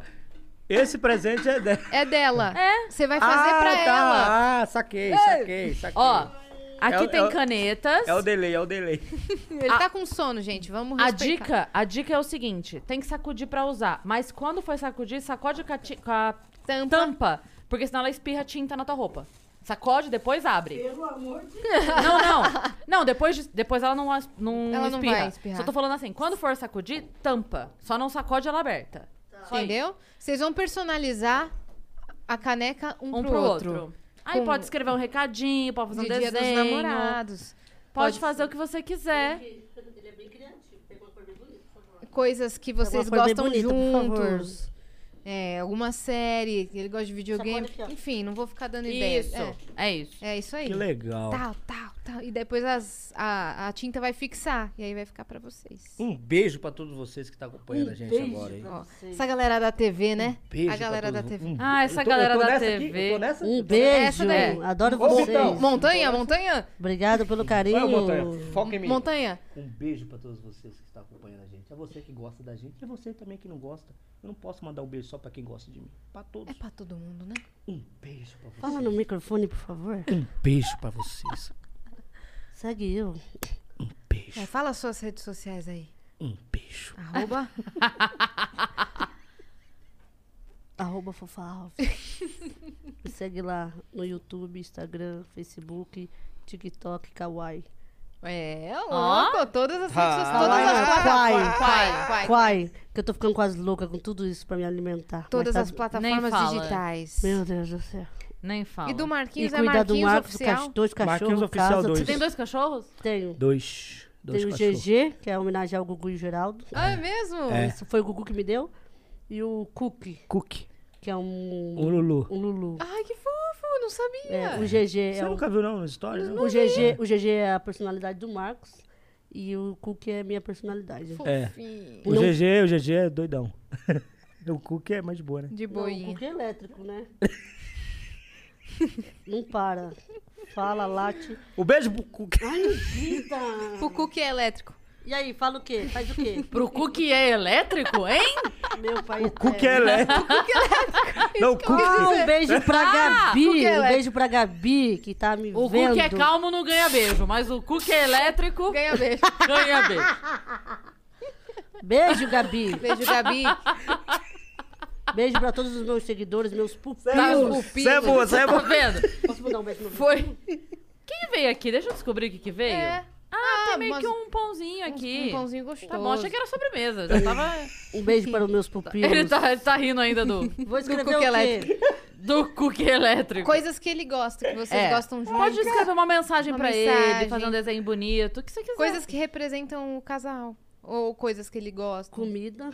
C: Esse presente é dela.
B: É dela.
A: É.
B: Você vai fazer
C: ah,
B: pra
C: tá.
B: ela.
C: Ah, saquei, saquei, saquei.
A: Ó, aqui
C: É o-
A: tem
C: é o-
A: canetas.
C: É o delay, é o delay.
B: Ele tá com sono, gente. Vamos
A: a
B: respeitar.
A: dica, a dica é o seguinte: tem que sacudir pra usar. Mas quando for sacudir, sacode com a, ti- com a
B: Tampa.
A: tampa, porque senão ela espirra tinta na tua roupa. Sacode, depois abre. Pelo amor de Deus. Não, não. Não, depois, de- depois ela não, as- não
B: Ela não
A: espirra.
B: vai espirrar.
A: Só tô falando assim, quando for sacudir, tampa. Só não sacode ela aberta. Só isso.
B: Tá. Entendeu? Vocês vão personalizar a caneca um,
A: um pro, outro. Aí
B: Com-
A: pode escrever um recadinho, pode fazer
B: De
A: um
B: dia
A: desenho.
B: dos namorados.
A: Pode, fazer o que você quiser.
D: Ele é bem criativo, tem uma cor bem bonita.
B: Coisas que vocês
D: Alguma coisa
B: gostam
D: bem bonita, por favor.
B: juntos. É, alguma série, ele gosta de videogame.
D: Sacode aqui, ó.
B: Enfim, não vou ficar dando ideia.
A: Isso. É, isso.
B: É, é isso aí.
C: Que legal.
B: Tal, tal. Tá, e depois as- a, a tinta vai fixar. E aí vai ficar pra vocês.
C: Um beijo pra todos vocês que estão acompanhando
B: Um
C: a gente
B: beijo
C: agora. aí.
B: pra Ó, Essa galera da TV, né?
C: Um beijo
B: a
C: pra
B: galera da
C: todos
B: TV.
C: vo- um- Ah, essa eu tô- eu galera tô da nessa aqui, eu TV. tô nessa- eu
B: um
C: tô nessa.
B: beijo.
D: Beijo, adoro
B: Mon-
D: vocês.
B: Montanha, montanha?
D: Obrigado pelo carinho.
C: Vai, Montanha, foca em mim.
B: Montanha.
C: Um beijo pra todos vocês que estão acompanhando a gente. É você que gosta da gente e é você também que não gosta. Eu não posso mandar um beijo só pra quem gosta de mim. Pra todos.
B: É pra todo mundo, né?
C: Um beijo pra vocês.
D: Fala no microfone, por favor.
C: Um beijo pra vocês.
D: Segue eu.
B: Vai, fala suas redes sociais aí.
C: Um beijo.
B: Arroba.
D: Arroba Fofa Alves. Me segue lá no YouTube, Instagram, Facebook, TikTok, Kawaii.
B: É, louco. Todas as redes sociais. Todas as
D: Kawaii,
B: plataformas.
D: Kawaii,
B: Quai, quai.
D: Kawaai, Que eu tô ficando quase louca com tudo isso pra me alimentar.
B: Todas
D: Mas tá-
B: as plataformas
A: fala.
B: digitais.
D: Meu Deus do céu.
A: Nem fala.
B: E do Marquinhos
D: e
B: é
D: cuidar do
B: Marquinhos
D: Marcos,
B: Oficial.
D: cach- dois cachorros.
C: Marquinhos Oficial
D: casa,
C: dois.
A: Você tem dois cachorros?
D: Tenho.
C: Dois. Dois
D: Tem o
C: cachorros.
D: GG, que é uma homenagem ao Gugu e o Geraldo.
B: Ah, é mesmo?
C: É.
D: Esse foi o Gugu que me deu. E o Cookie,
C: Cookie.
D: que é um...
C: O Lulu.
D: Um Lulu.
B: Ai, que fofo. Não sabia.
D: É, o GG
C: Você
D: é o...
C: nunca viu não nas histórias? não?
D: O GG, o GG é a personalidade do Marcos. E o Cookie é a minha personalidade.
C: É.
B: Fofinho.
C: O GG, o GG é doidão. o Cookie é mais de boa, né?
B: De
D: Não, o
B: boinha.
D: Cookie é elétrico, né? Não para. Fala, late.
C: Um beijo pro Cookie.
D: Ai, vida!
B: O cookie é elétrico.
D: E aí, fala o quê? Faz o quê?
A: Pro cu que é elétrico, hein?
D: Meu pai eterno.
C: Cookie é elétrico. Não, o
D: Ah,
C: Cookie.
D: um beijo pra Gabi.
B: cookie é
D: um beijo pra Gabi, que tá me
A: O cu
D: vendo.
A: que é calmo não ganha beijo, mas o cu que é elétrico
B: Ganha um beijo.
A: ganha beijo.
D: Beijo, Gabi.
B: Beijo, Gabi.
D: beijo pra todos os meus seguidores, meus pupilos.
C: Você é boa, você é
A: Tá
C: boa.
A: vendo?
D: Posso mandar um beijo no meu
A: Foi. Quem veio aqui? Deixa eu descobrir o que, que veio.
B: É.
A: Ah, tem meio
B: mas
A: que um pãozinho aqui.
B: Um pãozinho gostoso.
A: Tá bom, achei que era sobremesa. Já tava...
D: Um beijo para os meus pupilos.
A: ele, tá, ele tá rindo ainda do,
D: Vou escrever
A: é
B: cookie
D: o quê?
B: elétrico.
A: do cookie elétrico.
B: Coisas que ele gosta, que vocês
A: É.
B: gostam juntos.
A: Pode escrever uma mensagem
B: Uma
A: pra ele,
B: mensagem.
A: fazer um desenho bonito, o que você quiser.
B: Coisas que representam o casal. Ou coisas que ele gosta.
D: Comida.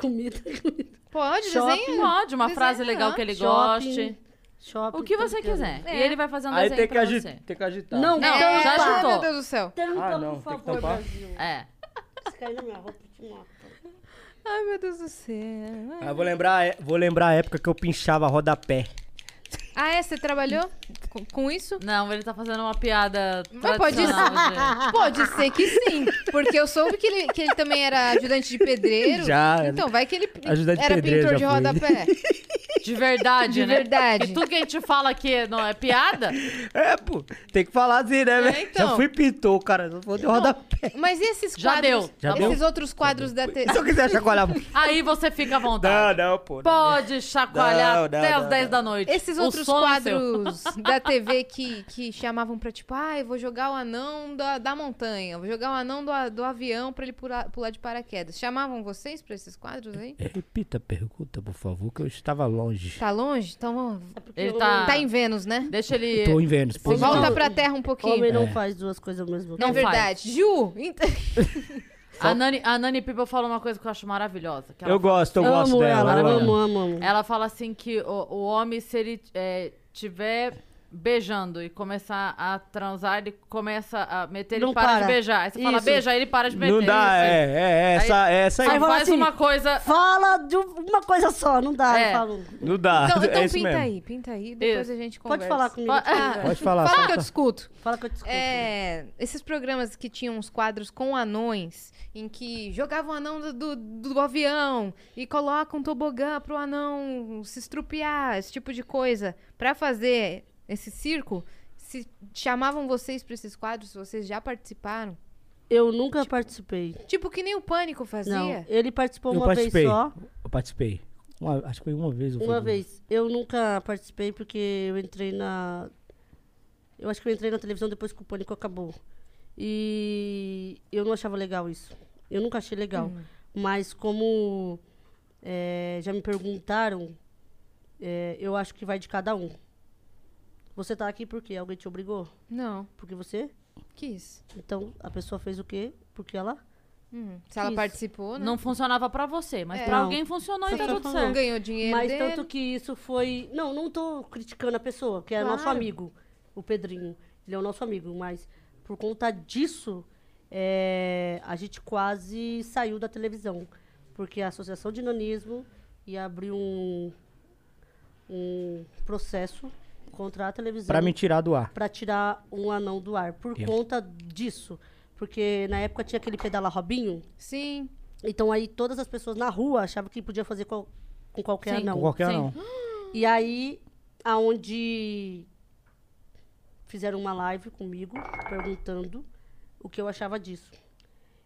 D: Comida, comida.
B: Pode,
D: Shopping.
B: desenha.
A: Pode, uma
B: Desenha,
A: frase legal
B: né?
A: que ele
D: Shopping.
A: goste.
D: Shopping.
A: O que você
D: tem
A: quiser.
B: É.
A: E ele vai fazer um
C: Aí
A: desenho
C: tem que,
A: pra
C: agi-
A: você.
C: tem que agitar.
D: Não,
A: Não,
D: tampa.
A: já
B: Ai,
A: agitou.
B: meu Deus do céu.
D: Tampa,
C: Ah, não,
D: Então, por
C: tem que
D: favor,
C: tampar.
D: Brasil.
A: É.
D: Se cair na minha roupa, eu te mato.
B: Ai, meu Deus do céu.
C: Ah, eu vou lembrar, a é- vou lembrar a época que eu pinchava rodapé.
B: Ah, é? Você trabalhou com, com isso?
A: Não, ele tá fazendo uma piada
B: Mas pode
A: tradicional, gente.
B: Pode ser que sim. Porque eu soube que ele, que ele também era ajudante de pedreiro.
C: Já,
B: Então, vai que ele pin-
C: ajudante de
B: era
C: pedreiro,
B: pintor
C: já
B: de
C: fui.
B: rodapé.
A: De verdade,
B: De
A: né?
B: verdade.
A: E tudo que a gente fala aqui não é piada?
C: É, pô, tem que falar assim, né, velho?
B: então.
C: Já fui pintor, cara, só vou ter rodapé.
B: Mas e esses
A: Já
B: quadros?
A: deu, Já tá
B: esses outros quadros da TV.
C: Se eu quiser chacoalhar... a mão.
A: Aí você fica à
C: não,
A: vontade.
C: não, pô. não.
A: Pode chacoalhar
C: Não, não,
A: até
C: não,
A: as 10 da noite.
B: Esses
A: O
B: outros
A: sono é seu.
B: quadros da TV que, que chamavam pra tipo, ah, eu vou jogar o anão da, da montanha, vou jogar o anão do, a- do avião pra ele pular, pular de paraquedas. Chamavam vocês pra esses quadros aí?
C: Repita a pergunta, por favor, que eu estava longe.
B: Tá longe? Então vamos.
A: Ele tá...
B: Tá em Vênus, né?
A: Deixa ele...
C: Tô em Vênus. pô.
B: Volta pra terra um pouquinho.
D: Homem não faz duas coisas ao mesmo
B: É
D: tempo.
A: faz.
B: verdade. Ju, então-
A: A Nani, a Nani People fala uma coisa que eu acho maravilhosa. que ela
C: Eu gosto, eu gosto
D: amo
C: dela.
D: ela,
C: eu
D: amo,
C: amo.
D: amo, amo.
A: Ela fala assim que o, o homem, se ele é, tiver beijando e começar a transar, ele começa a meter, ele
D: Não
A: para, de
D: para.
A: beijar. Aí você fala,
D: Isso.
A: beija, aí ele para de meter.
C: Não dá,
A: Isso.
C: é, é, é essa, é essa
A: Aí
C: aí.
D: Vai falar
A: faz
D: assim,
A: uma coisa...
D: Fala de uma coisa só, não dá.
A: É.
D: Eu falo.
C: Não dá,
B: então,
C: é
B: então
C: isso
B: pinta
C: mesmo.
B: aí, pinta aí, depois
A: Isso.
B: a gente conversa.
D: Pode falar comigo.
A: Fa-
D: que eu quero.
C: Pode falar.
B: Fala
C: só
B: que eu
C: tá-
B: discuto.
D: Fala que eu te escuto.
B: É, esses programas que tinham uns quadros com anões, em que jogavam o anão do, do, do avião e colocam um tobogã pro anão se estrupiar, esse tipo de coisa, pra fazer esse circo, se chamavam vocês pra esses quadros, se vocês já participaram?
D: Eu nunca participei.
B: Tipo que nem o Pânico fazia.
D: Não, ele participou
C: Eu
D: uma vez
C: participei.
D: só.
C: Eu participei. Uma- acho que foi uma vez. ou foi
D: Uma
C: duas.
D: vez. Eu nunca participei porque eu entrei na. Eu acho que eu entrei na televisão depois que o pânico acabou. E eu não achava legal isso. Eu nunca achei legal.
B: Uhum.
D: Mas como eh, já me perguntaram, eh, eu acho que vai de cada um. Você tá aqui por quê? Alguém te obrigou?
B: Não,
D: Porque você?
B: quis.
D: Então a pessoa fez o quê? Porque ela.
B: Hum, se ela
D: Quis.
B: participou, né?
A: Não funcionava pra você, mas
B: É.
A: pra
D: Não.
A: alguém funcionou e
D: Sim.
A: tá tudo
D: Funcionou.
A: certo.
B: ganhou dinheiro
D: Mas
B: dele.
D: tanto que isso foi. Não, não tô criticando a pessoa, que é nosso
B: Claro.
D: amigo, o Pedrinho. Ele é o nosso amigo, mas por conta disso, é, a gente quase saiu da televisão. Porque a Associação de Nanismo ia abrir um, um processo contra a televisão.
C: Pra me tirar do ar.
D: Pra tirar um anão do ar. Por
C: Sim.
D: conta disso. Porque na época tinha aquele pedala Robinho.
B: Sim.
D: Então aí todas as pessoas na rua achavam que podia fazer qual- com qualquer
C: Sim.
D: anão.
C: Com qualquer Sim. anão.
D: E aí, aonde fizeram uma live comigo, perguntando o que eu achava disso.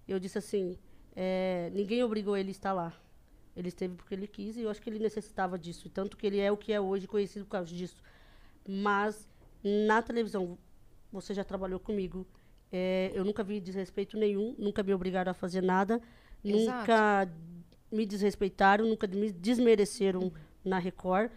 D: Eu disse assim, é, ninguém obrigou ele a estar lá. Ele esteve porque ele quis e eu acho que ele necessitava disso. E tanto que ele é o que é hoje, conhecido por causa disso. Mas na televisão, você já trabalhou comigo. é, eu nunca vi desrespeito nenhum, nunca me obrigaram a fazer nada,
B: Exato. Uhum.
D: nunca me desrespeitaram, nunca me desmereceram na Record.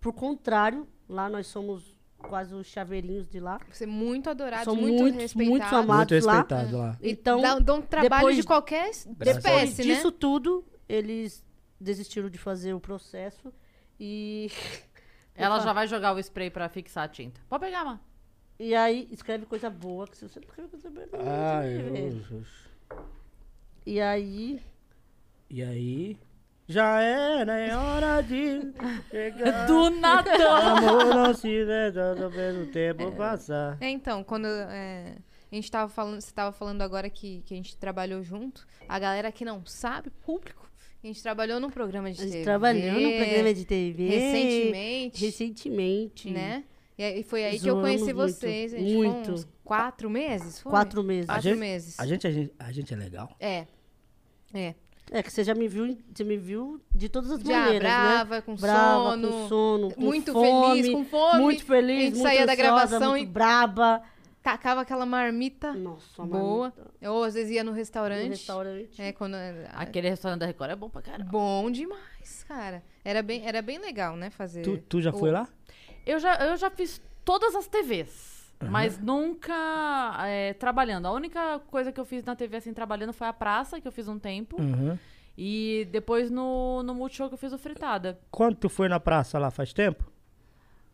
D: Por contrário, lá nós somos quase os chaveirinhos de lá.
B: Você é muito adorado,
D: São
B: muito
D: muitos,
B: respeitado.
D: muitos amados
C: Muito
D: lá.
C: respeitado lá.
D: Então,
B: Dá- dá um trabalho de qualquer
D: depois
B: espécie, né?
D: disso tudo, eles desistiram de fazer o processo e
A: Ela já vai jogar o spray pra fixar a tinta. Pode pegar, mano.
D: E aí escreve coisa boa, que se você não escreve coisa boa, não
C: Ai,
A: É.
D: escreve.
C: Jesus.
D: E aí,
C: E aí? Já era, é hora de chegar.
A: Do nada.
C: Amor não se vê, todo vendo o tempo passar.
B: É, então, quando é, a gente tava falando, você tava falando agora que, que a gente trabalhou junto, a galera que não sabe, público, a gente trabalhou num programa de
D: a gente
B: TV.
D: trabalhou no programa de TV.
B: Recentemente.
D: Recentemente.
B: Né? E aí foi aí que eu
D: Zoamos
B: conheci
D: muito,
B: vocês. A gente ficou
D: muito.
B: uns quatro meses? Foi?
D: Quatro meses.
B: Quatro
C: a gente,
B: meses.
C: A gente, a, gente, a gente é legal.
B: É. É.
D: É que você já me viu, em- você me viu de todas as
B: Já
D: maneiras,
B: brava,
D: né?
B: com
D: brava,
B: sono,
D: com sono, com
B: muito
D: fome,
B: feliz, com fome.
D: muito
B: A
D: feliz,
B: gente
D: muito
B: saía da
D: ansiosa,
B: gravação
D: muito
B: e-
D: braba.
B: Tacava aquela marmita
D: Nossa,
B: boa.
D: marmita.
B: Ou às vezes ia no restaurante.
D: No restaurante.
B: É, quando.
A: Aquele restaurante da Record é bom pra caramba.
B: Bom demais, cara. Era bem, era bem legal, né?
A: É.
B: Fazer.
C: Tu, tu já
B: o-
C: foi lá?
A: Eu já, eu já fiz todas as TVs, mas nunca é, trabalhando. A única coisa que eu fiz na TV, assim, trabalhando foi a praça, que eu fiz um tempo.
C: Uhum.
A: E depois no, no Multishow que eu fiz o Fritada.
C: Quando tu foi na praça lá faz tempo?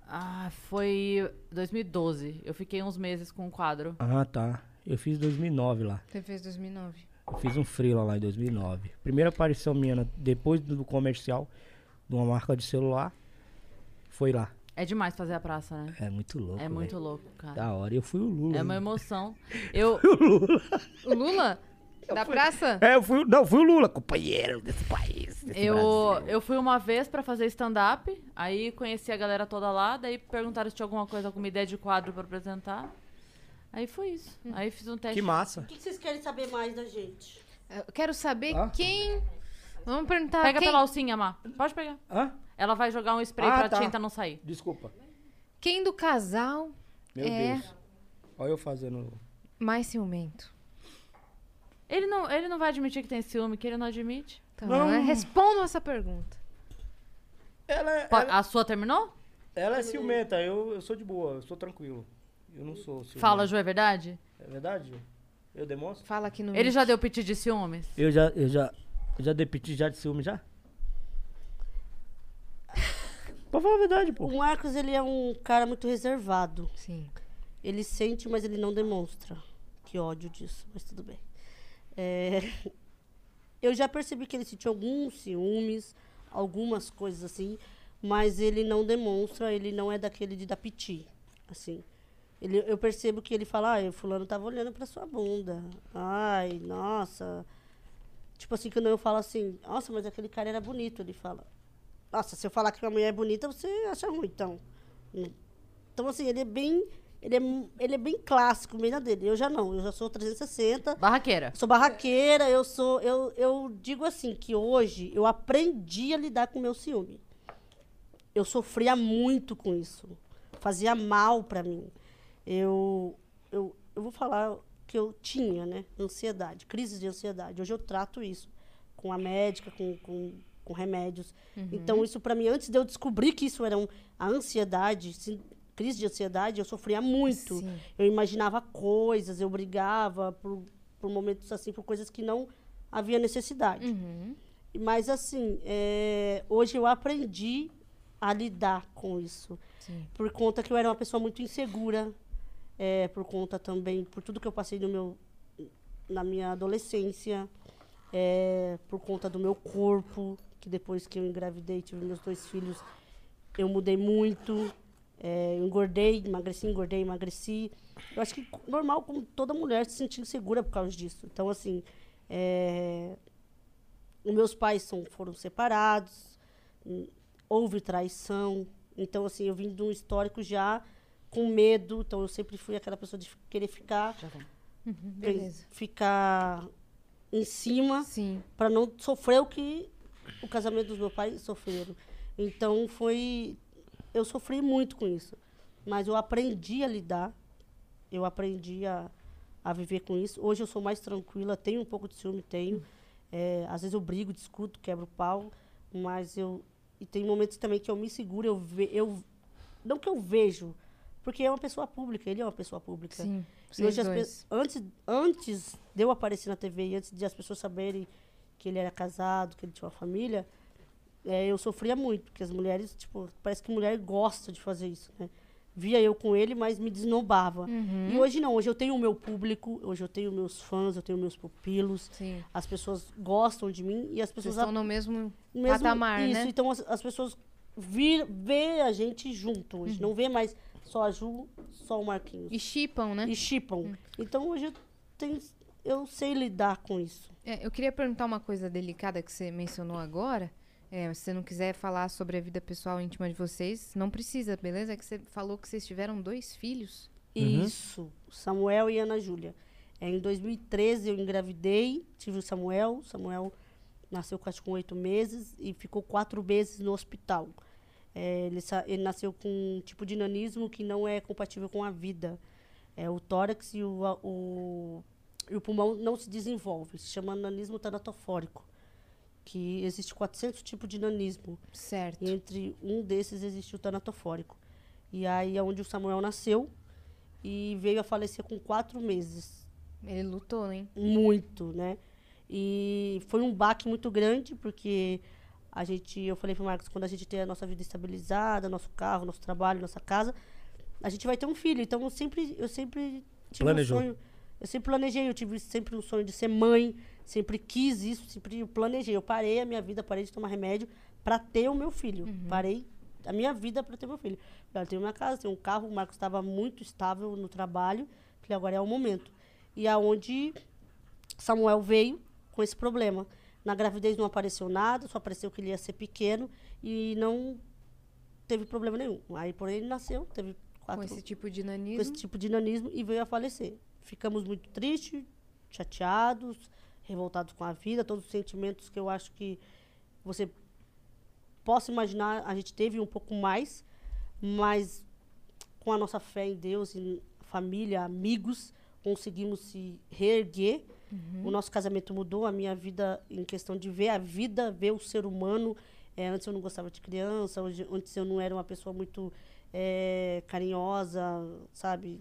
A: Ah, foi 2012. Eu fiquei uns meses com o quadro.
C: Ah, tá. Eu fiz 2009 lá.
B: Você fez 2009.
C: Eu fiz um freela lá em 2009. Primeira aparição minha na- depois do comercial de uma marca de celular. Foi lá.
A: É demais fazer a praça, né?
C: É muito Tá louco.
A: É muito
C: velho.
A: louco, cara.
C: Da hora. Eu fui o Lula. né?
A: É uma emoção. Eu,
B: O Lula? da praça?
C: É, eu fui, o- não, fui o Lula, companheiro desse país. desse
A: eu,
C: Brasil.
A: eu fui uma vez pra fazer stand-up, aí conheci a galera toda lá, daí perguntaram se tinha alguma coisa, alguma ideia de quadro pra apresentar. Aí foi isso. Aí fiz um teste.
C: Que massa.
D: O que que vocês querem saber mais da gente?
B: Eu quero saber quem. Vamos perguntar
A: Pega
B: quem,
A: pela alcinha, Má. Pode pegar.
C: Hã?
A: Ela vai jogar um spray
C: Ah,
A: pra
C: tá.
A: tinta não sair.
C: Desculpa.
B: quem do casal
C: Meu
B: É.
C: Deus. Olha eu fazendo.
B: mais ciumento.
A: Ele não, ele não vai admitir que tem ciúme, que ele não admite.
B: Então, né? respondam essa pergunta.
C: Ela, é-
A: Po-
C: ela,
A: A sua terminou?
C: ela é ciumenta, eu, eu sou de boa, eu sou tranquilo. Eu não sou ciumento.
A: Fala, Ju, é verdade?
C: É verdade, Ju? Eu demonstro?
B: Fala aqui no.
A: Ele já deu piti de ciúmes?
C: Eu já, eu já, eu já depiti já de ciúme já? pra falar a verdade, pô.
D: O Marcos, ele é um cara muito reservado.
B: Sim.
D: Ele sente, mas ele não demonstra. Que ódio disso, mas tudo bem. É, Eu já percebi que ele sentiu alguns ciúmes, algumas coisas assim, mas ele não demonstra, ele não é daquele de dar piti, assim. Ele, eu percebo que ele fala, ah, fulano tava olhando pra sua bunda. Ai, nossa. Tipo assim, quando eu falo assim, nossa, mas aquele cara era bonito, ele fala. Nossa, se eu falar que uma mulher é bonita, você acha ruim, então. Então, assim, ele é bem. Ele é, ele é bem clássico, mesmo dele. Eu já não, eu já sou 360.
A: Barraqueira.
D: Sou barraqueira, eu sou. Eu, eu digo assim, que hoje eu aprendi a lidar com o meu ciúme. Eu sofria muito com isso. Fazia mal pra mim. Eu, eu, eu vou falar que eu tinha, né? Ansiedade, crise de ansiedade. Hoje eu trato isso com a médica, com, com, com remédios. Então, isso pra mim, antes de eu descobrir que isso era um, a ansiedade, sin- crise de ansiedade, eu sofria muito.
B: Sim.
D: Eu imaginava coisas, eu brigava por, por momentos assim, por coisas que não havia necessidade. Mas assim, é, hoje eu aprendi a lidar com isso. Por conta que eu era uma pessoa muito insegura. é, por conta também, por tudo que eu passei no meu, na minha adolescência, é, por conta do meu corpo, que depois que eu engravidei, tive meus dois filhos, eu mudei muito, é, eu engordei, emagreci, engordei, emagreci. Eu acho que normal, como toda mulher, se sentir insegura por causa disso. Então, assim, é, os meus pais são, foram separados, hum, houve traição. Então, assim, eu vim de um histórico já com medo. Então, eu sempre fui aquela pessoa de fi- querer ficar.
B: Uhum,
D: em-
B: beleza.
D: Ficar em cima para não sofrer o que o casamento dos meus pais sofreram. Então, foi. Eu sofri muito com isso. Mas eu aprendi a lidar. Eu aprendi a, a viver com isso. Hoje eu sou mais tranquila, tenho um pouco de ciúme, tenho. É, às vezes eu brigo, discuto, quebro o pau, mas eu. E tem momentos também que eu me seguro, eu, ve, eu não que eu vejo, porque é uma pessoa pública, ele é uma pessoa pública.
B: Sim,
D: E hoje
B: vocês
D: as pe-
B: dois.
D: antes, antes de eu aparecer na TV e antes de as pessoas saberem que ele era casado, que ele tinha uma família, é, eu sofria muito, porque as mulheres, tipo, parece que mulher gosta de fazer isso, né? Via eu com ele, mas me desnobava.
B: Uhum.
D: E hoje não, hoje eu tenho o meu público, hoje eu tenho meus fãs, eu tenho meus pupilos.
B: Sim.
D: As pessoas gostam de mim e as pessoas
B: Vocês estão
D: a-
B: no mesmo patamar,
D: isso,
B: né?
D: então as, as pessoas vir, vê a gente junto hoje. Não vê mais só a Ju, só o Marquinhos.
B: Uhum. E chipam, né?
D: E chipam. Então hoje eu, tenho, eu sei lidar com isso.
B: É, eu queria perguntar uma coisa delicada que você mencionou agora. É, se você não quiser falar sobre a vida pessoal íntima de vocês, não precisa, beleza? É que você falou que vocês tiveram dois filhos.
D: Uhum. Isso. Samuel e Ana Júlia. É, em 2013 eu engravidei, tive o Samuel. O Samuel nasceu quase com oito meses e ficou quatro meses no hospital. É, ele, sa- ele nasceu com um tipo de nanismo que não é compatível com a vida. É, o tórax e o, a- o, e o pulmão não se desenvolvem. Se chama nanismo tanatofórico, que existe 400 tipos de nanismo.
B: Certo.
D: E entre um desses existe o tanatofórico. E aí é onde o Samuel nasceu e veio a falecer com quatro meses.
B: Ele lutou, hein?
D: Muito, né? E foi um baque muito grande, porque a gente, eu falei pro Marcos, quando a gente tem a nossa vida estabilizada, nosso carro, nosso trabalho, nossa casa, a gente vai ter um filho. Então eu sempre, eu sempre tive
C: Planejou.
D: um sonho. Eu sempre planejei, eu tive sempre um sonho de ser mãe, sempre quis isso, sempre eu planejei. Eu parei a minha vida, parei de tomar remédio para ter o meu filho. Parei a minha vida para ter meu filho. Eu tenho minha casa, tenho um carro, o Marcos estava muito estável no trabalho, falei, agora é o momento. E aonde Samuel veio com esse problema. Na gravidez não apareceu nada, só apareceu que ele ia ser pequeno e não teve problema nenhum. Aí, porém, ele nasceu, teve quatro
B: Com esse tipo de
D: com
B: nanismo.
D: esse tipo de nanismo e veio a falecer. Ficamos muito tristes, chateados, revoltados com a vida, todos os sentimentos que eu acho que você possa imaginar, a gente teve um pouco mais, mas com a nossa fé em Deus, em família, amigos, conseguimos se reerguer. O nosso casamento mudou, a minha vida em questão de ver a vida, ver o ser humano. É, antes eu não gostava de criança, hoje, antes eu não era uma pessoa muito é, carinhosa, sabe?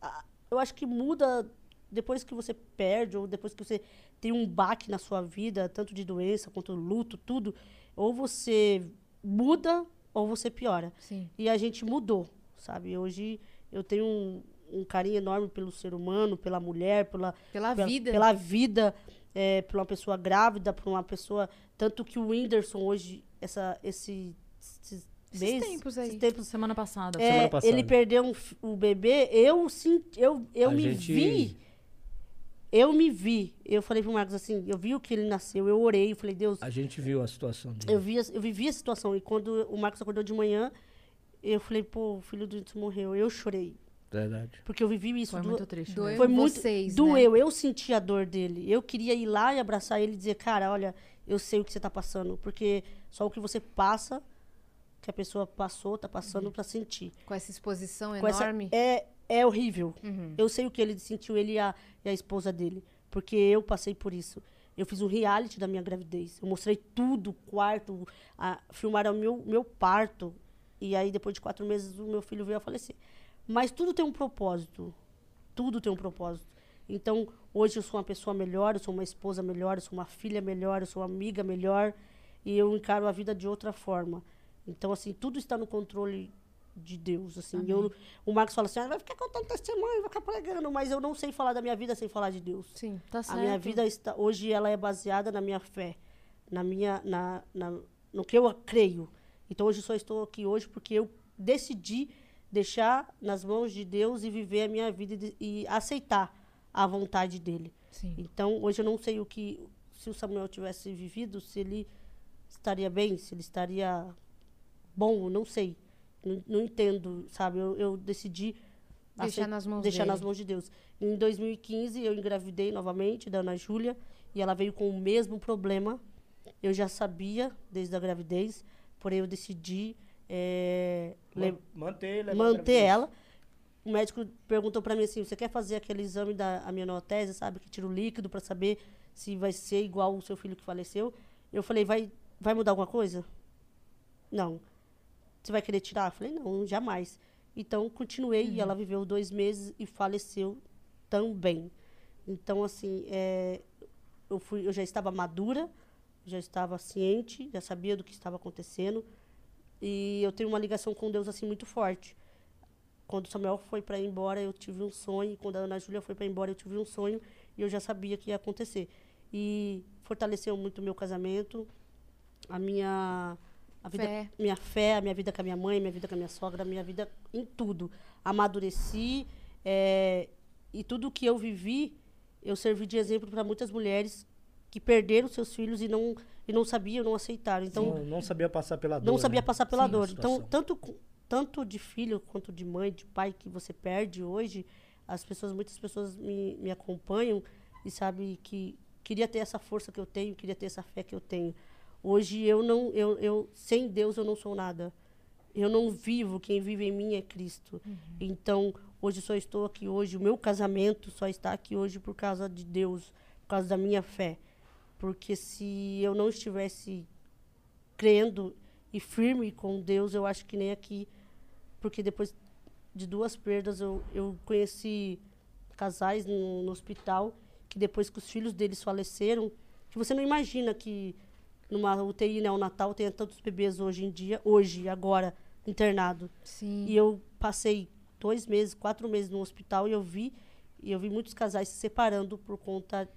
D: A- Eu acho que muda depois que você perde ou depois que você tem um baque na sua vida, tanto de doença quanto luto, tudo, ou você muda ou você piora.
B: Sim.
D: E a gente mudou, sabe? Hoje eu tenho um, um carinho enorme pelo ser humano, pela mulher, pela,
B: Pela vida.
D: Pela vida, é, por uma pessoa grávida, por uma pessoa. Tanto que o Whindersson hoje, essa, esse, esses
A: Esses
D: mês,
A: tempos aí.
D: esses tempos,
A: Semana passada.
D: é, ele perdeu um fi- o bebê, eu sim, eu, eu
C: A
D: me
C: gente-
D: vi. Eu me vi. Eu falei pro Marcos assim, eu vi o que ele nasceu, eu orei, eu falei, Deus,
C: A gente viu a situação dele. é
D: eu, vi, as- eu vivi a situação. E quando o Marcos acordou de manhã, eu falei, pô, o filho do Edson morreu. Eu chorei.
C: Verdade.
D: Porque eu vivi isso.
A: Foi muito triste
B: Doeu
D: Foi
B: em
D: muito.
B: vocês, né?
D: doeu. Eu senti a dor dele. Eu queria ir lá e abraçar ele e dizer, cara, olha, eu sei o que você tá passando. Porque só o que você passa, que a pessoa passou, tá passando
A: Uhum.
D: pra sentir.
B: Com essa exposição
D: Com essa-
B: enorme.
D: é, é horrível.
B: Uhum.
D: Eu sei o que ele sentiu, ele e a, e a esposa dele. Porque eu passei por isso. Eu fiz um reality da minha gravidez. Eu mostrei tudo, quarto, a, filmaram meu, meu parto. E aí, depois de quatro meses, o meu filho veio a falecer. Mas tudo tem um propósito. Tudo tem um propósito. Então, hoje eu sou uma pessoa melhor, eu sou uma esposa melhor, eu sou uma filha melhor, eu sou uma amiga melhor. E eu encaro a vida de outra forma. Então, assim, tudo está no controle de Deus, assim.
H: Amém.
D: Eu, o Marcos fala assim, ah, vai ficar contando testemunho, vai ficar pregando, mas eu não sei falar da minha vida sem falar de Deus.
B: Sim, tá
D: A minha
B: certo.
D: vida está, hoje ela é baseada na minha fé, na minha, na, na- no que eu creio. Então hoje eu só estou aqui hoje porque eu decidi deixar nas mãos de Deus e viver a minha vida e de- e, aceitar a vontade dele. Então hoje eu não sei o que se o Samuel tivesse vivido, se ele estaria bem, se ele estaria bom, eu não sei. Não, não entendo, sabe? Eu, eu decidi
B: Deixar nas mãos
D: deixar
B: dele.
D: nas mãos de Deus. Em 2015, eu engravidei novamente da Ana Júlia e ela veio com o mesmo problema. Eu já sabia desde a gravidez, porém eu decidi eh,
C: Man-
D: le-
C: manter, levar a
D: manter
C: gravidez.
D: ela. O médico perguntou pra mim assim: você quer fazer aquele exame da amniotese, sabe? Que tira o líquido pra saber se vai ser igual o seu filho que faleceu. Eu falei: vai, vai mudar alguma coisa? Não. Você vai querer tirar? Eu falei: não, jamais. Então, continuei e ela viveu dois meses e faleceu também. Então, assim, é, eu, fui, eu já estava madura, já estava ciente, já sabia do que estava acontecendo. E eu tenho uma ligação com Deus, assim, muito forte quando o Samuel foi para ir embora, eu tive um sonho. Quando a Ana Júlia foi para embora, eu tive um sonho. E eu já sabia que ia acontecer. E fortaleceu muito o meu casamento, a minha a vida,
B: Fé.
D: minha fé, a minha vida com a minha mãe, minha vida com a minha sogra, minha vida em tudo. Amadureci. eh, e tudo que eu vivi, eu servi de exemplo para muitas mulheres que perderam seus filhos e não, e não sabiam, não aceitaram. Então,
C: não, não sabia passar pela dor.
D: não sabia
C: né?
D: passar pela
C: Sim.
D: dor.
C: Situação.
D: Então, tanto, co- tanto de filho quanto de mãe, de pai que você perde hoje, as pessoas, muitas pessoas me, me acompanham e sabem que queria ter essa força que eu tenho, queria ter essa fé que eu tenho. Hoje eu não, eu, eu sem Deus eu não sou nada. Eu não vivo, quem vive em mim é Cristo. Então, hoje só estou aqui hoje, o meu casamento só está aqui hoje por causa de Deus, por causa da minha fé. Porque se eu não estivesse crendo e firme com Deus, eu acho que nem aqui. Porque depois de duas perdas, eu, eu conheci casais no, no hospital que depois que os filhos deles faleceram, que você não imagina que numa UTI neonatal tenha tantos bebês hoje em dia, hoje, agora, internado.
B: Sim.
D: E eu passei dois meses, quatro meses no hospital e eu vi, e eu vi muitos casais se separando por conta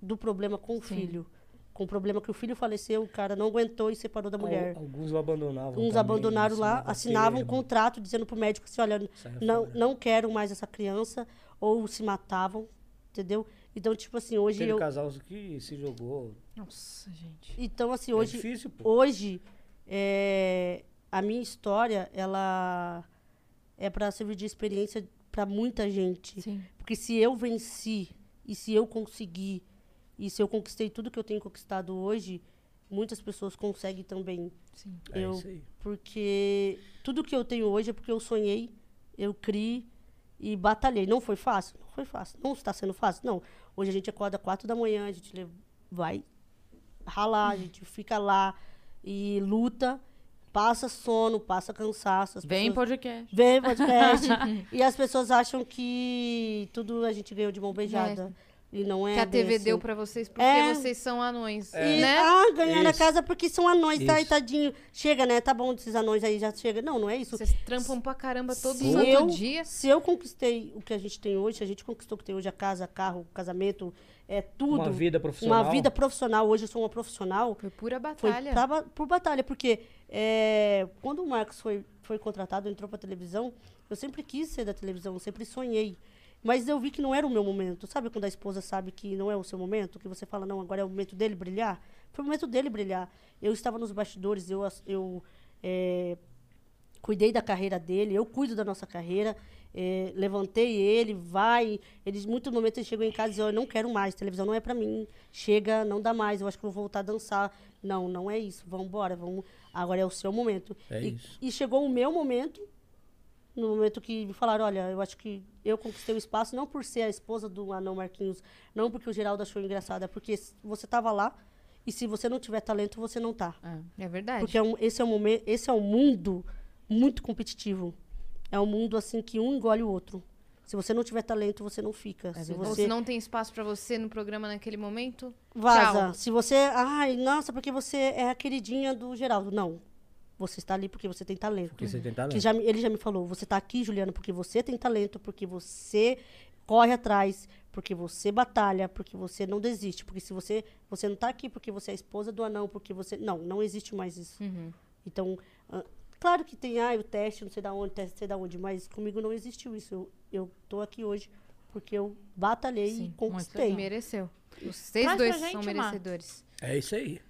D: do problema com o
C: Sim.
D: filho. Com o problema que o filho faleceu, o cara não aguentou e separou da
C: Al-
D: mulher.
C: Alguns o abandonavam.
D: Uns
C: também, assim,
D: abandonaram lá,
C: assinava
D: assinavam um
C: termo.
D: contrato dizendo pro médico assim, olha,
C: Saia
D: não, não quero mais essa criança, ou se matavam, entendeu? Então, tipo assim, hoje
C: Teve
D: eu...
C: casal que se jogou.
B: Nossa, gente.
D: Então, assim,
C: É
D: hoje,
C: difícil,
D: hoje é, a minha história, ela é para servir de experiência para muita gente. Porque se eu venci, e se eu consegui, e se eu conquistei tudo que eu tenho conquistado hoje, muitas pessoas conseguem também.
B: Sim.
C: É
D: Eu,
C: isso aí.
D: Porque tudo que eu tenho hoje é porque eu sonhei, eu criei e batalhei. Não foi fácil? Não foi fácil. Não está sendo fácil? Não. Hoje a gente acorda quatro da manhã, a gente le- vai ralar, a gente fica lá e luta, passa sono, passa cansaço. as
A: Vem
D: pessoas-
A: podcast.
D: Vem podcast. e as pessoas acham que tudo a gente ganhou de mão beijada. E não é
B: que a
D: bem
B: TV
D: assim.
B: deu pra vocês porque
D: É.
B: vocês são anões,
D: E,
B: né?
D: Ah, ganhar na
B: Isso.
D: casa porque são anões, tá? E
B: Isso.
D: tadinho. Chega, né? Tá bom desses anões aí, já chega. Não, não é isso.
B: Vocês trampam pra caramba todo
D: Se
B: santo
D: eu-
B: dia.
D: Se eu conquistei o que a gente tem hoje, se a gente conquistou o que tem hoje, a casa, carro, casamento, é tudo.
C: Uma vida profissional.
D: Uma vida profissional. Hoje eu sou uma profissional. Foi
B: pura
D: Foi
B: batalha.
D: pra ba- por batalha, porque é, quando o Marcos foi, foi contratado, entrou pra televisão, eu sempre quis ser da televisão, eu sempre sonhei. Mas eu vi que não era o meu momento. Sabe quando a esposa sabe que não é o seu momento? Que você fala, não, agora é o momento dele brilhar? Foi o momento dele brilhar. Eu estava nos bastidores, eu, ass- eu é, cuidei da carreira dele, eu cuido da nossa carreira, eh, levantei ele, vai. Eles, muitos momentos ele chegou em casa e dizia, eu não quero mais, televisão não é pra mim, chega, não dá mais, eu acho que eu vou voltar a dançar. Não, não é isso, vamos embora, vamos, agora é o seu momento.
C: É
D: e,
C: isso.
D: e chegou o meu momento, no momento que me falaram, olha, eu acho que eu conquistei o espaço, não por ser a esposa do Anão Marquinhos, não porque o Geraldo achou engraçada, porque s- você tava lá, e se você não tiver talento, você não tá.
B: É verdade.
D: Porque é um- esse, é um momento, esse é um mundo muito competitivo. É um mundo assim que um engole o outro. Se você não tiver talento, você não fica. se
B: É Ou
D: você
B: se não tem espaço pra você no programa naquele momento,
D: vaza,
B: tchau.
D: se você, ai, nossa, porque você é a queridinha do Geraldo, não. Você está ali porque você tem talento.
C: Porque você tem talento.
D: Que já me- ele já me falou, você está aqui, Juliana, porque você tem talento, porque você corre atrás, porque você batalha, porque você não desiste, porque se você você não está aqui porque você é a esposa do anão, porque você não, não existe mais isso. Então, ah, claro que tem ah, o teste, não sei da onde, teste, não sei da onde, mas comigo não existiu isso. Eu- Eu estou aqui hoje porque eu batalhei e conquistei.
B: legal. Mereceu. Vocês
A: Traz pra
B: dois
A: gente,
B: são
A: Má.
B: merecedores.
C: É isso aí.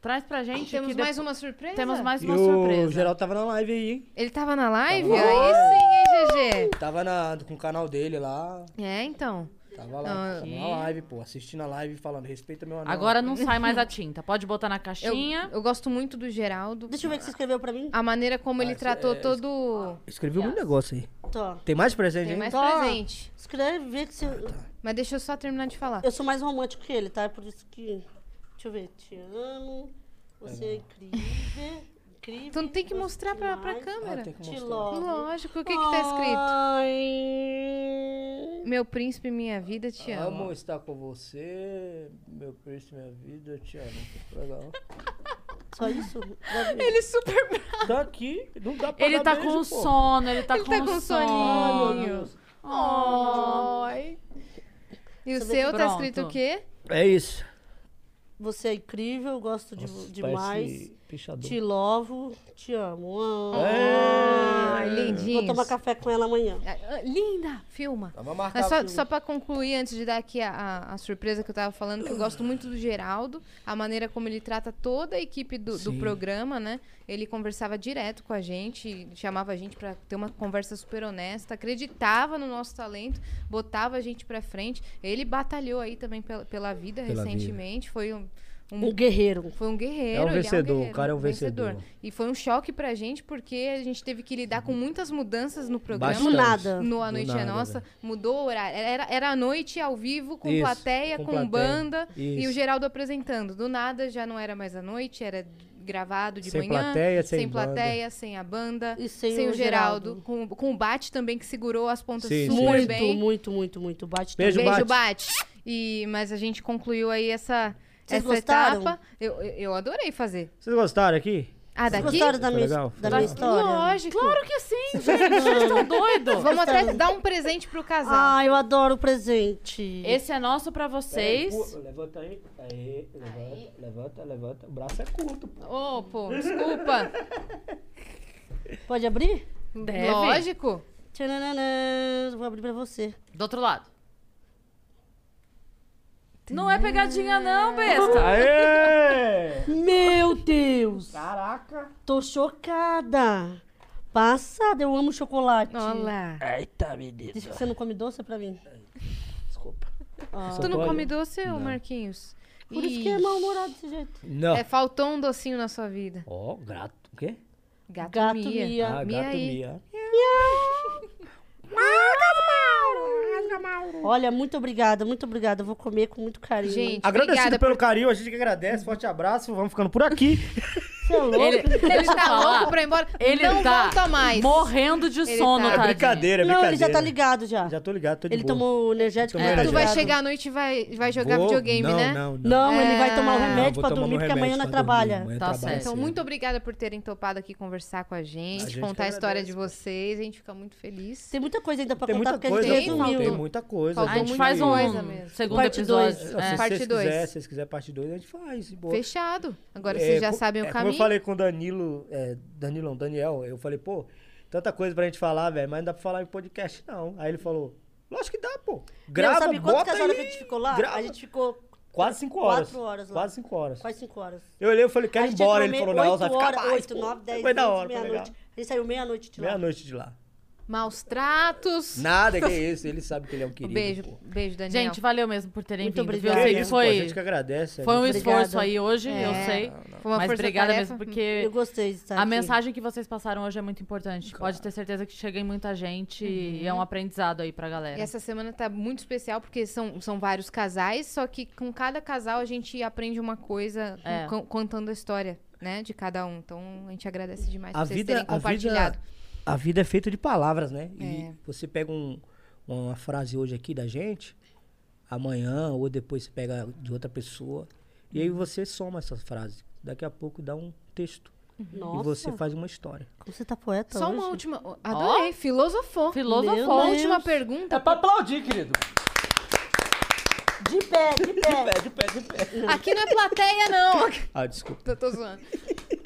A: Traz pra gente.
B: Temos
A: que
B: mais uma surpresa?
A: Temos mais
C: E
A: uma
C: o
A: surpresa.
C: geral tava na live aí, hein?
B: Ele tava na live?
D: Tá
C: Tava.
B: Aí sim, hein, GG?
C: Tava na, com o canal dele lá.
B: É, então.
C: Tava lá.
B: Ah,
C: tava
B: ok.
C: na live, pô. Assistindo a live e falando, respeita meu anão.
A: Agora não sai mais a tinta. Pode botar na
B: Eu,
A: caixinha.
B: eu gosto muito do Geraldo.
D: Deixa eu ver o que você escreveu pra mim.
B: A maneira como ele tratou todo.
C: Escrevi um negócio aí.
D: Tô.
C: Tem mais presente,
B: Tem
C: hein?
B: mais
D: Tá.
B: presente.
D: Escreve, vê que você...
B: Mas deixa eu só terminar de falar.
D: Eu sou mais romântico que ele, tá? É Por isso que. Deixa eu ver. Te amo. Você é incrível. Incrível.
B: Então tem que
D: gosto
B: mostrar pra, pra
D: demais,
B: câmera.
C: tem que
D: Te
C: mostrar.
D: logo.
B: Lógico, o que que tá escrito?
D: Ai.
B: Meu príncipe, minha vida, te amo.
C: Amo estar com você, meu príncipe, minha vida, eu te amo. Legal.
D: Só isso?
B: Ele super
C: Tá aqui, não dá pra
A: Ele
C: dar
A: tá
C: beijo,
A: com
C: pô.
A: sono, ele tá
B: Ele
A: com
B: tá com
C: Ai,
A: sono. Oh,
C: meu
B: soninho.
C: Deus.
B: Ai. E o
D: Você vê
B: seu
A: que-
B: tá escrito o
A: Pronto.
B: quê?
C: É isso.
D: Você é incrível, gosto de,
C: Nossa,
D: demais.
C: parece pichador.
D: Te lovo, te amo.
C: É.
B: Ai,
D: Vou
B: lindinho.
D: tomar café com ela amanhã.
B: Ah, ah, Linda! Filma.
C: Tá, vamos marcar
B: Mas só,
C: aqui.
B: só pra concluir, antes de dar aqui a, a- a surpresa que eu tava falando, que eu gosto muito do Geraldo, a maneira como ele trata toda a equipe do, do
C: Sim.
B: programa, né? Ele conversava direto com a gente, chamava a gente pra ter uma conversa super honesta, acreditava no nosso talento, botava a gente pra frente. Ele batalhou aí também pela, pela vida
C: Pela vida.
B: recentemente, foi um- um
D: Um guerreiro.
B: Foi um guerreiro.
C: É um
B: ele
C: vencedor, o
B: guerreiro,
C: cara é um vencedor.
B: E foi um choque pra gente, porque a gente teve que lidar com muitas mudanças no programa.
C: Bastante.
D: Do nada.
B: No A
C: Do
B: Noite é
C: nada,
B: Nossa,
C: velho.
B: mudou o horário. Era, era a noite ao vivo, com
C: Isso,
B: plateia, com,
C: com plateia.
B: banda. E
C: Isso.
B: o Geraldo apresentando. Do nada já não era mais à noite, era gravado de
C: Sem
B: manhã.
C: plateia, sem
B: plateia, sem a banda.
D: E sem o
B: o Geraldo.
D: Geraldo.
B: Com, com o Bate também, que segurou as pontas
C: Sim, sim.
B: super
D: Muito,
B: bem.
D: muito, muito, muito. Bate
C: Beijo,
D: também.
B: Beijo,
C: Bate.
B: Bate. E, mas a gente concluiu aí essa,
D: Vocês
B: essa
D: gostaram?
B: etapa. Eu, eu eu adorei fazer.
C: Vocês gostaram aqui?
B: Ah,
D: Vocês
B: daqui?
D: gostaram da
C: Foi
D: minha,
C: Tá legal?
D: da
C: Foi
D: minha
C: legal?
D: história?
B: Lógico.
A: Claro que sim, gente. Vocês estão doidos.
B: Vamos até dar um presente pro casal.
D: Ah, eu adoro o presente.
A: Esse é nosso pra vocês.
B: É,
C: Pô, Levanta aí. Aí, levanta, levanta, levanta. O braço é curto, pô.
B: Ô, pô, desculpa.
D: Pode abrir?
A: Deve.
B: Lógico.
D: Tchananã, vou abrir pra você.
A: Do outro lado. Não é pegadinha
B: Ah.
A: não, besta.
C: Aê!
D: Meu Deus!
C: Caraca!
D: Tô chocada! Passada, eu amo chocolate.
B: Olá.
C: Eita, menino.
D: Diz que você não come doce pra mim.
C: Desculpa.
B: Tu não come doce, ô, Marquinhos?
D: Por isso que é
B: Ih,
D: mal-humorado desse jeito.
C: Não.
B: é, faltou um docinho na sua vida.
C: Ó, grato. O quê?
B: Gato,
D: Gato
B: Mia. Ah.
D: Mia.
C: Ah,
B: Mia
C: gato
B: aí.
C: Mia.
D: Olha, muito obrigada, muito obrigada. Eu vou comer com muito carinho.
B: Gente,
C: Agradecido
B: obrigada.
C: pelo carinho, a gente que agradece. Forte abraço, vamos ficando por aqui.
D: você é louco?
A: Ele,
B: Ele
A: deixa eu
B: tá
A: falar.
B: louco pra ir embora.
A: Ele
B: não
A: tá
B: volta mais.
A: morrendo de
B: Ele
A: sono,
B: tá-
C: É
A: tadinho.
C: brincadeira, é brincadeira.
D: não, ele já tá ligado já.
C: Já tô ligado, tô de
D: ele
C: boa.
D: tomou energético.
C: Tomou
D: tá
B: Tu vai
D: ligado.
B: chegar à noite e vai, vai jogar
C: Vou-
B: videogame,
C: não,
B: né?
C: Não, não.
D: Não, ele vai
B: Ah.
D: tomar o
C: Não,
D: remédio
C: vou
D: pra
C: tomar
D: dormir,
C: meu
D: porque amanhã
C: remédio
D: nós
C: pra dormir,
D: trabalha.
C: amanhã
A: Tá
C: trabalha
A: certo.
B: Então,
C: cedo.
B: muito obrigada por terem topado aqui conversar com a gente,
C: A gente
B: contar a
C: que
B: história
C: agradece,
B: de
C: pô.
B: vocês. A gente fica muito feliz.
D: Tem muita coisa ainda pra
C: Tem
D: contar,
C: muita
D: porque
C: coisa,
D: a gente
C: pô,
D: resumiu.
C: tem muita coisa.
B: Faltou
A: A gente
B: muito
A: faz um
B: coisa mesmo.
A: segundo
D: Parte dois.
A: episódio.
C: Não,
A: é.
C: se
B: Parte
C: vocês
B: dois.
C: quiserem, se vocês quiserem parte 2, a gente faz. de boa.
B: Fechado. Agora
C: É,
B: vocês já
C: co-
B: sabem
D: um
C: é,
B: o
C: Como
B: caminho.
C: eu falei com o Danilo, é, Danilo não, Daniel, eu falei, pô, tanta coisa pra gente falar, velho, mas não dá pra falar em podcast, não. Aí ele falou, lógico que dá, pô. Grava,
D: Não, sabe quantas
C: bota
D: horas
C: e
D: que a gente ficou lá?
C: grava."
D: A gente ficou
C: Quase 5 horas.
D: Quatro horas lá.
C: Quase 5 horas.
D: quase 5 horas.
C: Eu olhei e falei, quero
D: A
C: ir
D: gente
C: embora. Ele
D: entrou
C: falou,
D: me-
C: não,
D: oito
C: vai ficar
D: horas,
C: mais,
D: 8,
C: pô."
D: 9, 10,
C: Foi da hora, foi legal.
D: meia-noite. A gente saiu meia-noite de lá.
C: Meia-noite de lá.
B: Maus tratos.
C: Nada que é isso, ele sabe que ele é um
B: Um
C: querido,
B: beijo,
C: pô.
B: beijo, Daniel.
A: Gente, valeu mesmo por terem
D: Muito
A: vindo. viu?
D: obrigada.
A: Eu sei
C: Que
A: que
C: isso, pô, a gente que
A: foi,
C: agradece.
A: foi um
C: gente.
D: Obrigada.
A: esforço aí hoje, eu
B: É,
A: sei.
B: Foi uma
A: mas
B: força
A: obrigada
B: tarefa.
A: mesmo, porque
D: Eu gostei de estar
A: a
D: aqui.
A: mensagem que vocês passaram hoje é muito importante. Pode ter certeza que chega em muita gente e é um aprendizado aí pra galera.
B: Uhum. E essa semana tá muito especial porque são, são vários casais, só que com cada casal a gente aprende uma coisa com-
A: É.
B: con- contando a história, né, de cada um. Então a gente agradece demais
C: a
B: por vocês
C: vida,
B: terem
C: a
B: compartilhado.
C: vida, a vida é feita de palavras, né? E
B: É.
C: você pega um- uma frase hoje aqui da gente, amanhã ou depois você
B: Uhum.
C: pega de outra pessoa, e aí você soma essas frases. Daqui a pouco dá um texto. E você faz uma história.
D: Como você tá poeta
B: Só
D: hoje?
B: uma última. Adorei, filosofou.
D: Filosofou.
B: Uma
D: Meu
B: última
D: Deus.
B: pergunta.
E: É pra aplaudir, querido.
D: De pé, de pé.
E: de pé, de pé.
B: Aqui não é plateia, não.
C: Ah, desculpa.
B: Tô, tô zoando. assim-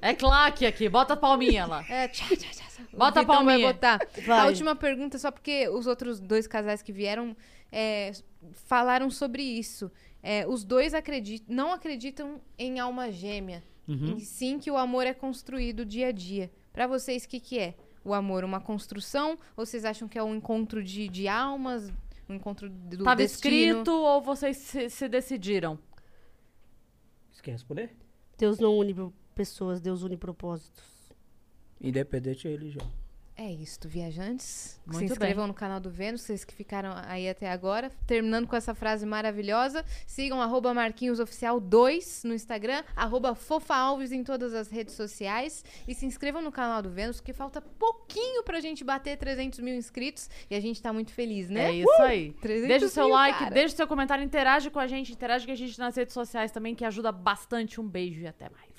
A: É claque aqui, bota a palminha lá.
B: É, tchá, tchá, tchá. O
A: Bota a
B: Vitão
A: palminha.
B: Vai botar. A
D: Vai.
B: última pergunta, só porque os outros dois casais que vieram é, falaram sobre isso. É, os dois acreditam, não acreditam em alma gêmea.
A: Uhum.
B: E sim que o amor é construído dia a dia. Pra vocês, o que, que é? O amor uma construção? Ou vocês acham que é um encontro de, de almas? Um encontro do
A: Tava
B: destino?
A: escrito ou vocês se, se decidiram?
C: Você quer responder?
D: Deus não une pessoas, Deus une propósitos.
C: Independente da religião.
B: É isso, viajantes.
A: Muito
B: se
A: bem.
B: inscrevam no canal do Vênus, vocês que ficaram aí até agora. Terminando com essa frase maravilhosa, sigam arroba marquinhosoficial2 no Instagram, arroba fofaalves em todas as redes sociais e se inscrevam no canal do Vênus, que falta pouquinho pra gente bater 300 mil inscritos e a gente tá muito feliz, né?
A: É isso aí.
B: 300
A: Deixa o seu
B: mil,
A: like,
B: cara.
A: deixa o seu comentário, interage com a gente, interage com a gente nas redes sociais também, que ajuda bastante. Um beijo e até mais.